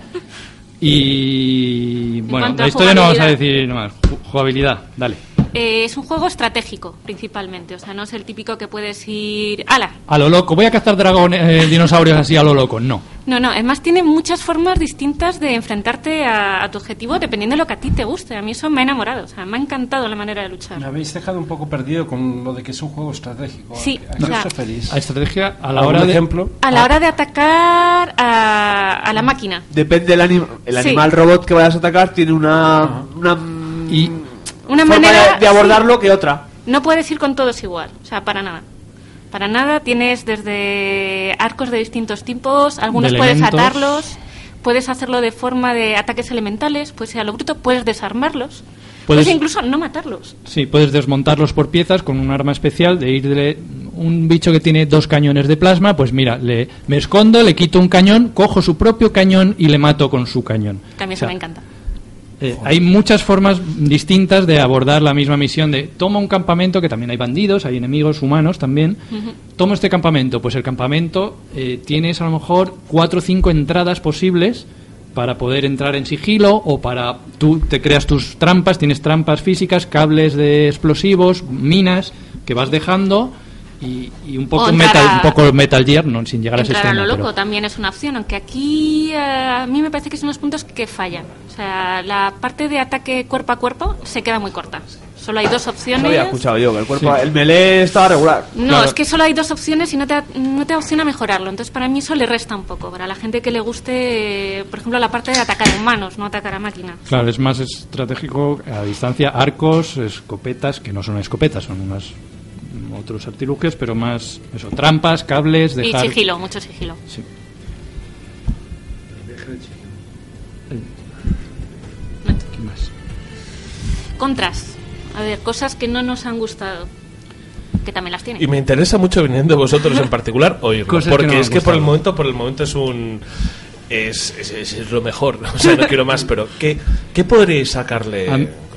Speaker 3: Y bueno,
Speaker 2: cuanto
Speaker 3: la
Speaker 2: a
Speaker 3: historia no vamos a
Speaker 2: jugabilidad.
Speaker 3: decir nada más. Ju- Jugabilidad, dale.
Speaker 2: Eh, es un juego estratégico, principalmente. O sea, no es el típico que puedes ir. ¡Hala!
Speaker 3: A lo loco, voy a cazar dragones, eh, dinosaurios así a lo loco. No.
Speaker 2: No, no, además tiene muchas formas distintas de enfrentarte a, a tu objetivo dependiendo de lo que a ti te guste. A mí eso me ha enamorado, o sea, me ha encantado la manera de luchar.
Speaker 4: Me habéis dejado un poco perdido con lo de que es un juego estratégico.
Speaker 2: Sí,
Speaker 4: ¿A qué
Speaker 2: o sea,
Speaker 4: os referís?
Speaker 3: A estrategia a la
Speaker 4: ¿Algún
Speaker 3: hora de.
Speaker 4: ejemplo?
Speaker 2: A la hora de atacar a, a la máquina.
Speaker 6: Depende del anim- el
Speaker 2: Sí.
Speaker 6: animal robot que vayas a atacar, tiene una, una mm,
Speaker 3: Y
Speaker 2: Una
Speaker 6: forma
Speaker 2: manera
Speaker 6: de, de abordarlo que otra.
Speaker 2: No puedes ir con todos igual, o sea, para nada. Para nada, tienes desde arcos de distintos tipos, algunos
Speaker 3: De
Speaker 2: puedes
Speaker 3: elementos.
Speaker 2: atarlos, puedes hacerlo de forma de ataques elementales, puedes ir a lo bruto, puedes desarmarlos, puedes,
Speaker 3: Puedes-
Speaker 2: incluso no matarlos.
Speaker 3: Sí, puedes desmontarlos por piezas con un arma especial de irle un bicho que tiene dos cañones de plasma, pues mira, le me escondo, le quito un cañón, cojo su propio cañón y le mato con su cañón.
Speaker 2: Que a mí eso
Speaker 3: O sea,
Speaker 2: me encanta.
Speaker 3: Eh, hay muchas formas distintas de abordar la misma misión de toma un campamento, que también hay bandidos, hay enemigos humanos también. Toma este campamento, pues el campamento eh, tienes a lo mejor cuatro o cinco entradas posibles para poder entrar en sigilo o para tú te creas tus trampas, tienes trampas físicas, cables de explosivos, minas que vas dejando y, y un
Speaker 2: O
Speaker 3: poco
Speaker 2: entrar
Speaker 3: metal,
Speaker 2: a-
Speaker 3: un poco metal gear, no, sin llegar a ese
Speaker 2: Entrar a
Speaker 3: extremo.
Speaker 2: lo loco
Speaker 3: pero-
Speaker 2: también es una opción, aunque aquí eh, a mí me parece que son los puntos que fallan. O sea, la parte de ataque cuerpo a cuerpo se queda muy corta. Solo hay dos
Speaker 6: Eso había
Speaker 2: opciones.
Speaker 6: escuchado yo, que el cuerpo.
Speaker 3: Sí.
Speaker 6: El melee estaba regular.
Speaker 2: No, es que solo hay dos opciones y no te, da- no te da opción a mejorarlo. Entonces, para mí eso le resta un poco. Para la gente que le guste, eh, por ejemplo, la parte de atacar a humanos, no atacar a máquinas.
Speaker 3: Claro, es más estratégico a distancia, arcos, escopetas, que no son escopetas, son unas otros artilugios, pero más eso, trampas, cables, dejar
Speaker 2: Y sigilo, mucho sigilo.
Speaker 3: Sí. ¿Qué más?
Speaker 2: Contras. A ver, cosas que no nos han gustado. Que también las tiene.
Speaker 1: Y me interesa mucho viniendo vosotros en particular oírlo.
Speaker 3: Cosas que
Speaker 1: porque
Speaker 3: no me
Speaker 1: es que por el
Speaker 3: gustaron.
Speaker 1: momento, por el momento es un es, es- es- es lo mejor. O sea, no quiero más, pero ¿qué, qué podríais sacarle?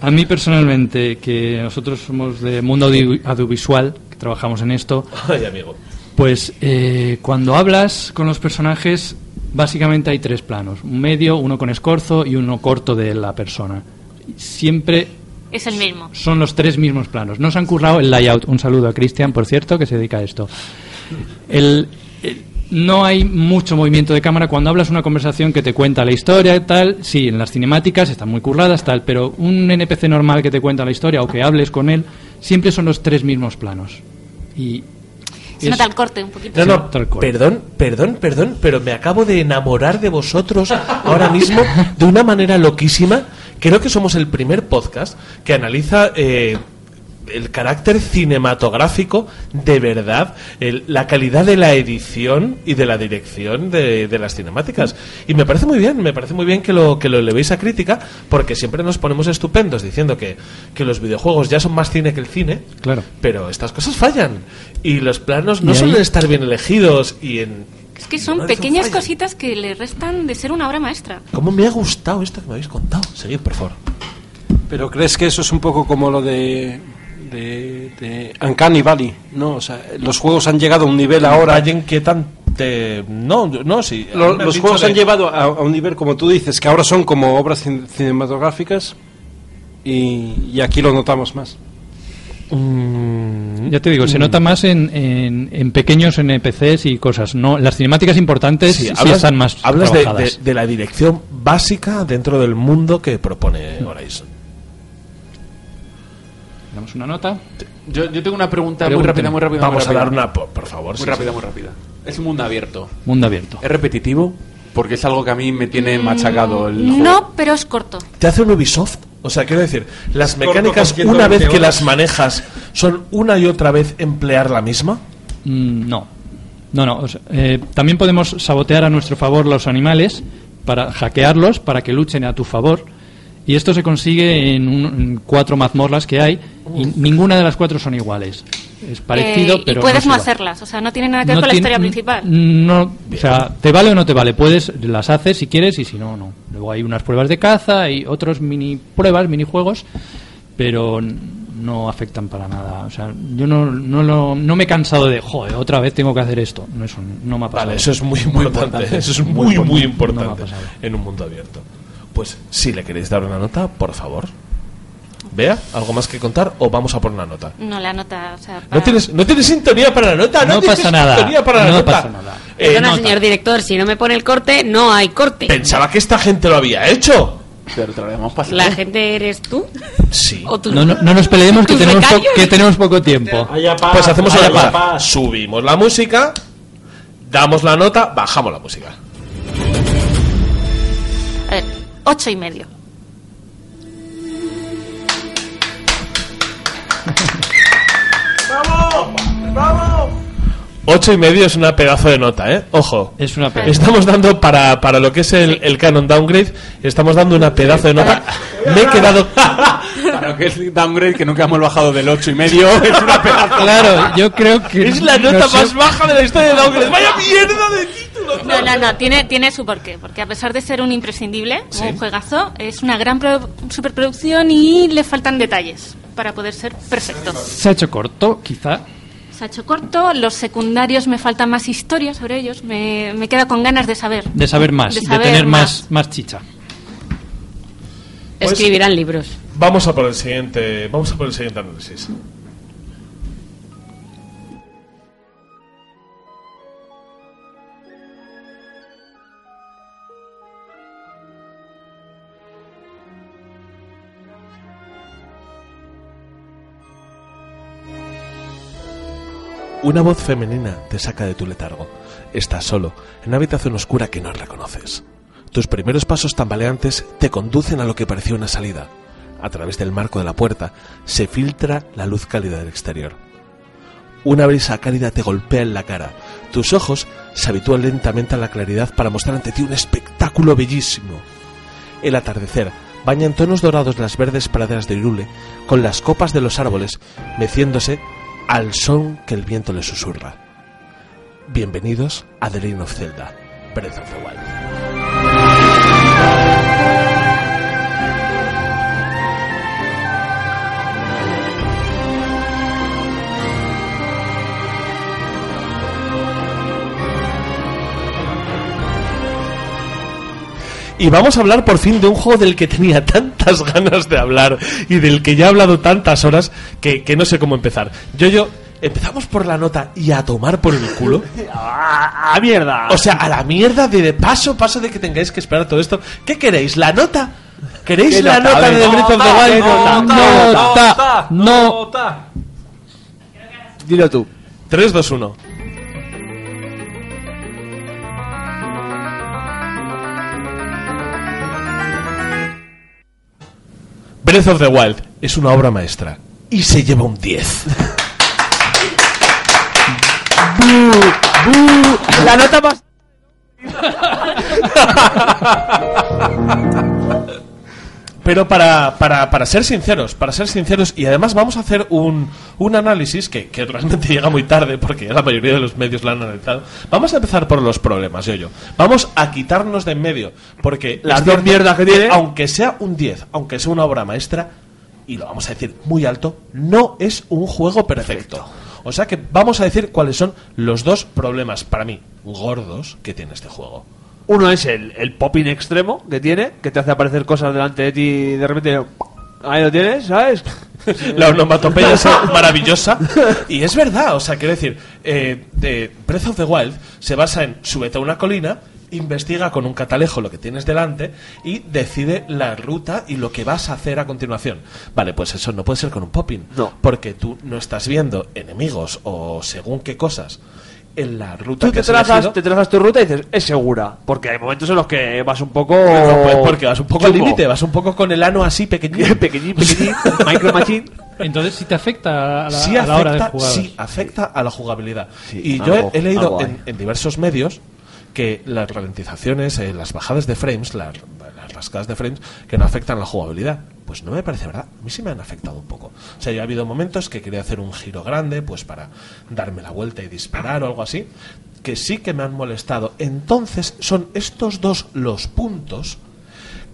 Speaker 3: A, a mí personalmente, que nosotros somos de mundo audio- audiovisual, que trabajamos en esto,
Speaker 1: Ay, amigo.
Speaker 3: Pues eh, cuando hablas con los personajes, básicamente hay tres planos: un medio, uno con escorzo y uno corto de la persona. Siempre
Speaker 2: Es el mismo.
Speaker 3: son los tres mismos planos. No se han currado el layout. Un saludo a Cristian, por cierto, que se dedica a esto. El- el- no hay mucho movimiento de cámara cuando hablas una conversación que te cuenta la historia y tal. Sí, en las cinemáticas están muy curradas, tal, pero un NPC normal que te cuenta la historia o que hables con él, siempre son los tres mismos planos. Y
Speaker 2: Se nota el corte un poquito.
Speaker 1: No, no, perdón, perdón, perdón, pero me acabo de enamorar de vosotros ahora mismo de una manera loquísima. Creo que somos el primer podcast que analiza eh, el carácter cinematográfico de verdad, el- la calidad de la edición y de la dirección de, de las cinemáticas. Y me parece muy bien, me parece muy bien que lo, que lo elevéis a crítica, porque siempre nos ponemos estupendos diciendo que, que los videojuegos ya son más cine que el cine.
Speaker 3: Claro.
Speaker 1: Pero estas cosas fallan. Y los planos no
Speaker 3: Y ahí-
Speaker 1: suelen estar bien elegidos. Y en.
Speaker 2: Es que son
Speaker 1: Madre, son
Speaker 2: pequeñas
Speaker 1: fallas.
Speaker 2: cositas que le restan de ser una obra maestra.
Speaker 1: ¿Cómo me ha gustado esto que me habéis contado? Seguid, por favor.
Speaker 12: Pero crees que eso es un poco como lo de, de, de Uncanny Valley, ¿no? O sea, los juegos han llegado a un nivel ahora.
Speaker 1: Vaya inquietante. No, no, sí.
Speaker 12: Lo-
Speaker 1: A mí me has
Speaker 12: los
Speaker 1: dicho
Speaker 12: juegos
Speaker 1: de-
Speaker 12: han llevado a, a un nivel, como tú dices, que ahora son como obras cin- cinematográficas y, y aquí lo notamos más.
Speaker 1: Mm,
Speaker 3: Mm, Ya te digo, se nota más en, en- en pequeños NPCs y cosas. No, las cinemáticas importantes sí, están más
Speaker 1: hablas de,
Speaker 3: trabajadas.
Speaker 1: de- de la dirección básica dentro del mundo que propone Horizon.
Speaker 3: Damos una nota.
Speaker 5: Yo, yo tengo una pregunta muy
Speaker 3: Pregúnteme.
Speaker 5: rápida, muy rápida.
Speaker 1: Vamos
Speaker 5: muy
Speaker 1: a
Speaker 5: rápida.
Speaker 1: dar una, por, por favor.
Speaker 5: Muy
Speaker 1: sí,
Speaker 5: rápida,
Speaker 1: sí.
Speaker 5: muy rápida. Es un mundo abierto.
Speaker 3: Mundo abierto.
Speaker 5: ¿Es repetitivo? Porque es algo que a mí me tiene machacado el juego.
Speaker 2: No, pero es corto.
Speaker 1: Te hace un Ubisoft. O sea, quiero decir, las
Speaker 5: Corto,
Speaker 1: mecánicas,
Speaker 5: con
Speaker 1: una
Speaker 5: 120
Speaker 1: vez que
Speaker 5: horas.
Speaker 1: las manejas, son una y otra vez emplear la misma.
Speaker 3: Mm, no. No, no. o sea, eh, también podemos sabotear a nuestro favor los animales para hackearlos, para que luchen a tu favor. Y esto se consigue en, un- en cuatro mazmorras que hay y ninguna de las cuatro son iguales. Es parecido,
Speaker 2: Eh,
Speaker 3: pero
Speaker 2: y puedes
Speaker 3: no
Speaker 2: no,
Speaker 3: es igual.
Speaker 2: hacerlas. O sea, no tiene nada Ah, que ver
Speaker 3: No
Speaker 2: con la
Speaker 3: tiene-
Speaker 2: historia principal.
Speaker 3: No, o sea, te vale o no te vale. Puedes, las haces si quieres y si no, no. Luego hay unas pruebas de caza y otros mini pruebas, minijuegos, pero n- no afectan para nada. O sea, yo no, no, lo- no me he cansado de, joder, otra vez tengo que hacer esto. No, eso no me ha pasado.
Speaker 1: Vale, eso es muy importante. Eso es muy, muy importante en un mundo abierto. Pues si le queréis dar una nota, por favor. Vea, ¿algo más que contar o vamos a por una nota?
Speaker 2: No, la nota. O sea, para-
Speaker 1: No tienes, no tienes sintonía para la nota, no,
Speaker 3: Ah. No
Speaker 1: tienes
Speaker 3: pasa nada,
Speaker 1: sintonía para la
Speaker 3: no
Speaker 1: nota.
Speaker 3: pasa nada.
Speaker 1: Eh,
Speaker 7: Perdona,
Speaker 1: nota.
Speaker 7: señor director, si no me pone el corte, no hay corte.
Speaker 1: Pensaba que esta gente lo había hecho.
Speaker 5: Pero te lo habíamos pasado.
Speaker 3: eh?
Speaker 7: ¿La gente eres tú?
Speaker 1: Sí.
Speaker 7: ¿O tú?
Speaker 3: No, no, no nos peleemos que
Speaker 7: ¿Tus
Speaker 3: tenemos, po-
Speaker 7: becarios?
Speaker 3: que tenemos poco tiempo.
Speaker 1: Pues hacemos
Speaker 3: vaya
Speaker 1: una cosa. Subimos la música, damos la nota, bajamos la música.
Speaker 2: A ver, ocho y medio.
Speaker 1: Ocho y medio es una pedazo de nota, ¿eh? Ojo.
Speaker 3: Es una pena.
Speaker 1: Estamos dando para, para lo que es el, el canon downgrade, estamos dando una pedazo de nota. Me he quedado
Speaker 5: Para lo que es downgrade, que nunca hemos bajado del 8 y medio, es una pedazo.
Speaker 3: Claro, yo creo que...
Speaker 1: Es la nota
Speaker 3: no sé-
Speaker 1: más baja de la historia de Downgrade. ¡Vaya mierda de título!
Speaker 2: No, no, no, tiene, tiene su porqué, porque a pesar de ser un imprescindible,
Speaker 13: Sí.
Speaker 2: un juegazo, es una gran pro- superproducción y le faltan detalles para poder ser perfecto.
Speaker 3: Se ha hecho corto, quizá.
Speaker 2: Se ha hecho corto, los secundarios me faltan más historias sobre ellos, me, me queda con ganas de saber.
Speaker 3: De saber más, de,
Speaker 2: saber
Speaker 3: tener más, más chicha.
Speaker 1: Pues-
Speaker 7: Escribirán libros.
Speaker 1: Vamos a por el siguiente, vamos a por el siguiente análisis. Una voz femenina te saca de tu letargo. Estás solo, en una habitación oscura que no reconoces. Tus primeros pasos tambaleantes te conducen a lo que parecía una salida. A través del marco de la puerta se filtra la luz cálida del exterior. Una brisa cálida te golpea en la cara. Tus ojos se habitúan lentamente a la claridad para mostrar ante ti un espectáculo bellísimo. El atardecer baña en tonos dorados las verdes praderas de Irule, con las copas de los árboles meciéndose al son que el viento le susurra. Bienvenidos a The Legend of Zelda, Breath of the Wild. Y vamos a hablar por fin de un juego del que tenía tantas ganas de hablar y del que ya he hablado tantas horas que, que no sé cómo empezar. Yo, yo, empezamos por la nota y a tomar por el culo.
Speaker 6: a, a Ah, mierda.
Speaker 1: O sea, a la mierda de, de paso, paso de que tengáis que esperar todo esto. ¿Qué queréis? ¿La nota? ¿Queréis
Speaker 6: ¿Qué
Speaker 1: la
Speaker 6: nota?
Speaker 1: nota de The
Speaker 6: Venga.
Speaker 1: Breath of the
Speaker 6: Nota,
Speaker 1: Wild?
Speaker 6: nota, nota,
Speaker 1: no.
Speaker 12: Nota.
Speaker 1: Dilo tú. 3, 2, 1. Breath of the Wild es una obra maestra y se lleva un 10.
Speaker 6: La nota más.
Speaker 1: Pero para, para, para ser sinceros, para ser sinceros, y además vamos a hacer un, un análisis que, que realmente llega muy tarde porque ya la mayoría de los medios lo han analizado. Vamos a empezar por los problemas, yo yo. Vamos a quitarnos de en medio porque
Speaker 6: Las
Speaker 1: es
Speaker 6: dos
Speaker 1: cierto
Speaker 6: mierdas que tiene.
Speaker 1: Aunque sea un 10, aunque sea una obra maestra, y lo vamos a decir muy alto, no es un juego perfecto. O sea que vamos a decir cuáles son los dos problemas, para mí, gordos que tiene este juego.
Speaker 6: Uno es el, el popping extremo que tiene, que te hace aparecer cosas delante de ti y de repente. Ahí lo tienes, ¿sabes?
Speaker 1: La onomatopeya es maravillosa. Y es verdad, o sea, quiero decir, eh, de Breath of the Wild se basa en súbete a una colina, investiga con un catalejo lo que tienes delante y decide la ruta y lo que vas a hacer a continuación. Vale, pues eso no puede ser con un popping. No. Porque tú no estás viendo enemigos o según qué cosas en la ruta
Speaker 6: Tú
Speaker 1: que
Speaker 6: te
Speaker 1: has elegido.
Speaker 6: trazas, te trazas tu ruta y dices, es segura. Porque hay momentos en los que vas un poco.
Speaker 1: No, pues, porque vas un poco al
Speaker 6: chungo.
Speaker 1: límite, vas un poco con el ano así pequeñito.
Speaker 6: pequeñín, pequeñín, micro machine.
Speaker 3: Entonces, si te afecta a la,
Speaker 1: sí
Speaker 3: a la
Speaker 1: afecta,
Speaker 3: hora de jugar.
Speaker 1: sí afecta a la jugabilidad. y yo he-
Speaker 3: algo,
Speaker 1: he, leído
Speaker 3: algo hay.
Speaker 1: en, en diversos medios que las ralentizaciones, eh, las bajadas de frames, las, las rascadas de frames, que no afectan a la jugabilidad. Pues no me parece verdad. A mí sí me han afectado un poco. O sea, yo ha habido momentos que quería hacer un giro grande, pues para darme la vuelta y disparar o algo así, que sí que me han molestado. Entonces son estos dos los puntos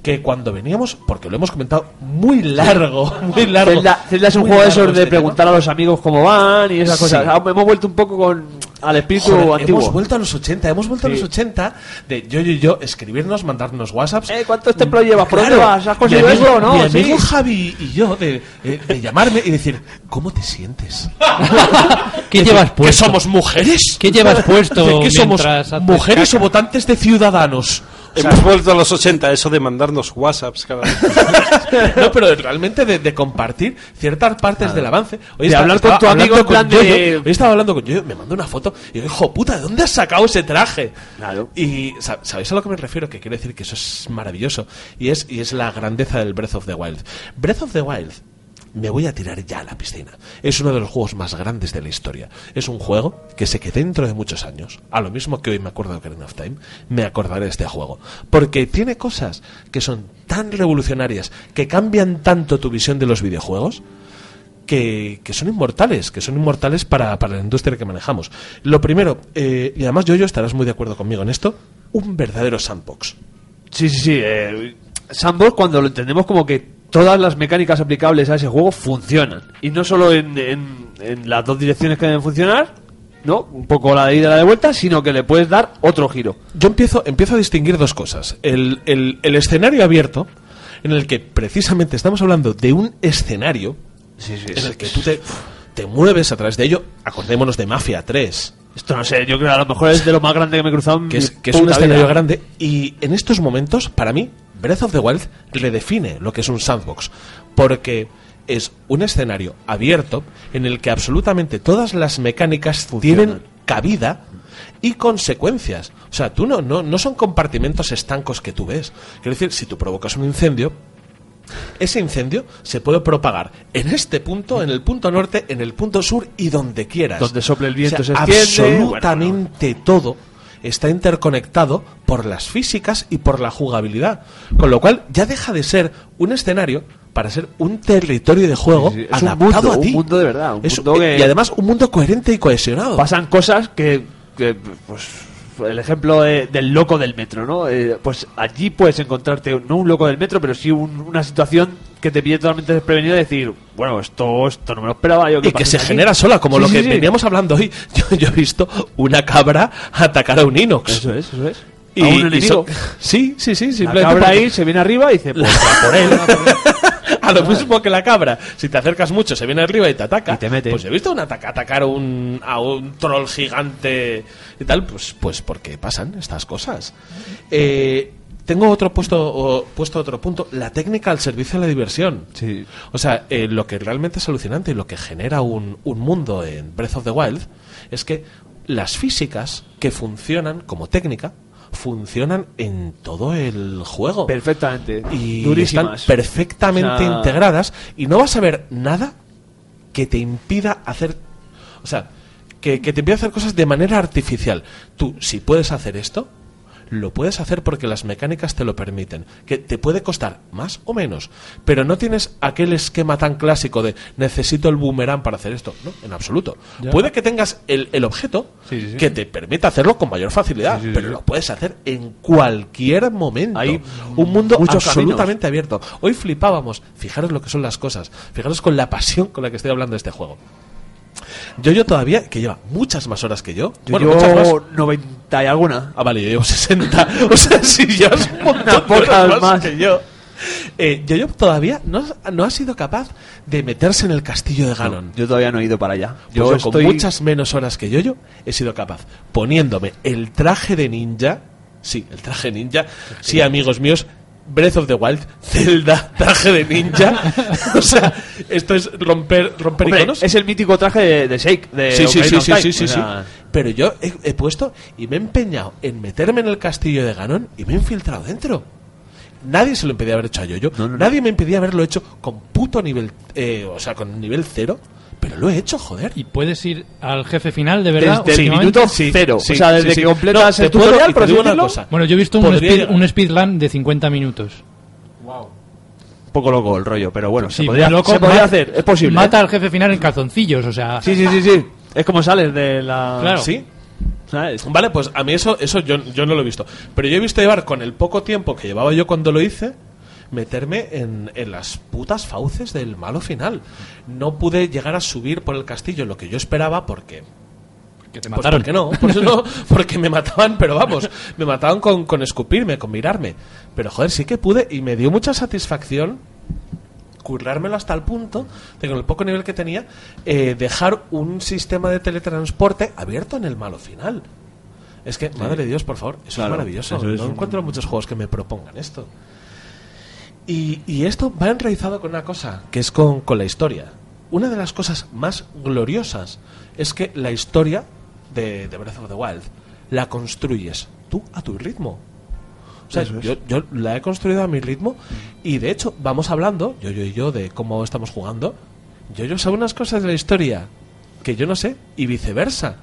Speaker 1: que cuando veníamos, porque lo hemos comentado, muy largo, muy largo.
Speaker 6: Zelda, Zelda es un
Speaker 1: muy
Speaker 6: juego de
Speaker 1: largo
Speaker 6: esos de
Speaker 1: este tema.
Speaker 6: preguntar a los amigos cómo van y esas
Speaker 1: Sí.
Speaker 6: cosas. Ah, Hemos vuelto un poco con al espíritu
Speaker 1: Joder,
Speaker 6: antiguo.
Speaker 1: Hemos vuelto a los 80, hemos vuelto a
Speaker 6: Sí.
Speaker 1: los 80 de yo, yo, yo, escribirnos, mandarnos WhatsApps.
Speaker 6: Eh, ¿Cuántos templos llevas? ¿Por dónde
Speaker 1: Claro,
Speaker 6: vas? ¿Has
Speaker 1: mi
Speaker 6: conseguido
Speaker 1: amigo-
Speaker 6: eso o no?
Speaker 1: Mi
Speaker 6: Sí.
Speaker 1: amigo Javi y yo de, eh, de llamarme y decir, ¿cómo te sientes?
Speaker 3: ¿Qué llevas
Speaker 1: ¿Que
Speaker 3: puesto?
Speaker 1: somos mujeres?
Speaker 3: ¿Qué llevas puesto
Speaker 1: ¿De ¿Qué somos
Speaker 3: mientras haces
Speaker 1: mujeres o votantes de ciudadanos? O sea,
Speaker 12: Hemos vuelto a los 80, eso de mandarnos WhatsApps cada vez.
Speaker 1: no, pero realmente de, de compartir ciertas partes del avance.
Speaker 6: Ah. De hablar con
Speaker 1: estaba
Speaker 6: tu amigo
Speaker 1: hablando
Speaker 6: en plan
Speaker 1: con Yoyo,
Speaker 6: de-
Speaker 1: Hoy estaba hablando con yo, me mandó una foto y digo, hijo puta, ¿de dónde has sacado ese traje? Y sa- ¿sabéis a lo que me refiero? Que quiero decir que eso es maravilloso. Y es, y es la grandeza del Breath of the Wild. Breath of the Wild. Me voy a tirar ya a la piscina. Es uno de los juegos más grandes de la historia. Es un juego que sé que dentro de muchos años, a lo mismo que hoy me acuerdo de Ocarina of Time, me acordaré de este juego. Porque tiene cosas que son tan revolucionarias, que cambian tanto tu visión de los videojuegos, que, que son inmortales, que son inmortales para, para la industria que manejamos. Lo primero, eh, y además, yo, yo estarás muy de acuerdo conmigo en esto, un verdadero sandbox.
Speaker 6: Sí, sí, sí. eh, sandbox cuando lo entendemos como que todas las mecánicas aplicables a ese juego funcionan. Y no solo en, en- en las dos direcciones que deben funcionar, ¿no? Un poco la de ida y la de vuelta, sino que le puedes dar otro giro.
Speaker 1: Yo empiezo, empiezo a distinguir dos cosas. El, el- el escenario abierto, en el que precisamente estamos hablando de un escenario en el que tú te, te mueves a través de ello. Acordémonos de Mafia 3.
Speaker 6: Esto no sé, yo creo que a lo mejor es de lo más grande que me he cruzado en
Speaker 1: que es,
Speaker 6: mi
Speaker 1: que es un
Speaker 6: puta vida.
Speaker 1: escenario grande. Y en estos momentos, para mí, Breath of the Wild redefine lo que es un sandbox. Porque es un escenario abierto en el que absolutamente todas las mecánicas tienen cabida y consecuencias. O sea, tú no, no, no son compartimentos estancos que tú ves. Quiero decir, si tú provocas un incendio, ese incendio se puede propagar en este punto, en el punto norte, en el punto sur y donde quieras.
Speaker 6: Donde sople el viento
Speaker 1: O sea,
Speaker 6: se extiende.
Speaker 1: Absolutamente todo está interconectado por las físicas y por la jugabilidad. Con lo cual ya deja de ser un escenario para ser un territorio de juego
Speaker 6: Sí, sí, es un
Speaker 1: adaptado
Speaker 6: mundo,
Speaker 1: a ti.
Speaker 6: un mundo de verdad, un
Speaker 1: Es-
Speaker 6: mundo que-
Speaker 1: Y además un mundo coherente y cohesionado.
Speaker 6: Pasan cosas que, que, pues, el ejemplo de- del loco del metro, ¿no? Eh, pues allí puedes encontrarte, no un loco del metro, pero sí un- una situación que te pide totalmente desprevenido y decir, bueno, esto, esto no me lo esperaba yo.
Speaker 1: y que se genera sola, como lo que veníamos hablando hoy. Yo, yo he visto una cabra atacar a un inox.
Speaker 6: Eso es, eso es.
Speaker 1: Y,
Speaker 6: A un
Speaker 1: y
Speaker 6: enemigo.
Speaker 1: so- sí, sí, sí,
Speaker 6: La
Speaker 1: simplemente.
Speaker 6: cabra
Speaker 1: porque-
Speaker 6: ahí se viene arriba y dice, pues, a por él.
Speaker 1: A lo mismo que la cabra. Si te acercas mucho, se viene arriba y te ataca. Pues he visto un ataca, atacar a un, a un troll gigante y tal. Pues, pues porque pasan estas cosas. Eh, tengo otro puesto, o- puesto otro punto. La técnica al servicio de la diversión. O sea, eh, lo que realmente es alucinante y lo que genera un, un mundo en Breath of the Wild es que las físicas que funcionan como técnica funcionan en todo el juego.
Speaker 6: Perfectamente.
Speaker 1: Y
Speaker 6: Durísimas.
Speaker 1: están perfectamente
Speaker 6: O sea-
Speaker 1: integradas y no vas a ver nada que te impida hacer... O sea, que, que te impida hacer cosas de manera artificial. Tú, si puedes hacer esto, lo puedes hacer porque las mecánicas te lo permiten. Que te puede costar más o menos, pero no tienes aquel esquema tan clásico de necesito el boomerang para hacer esto. No, en absoluto.
Speaker 9: Ya.
Speaker 1: Puede que tengas el, el objeto que te permita hacerlo con mayor facilidad, pero lo puedes hacer en cualquier momento. Hay un mundo
Speaker 6: muchos
Speaker 1: absolutamente abierto. Hoy flipábamos. Fijaros lo que son las cosas. Fijaros con la pasión con la que estoy hablando de este juego. Yo, yo todavía, que lleva muchas más horas que yo.
Speaker 6: Yo
Speaker 1: bueno,
Speaker 6: llevo
Speaker 1: muchas más.
Speaker 6: 90 y alguna.
Speaker 1: Ah, vale, yo llevo 60. O sea, si llevas un montón de
Speaker 6: pocas
Speaker 1: horas más,
Speaker 6: más.
Speaker 1: que yo. Eh, Yoyo todavía no, no ha sido capaz de meterse en el castillo de Ganon.
Speaker 6: Yo todavía Ah, no he ido para allá.
Speaker 1: Pues
Speaker 6: Yo
Speaker 1: yo
Speaker 6: estoy-
Speaker 1: con muchas menos horas que yo, yo he sido capaz, poniéndome el traje de ninja, sí, el traje ninja, sí, amigos míos, Breath of the Wild, Zelda, traje de ninja. o sea, esto es romper, romper
Speaker 6: Hombre,
Speaker 1: iconos.
Speaker 6: es el mítico traje de, de Shake. De
Speaker 1: sí, sí,
Speaker 6: Ocarina
Speaker 1: sí,
Speaker 6: of
Speaker 1: sí,
Speaker 6: Time.
Speaker 1: sí, sí,
Speaker 6: O
Speaker 1: sí.
Speaker 6: sea,
Speaker 1: Pero yo he, he puesto y me he empeñado en meterme en el castillo de Ganon y me he infiltrado dentro. Nadie se lo impedía haber hecho a Yoyo. Nadie me impedía haberlo hecho con puto nivel, eh, o sea, con nivel cero. Pero lo he hecho, joder.
Speaker 3: Y puedes ir al jefe final, de verdad.
Speaker 1: Desde el
Speaker 3: últimamente?
Speaker 1: minuto Sí, cero. sí, O sea, desde sí, sí. que completas No, el te puedo- tutorial, y te por así digo una decirlo, cosa.
Speaker 3: Bueno, yo he visto un,
Speaker 1: Podría
Speaker 3: speed,
Speaker 1: llegar.
Speaker 3: un speedrun de 50 minutos.
Speaker 6: Un poco loco el rollo, pero bueno, se
Speaker 3: Sí,
Speaker 6: podría,
Speaker 3: loco,
Speaker 6: se podría
Speaker 3: ma-
Speaker 6: hacer. Es posible.
Speaker 3: Mata al jefe final en calzoncillos, o sea.
Speaker 6: ¿eh? Sí, sí, sí, sí. Es como sales de la.
Speaker 3: Claro.
Speaker 1: Sí. Vale, pues a mí eso, eso yo, yo no lo he visto. Pero yo he visto llevar con el poco tiempo que llevaba yo cuando lo hice, meterme en, en las putas fauces del malo final. No pude llegar a subir por el castillo lo que yo esperaba porque...
Speaker 3: Que te
Speaker 1: Pues
Speaker 3: mataron.
Speaker 1: porque no, por eso no, porque me mataban, pero vamos, me mataban con, con escupirme, con mirarme. Pero joder, sí que pude y me dio mucha satisfacción currármelo hasta el punto de con el poco nivel que tenía, eh, dejar un sistema de teletransporte abierto en el malo final. Es que, madre de Dios, por favor, eso
Speaker 6: Claro,
Speaker 1: es maravilloso.
Speaker 6: eso es
Speaker 1: no
Speaker 6: un-
Speaker 1: encuentro muchos juegos que me propongan esto. Y, y esto va enraizado con una cosa, que es con, con la historia. Una de las cosas más gloriosas es que la historia de, de Breath of the Wild la construyes tú a tu ritmo. O sea,
Speaker 6: Eso es.
Speaker 1: yo, yo la he construido a mi ritmo y de hecho vamos hablando, yo, yo y yo, de cómo estamos jugando. Yo, yo sabe unas cosas de la historia que yo no sé y viceversa.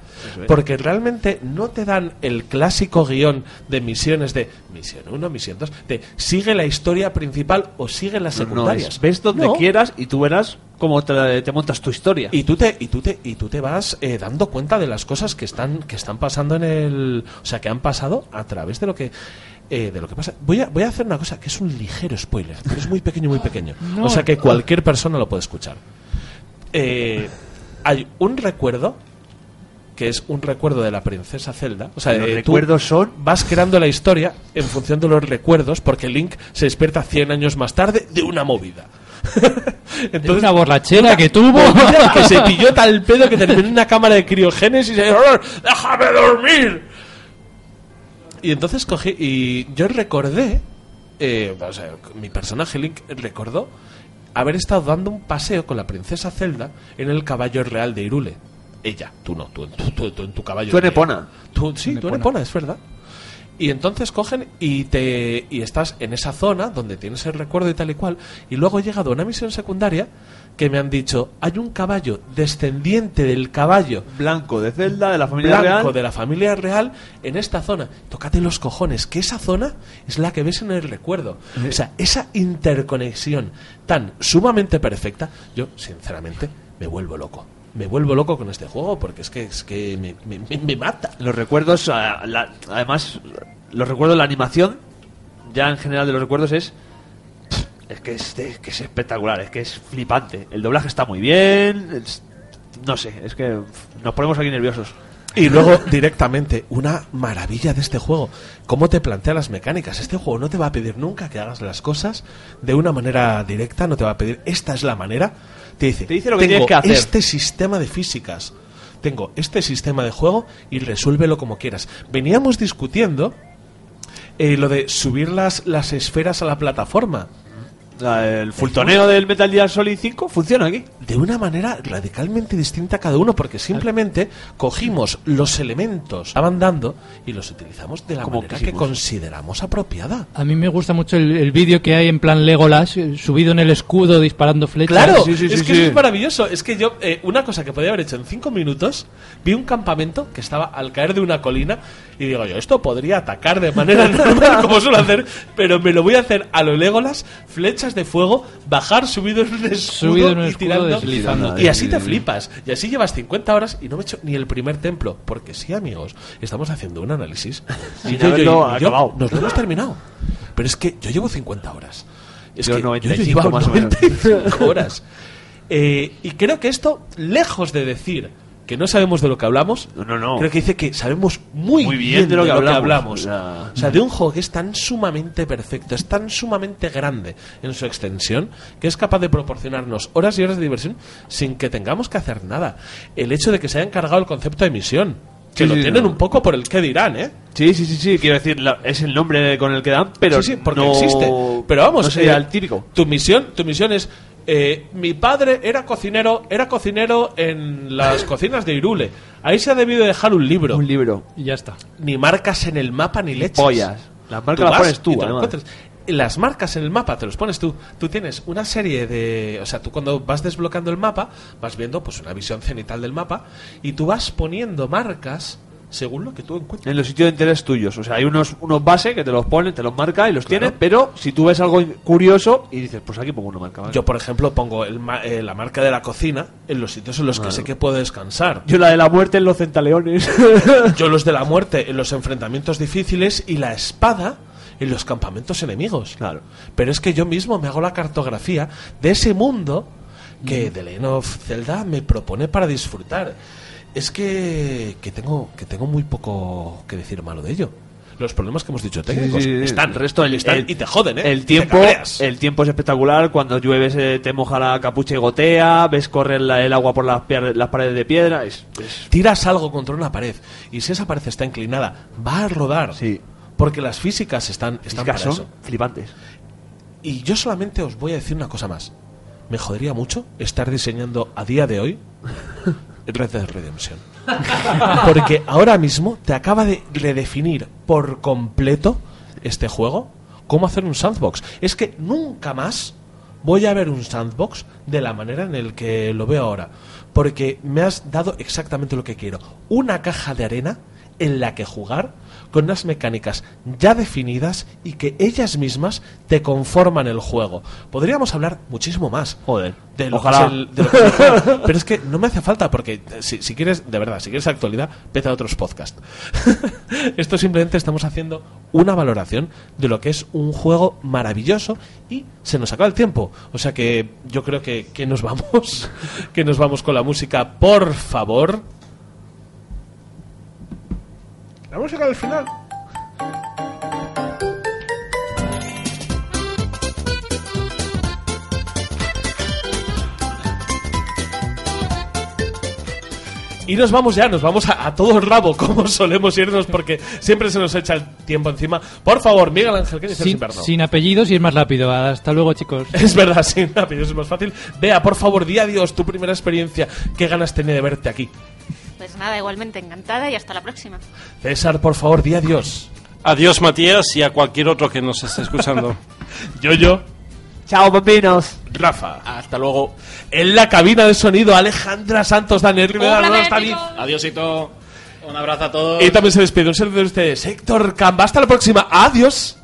Speaker 1: Porque realmente no te dan el clásico guión de misiones de misión 1, misión 2, de sigue la historia principal o sigue las
Speaker 6: No, no,
Speaker 1: secundarias.
Speaker 6: es- ves donde quieras y tú verás cómo te, te montas tu historia.
Speaker 1: Y tú te, y tú te, y tú te vas eh, dando cuenta de las cosas que están, que están pasando en el. O sea, que han pasado a través de lo que. eh, de lo que pasa. Voy a, voy a hacer una cosa que es un ligero spoiler, pero es muy pequeño, muy pequeño.
Speaker 13: No.
Speaker 1: O sea que cualquier persona lo puede escuchar. Eh, hay un recuerdo que es un recuerdo de la princesa Zelda. O sea,
Speaker 6: Los
Speaker 1: eh, tú
Speaker 6: recuerdos son-
Speaker 1: Vas creando la historia en función de los recuerdos, porque Link se despierta 100 años más tarde de una movida. Entonces,
Speaker 3: De una borrachera que tuvo.
Speaker 1: Pues
Speaker 6: pues
Speaker 1: Mira, que se pilló tal pedo que terminó en una cámara de criogénesis y "Arr, ¡Déjame dormir! Y entonces cogí y yo recordé, eh, o sea, mi personaje Link recordó haber estado dando un paseo con la princesa Zelda en el caballo real de Irule. Ella, tú no, tú, tú- tú- tú en tu caballo.
Speaker 6: Tú en
Speaker 1: de-
Speaker 6: Epona.
Speaker 1: Tú, sí, tú en Epona, es verdad. Y entonces cogen y te y estás en esa zona donde tienes el recuerdo y tal y cual. Y luego he llegado a una misión secundaria que me han dicho, hay un caballo descendiente del caballo
Speaker 6: Blanco de Zelda, de la familia
Speaker 1: blanco
Speaker 6: real.
Speaker 1: de la familia real en esta zona. Tócate los cojones, que esa zona es la que ves en el recuerdo. O sea, esa interconexión tan sumamente perfecta, yo sinceramente me vuelvo loco. Me vuelvo loco con este juego porque es que, es que me, me- me- me mata.
Speaker 6: Los recuerdos, a- la- además, los recuerdos, la animación, ya en general de los recuerdos es. Es que es, es que es espectacular, es que es flipante. El doblaje está muy bien. es- no sé, es que pff, nos ponemos aquí nerviosos.
Speaker 1: Y luego directamente, una maravilla de este juego, cómo te plantea las mecánicas. Este juego no te va a pedir nunca que hagas las cosas de una manera directa, no te va a pedir, esta es la manera. Te dice,
Speaker 6: Te dice lo que
Speaker 1: "Tengo
Speaker 6: tienes que hacer".
Speaker 1: Este sistema de físicas, tengo este sistema de juego y resuélvelo como quieras. Veníamos discutiendo eh, lo de subir las, las esferas a la plataforma.
Speaker 6: La- el fultoneo del Metal Gear Solid 5 funciona aquí.
Speaker 1: de una manera radicalmente distinta a cada uno, porque simplemente cogimos los elementos que estaban dando y los utilizamos de la manera que consideramos apropiada.
Speaker 3: A mí me gusta mucho el, el vídeo que hay en plan Legolas, eh, subido en el escudo disparando flechas.
Speaker 1: Claro, es que eso es maravilloso. Es que yo, eh, una cosa que podía haber hecho en cinco minutos, vi un campamento que estaba al caer de una colina y digo yo, esto podría atacar de manera normal como suelo hacer, pero me lo voy a hacer a lo Legolas, flechas de fuego, bajar subido en un escudo
Speaker 3: Subido en un
Speaker 1: y
Speaker 3: escudo,
Speaker 1: tirando.
Speaker 3: deslizándote.
Speaker 1: Y así te flipas. Y así llevas 50 horas y no me he hecho ni el primer templo. Porque sí, amigos, estamos haciendo un análisis.
Speaker 6: Sin haberlo acabado.
Speaker 1: nos lo hemos terminado. Pero es que yo llevo 50 horas. Es
Speaker 6: Yo
Speaker 1: que
Speaker 6: 95
Speaker 1: yo llevaba
Speaker 6: más o menos.
Speaker 1: 95 horas. Eh, y creo que esto, lejos de decir que no sabemos de lo que hablamos, creo que dice que sabemos muy,
Speaker 6: Muy
Speaker 1: bien, de lo que hablamos.
Speaker 6: Ya.
Speaker 1: O sea, de un juego que es tan sumamente perfecto, es tan sumamente grande en su extensión, que es capaz de proporcionarnos horas y horas de diversión sin que tengamos que hacer nada. El hecho de que se hayan cargado el concepto de misión, que
Speaker 6: Sí,
Speaker 1: lo
Speaker 6: sí,
Speaker 1: tienen
Speaker 6: no.
Speaker 1: un poco por el que dirán, ¿eh?
Speaker 6: Sí, sí, sí, sí, quiero decir, la- es el nombre con el que dan, pero
Speaker 1: sí, sí, porque
Speaker 6: no-
Speaker 1: existe. Pero vamos,
Speaker 6: no sería
Speaker 1: eh,
Speaker 6: el típico.
Speaker 1: Tu misión, tu misión es eh, mi padre era cocinero, era cocinero en las cocinas de Irule. Ahí se ha debido dejar un libro.
Speaker 6: Un libro.
Speaker 3: Y ya está.
Speaker 1: Ni marcas en el mapa ni leches.
Speaker 6: pollas. Las marcas las
Speaker 1: vas
Speaker 6: pones tú,
Speaker 1: y te lo
Speaker 6: además.
Speaker 1: encuentras. Las marcas en el mapa te los pones tú. Tú tienes una serie de. O sea, tú cuando vas desbloqueando el mapa, vas viendo pues una visión cenital del mapa y tú vas poniendo marcas según lo que tú encuentres.
Speaker 6: En los sitios de interés tuyos. O sea, hay unos, unos bases que te los ponen, te los marca y los tienes, pero si tú ves algo curioso y dices, pues aquí pongo una marca. ¿vale?
Speaker 1: Yo, por ejemplo, pongo el ma- eh, la marca de la cocina en los sitios en los que sé que puedo descansar.
Speaker 6: Yo la de la muerte en los centaleones.
Speaker 1: Yo los de la muerte en los enfrentamientos difíciles y la espada en los campamentos enemigos. Claro. Pero es que yo mismo me hago la cartografía de ese mundo que
Speaker 6: Mm.
Speaker 1: The Legend of Zelda me propone para disfrutar. Es que, que tengo, que tengo muy poco que decir malo de ello. Los problemas que hemos dicho técnicos
Speaker 6: Sí, sí, sí.
Speaker 1: están,
Speaker 6: El resto del-
Speaker 1: están
Speaker 6: el-
Speaker 1: y te joden, ¿eh? Y
Speaker 6: El
Speaker 1: te
Speaker 6: tiempo,
Speaker 1: cabreas.
Speaker 6: el tiempo es espectacular. Cuando llueves eh, te moja la capucha y gotea. Ves correr la- el agua por las, pier- las paredes de piedra. Es, es-
Speaker 1: tiras algo contra una pared y si esa pared está inclinada, va a rodar. Porque las físicas están, están
Speaker 6: físicas
Speaker 1: para
Speaker 6: son
Speaker 1: eso.
Speaker 6: flipantes.
Speaker 1: Y yo solamente os voy a decir una cosa más. Me jodería mucho estar diseñando a día de hoy Red Dead Redemption. Porque ahora mismo te acaba de redefinir por completo este juego cómo hacer un sandbox. Es que nunca más voy a ver un sandbox de la manera en el que lo veo ahora. Porque me has dado exactamente lo que quiero. Una caja de arena en la que jugar con unas mecánicas ya definidas y que ellas mismas te conforman el juego. Podríamos hablar muchísimo más. Joder. De lo
Speaker 6: ojalá.
Speaker 1: que es el- de lo que es el juego. Pero es que no me hace falta porque eh, si, si quieres, de verdad, si quieres actualidad, vete a otros podcasts. Esto simplemente estamos haciendo una valoración de lo que es un juego maravilloso y se nos acaba el tiempo. O sea que yo creo que, que nos vamos, que nos vamos con la música, por favor. La música del final. Y nos vamos ya, nos vamos a, a todo el rabo, como solemos irnos, porque siempre se nos echa el tiempo encima. Por favor, Miguel Ángel, ¿qué dices
Speaker 3: Sin,
Speaker 1: perdón?
Speaker 3: sin apellidos y es más rápido. Hasta luego, chicos.
Speaker 1: Es verdad, sí, rápido, es más fácil. Vea, por favor, di adiós tu primera experiencia. Qué ganas tenía de verte aquí.
Speaker 2: Pues nada, igualmente encantada y hasta la próxima.
Speaker 1: César, por favor, di adiós.
Speaker 12: Adiós, Matías, y a cualquier otro que nos esté escuchando.
Speaker 1: yo, yo.
Speaker 6: Chao, papinos.
Speaker 1: Rafa. Hasta luego. En la cabina de sonido, Alejandra Santos, Daniel Rivera, Rodas, David.
Speaker 8: Adiósito. Un abrazo a todos.
Speaker 1: Y también se despide un servidor de ustedes, Héctor Camba. Hasta la próxima. Adiós.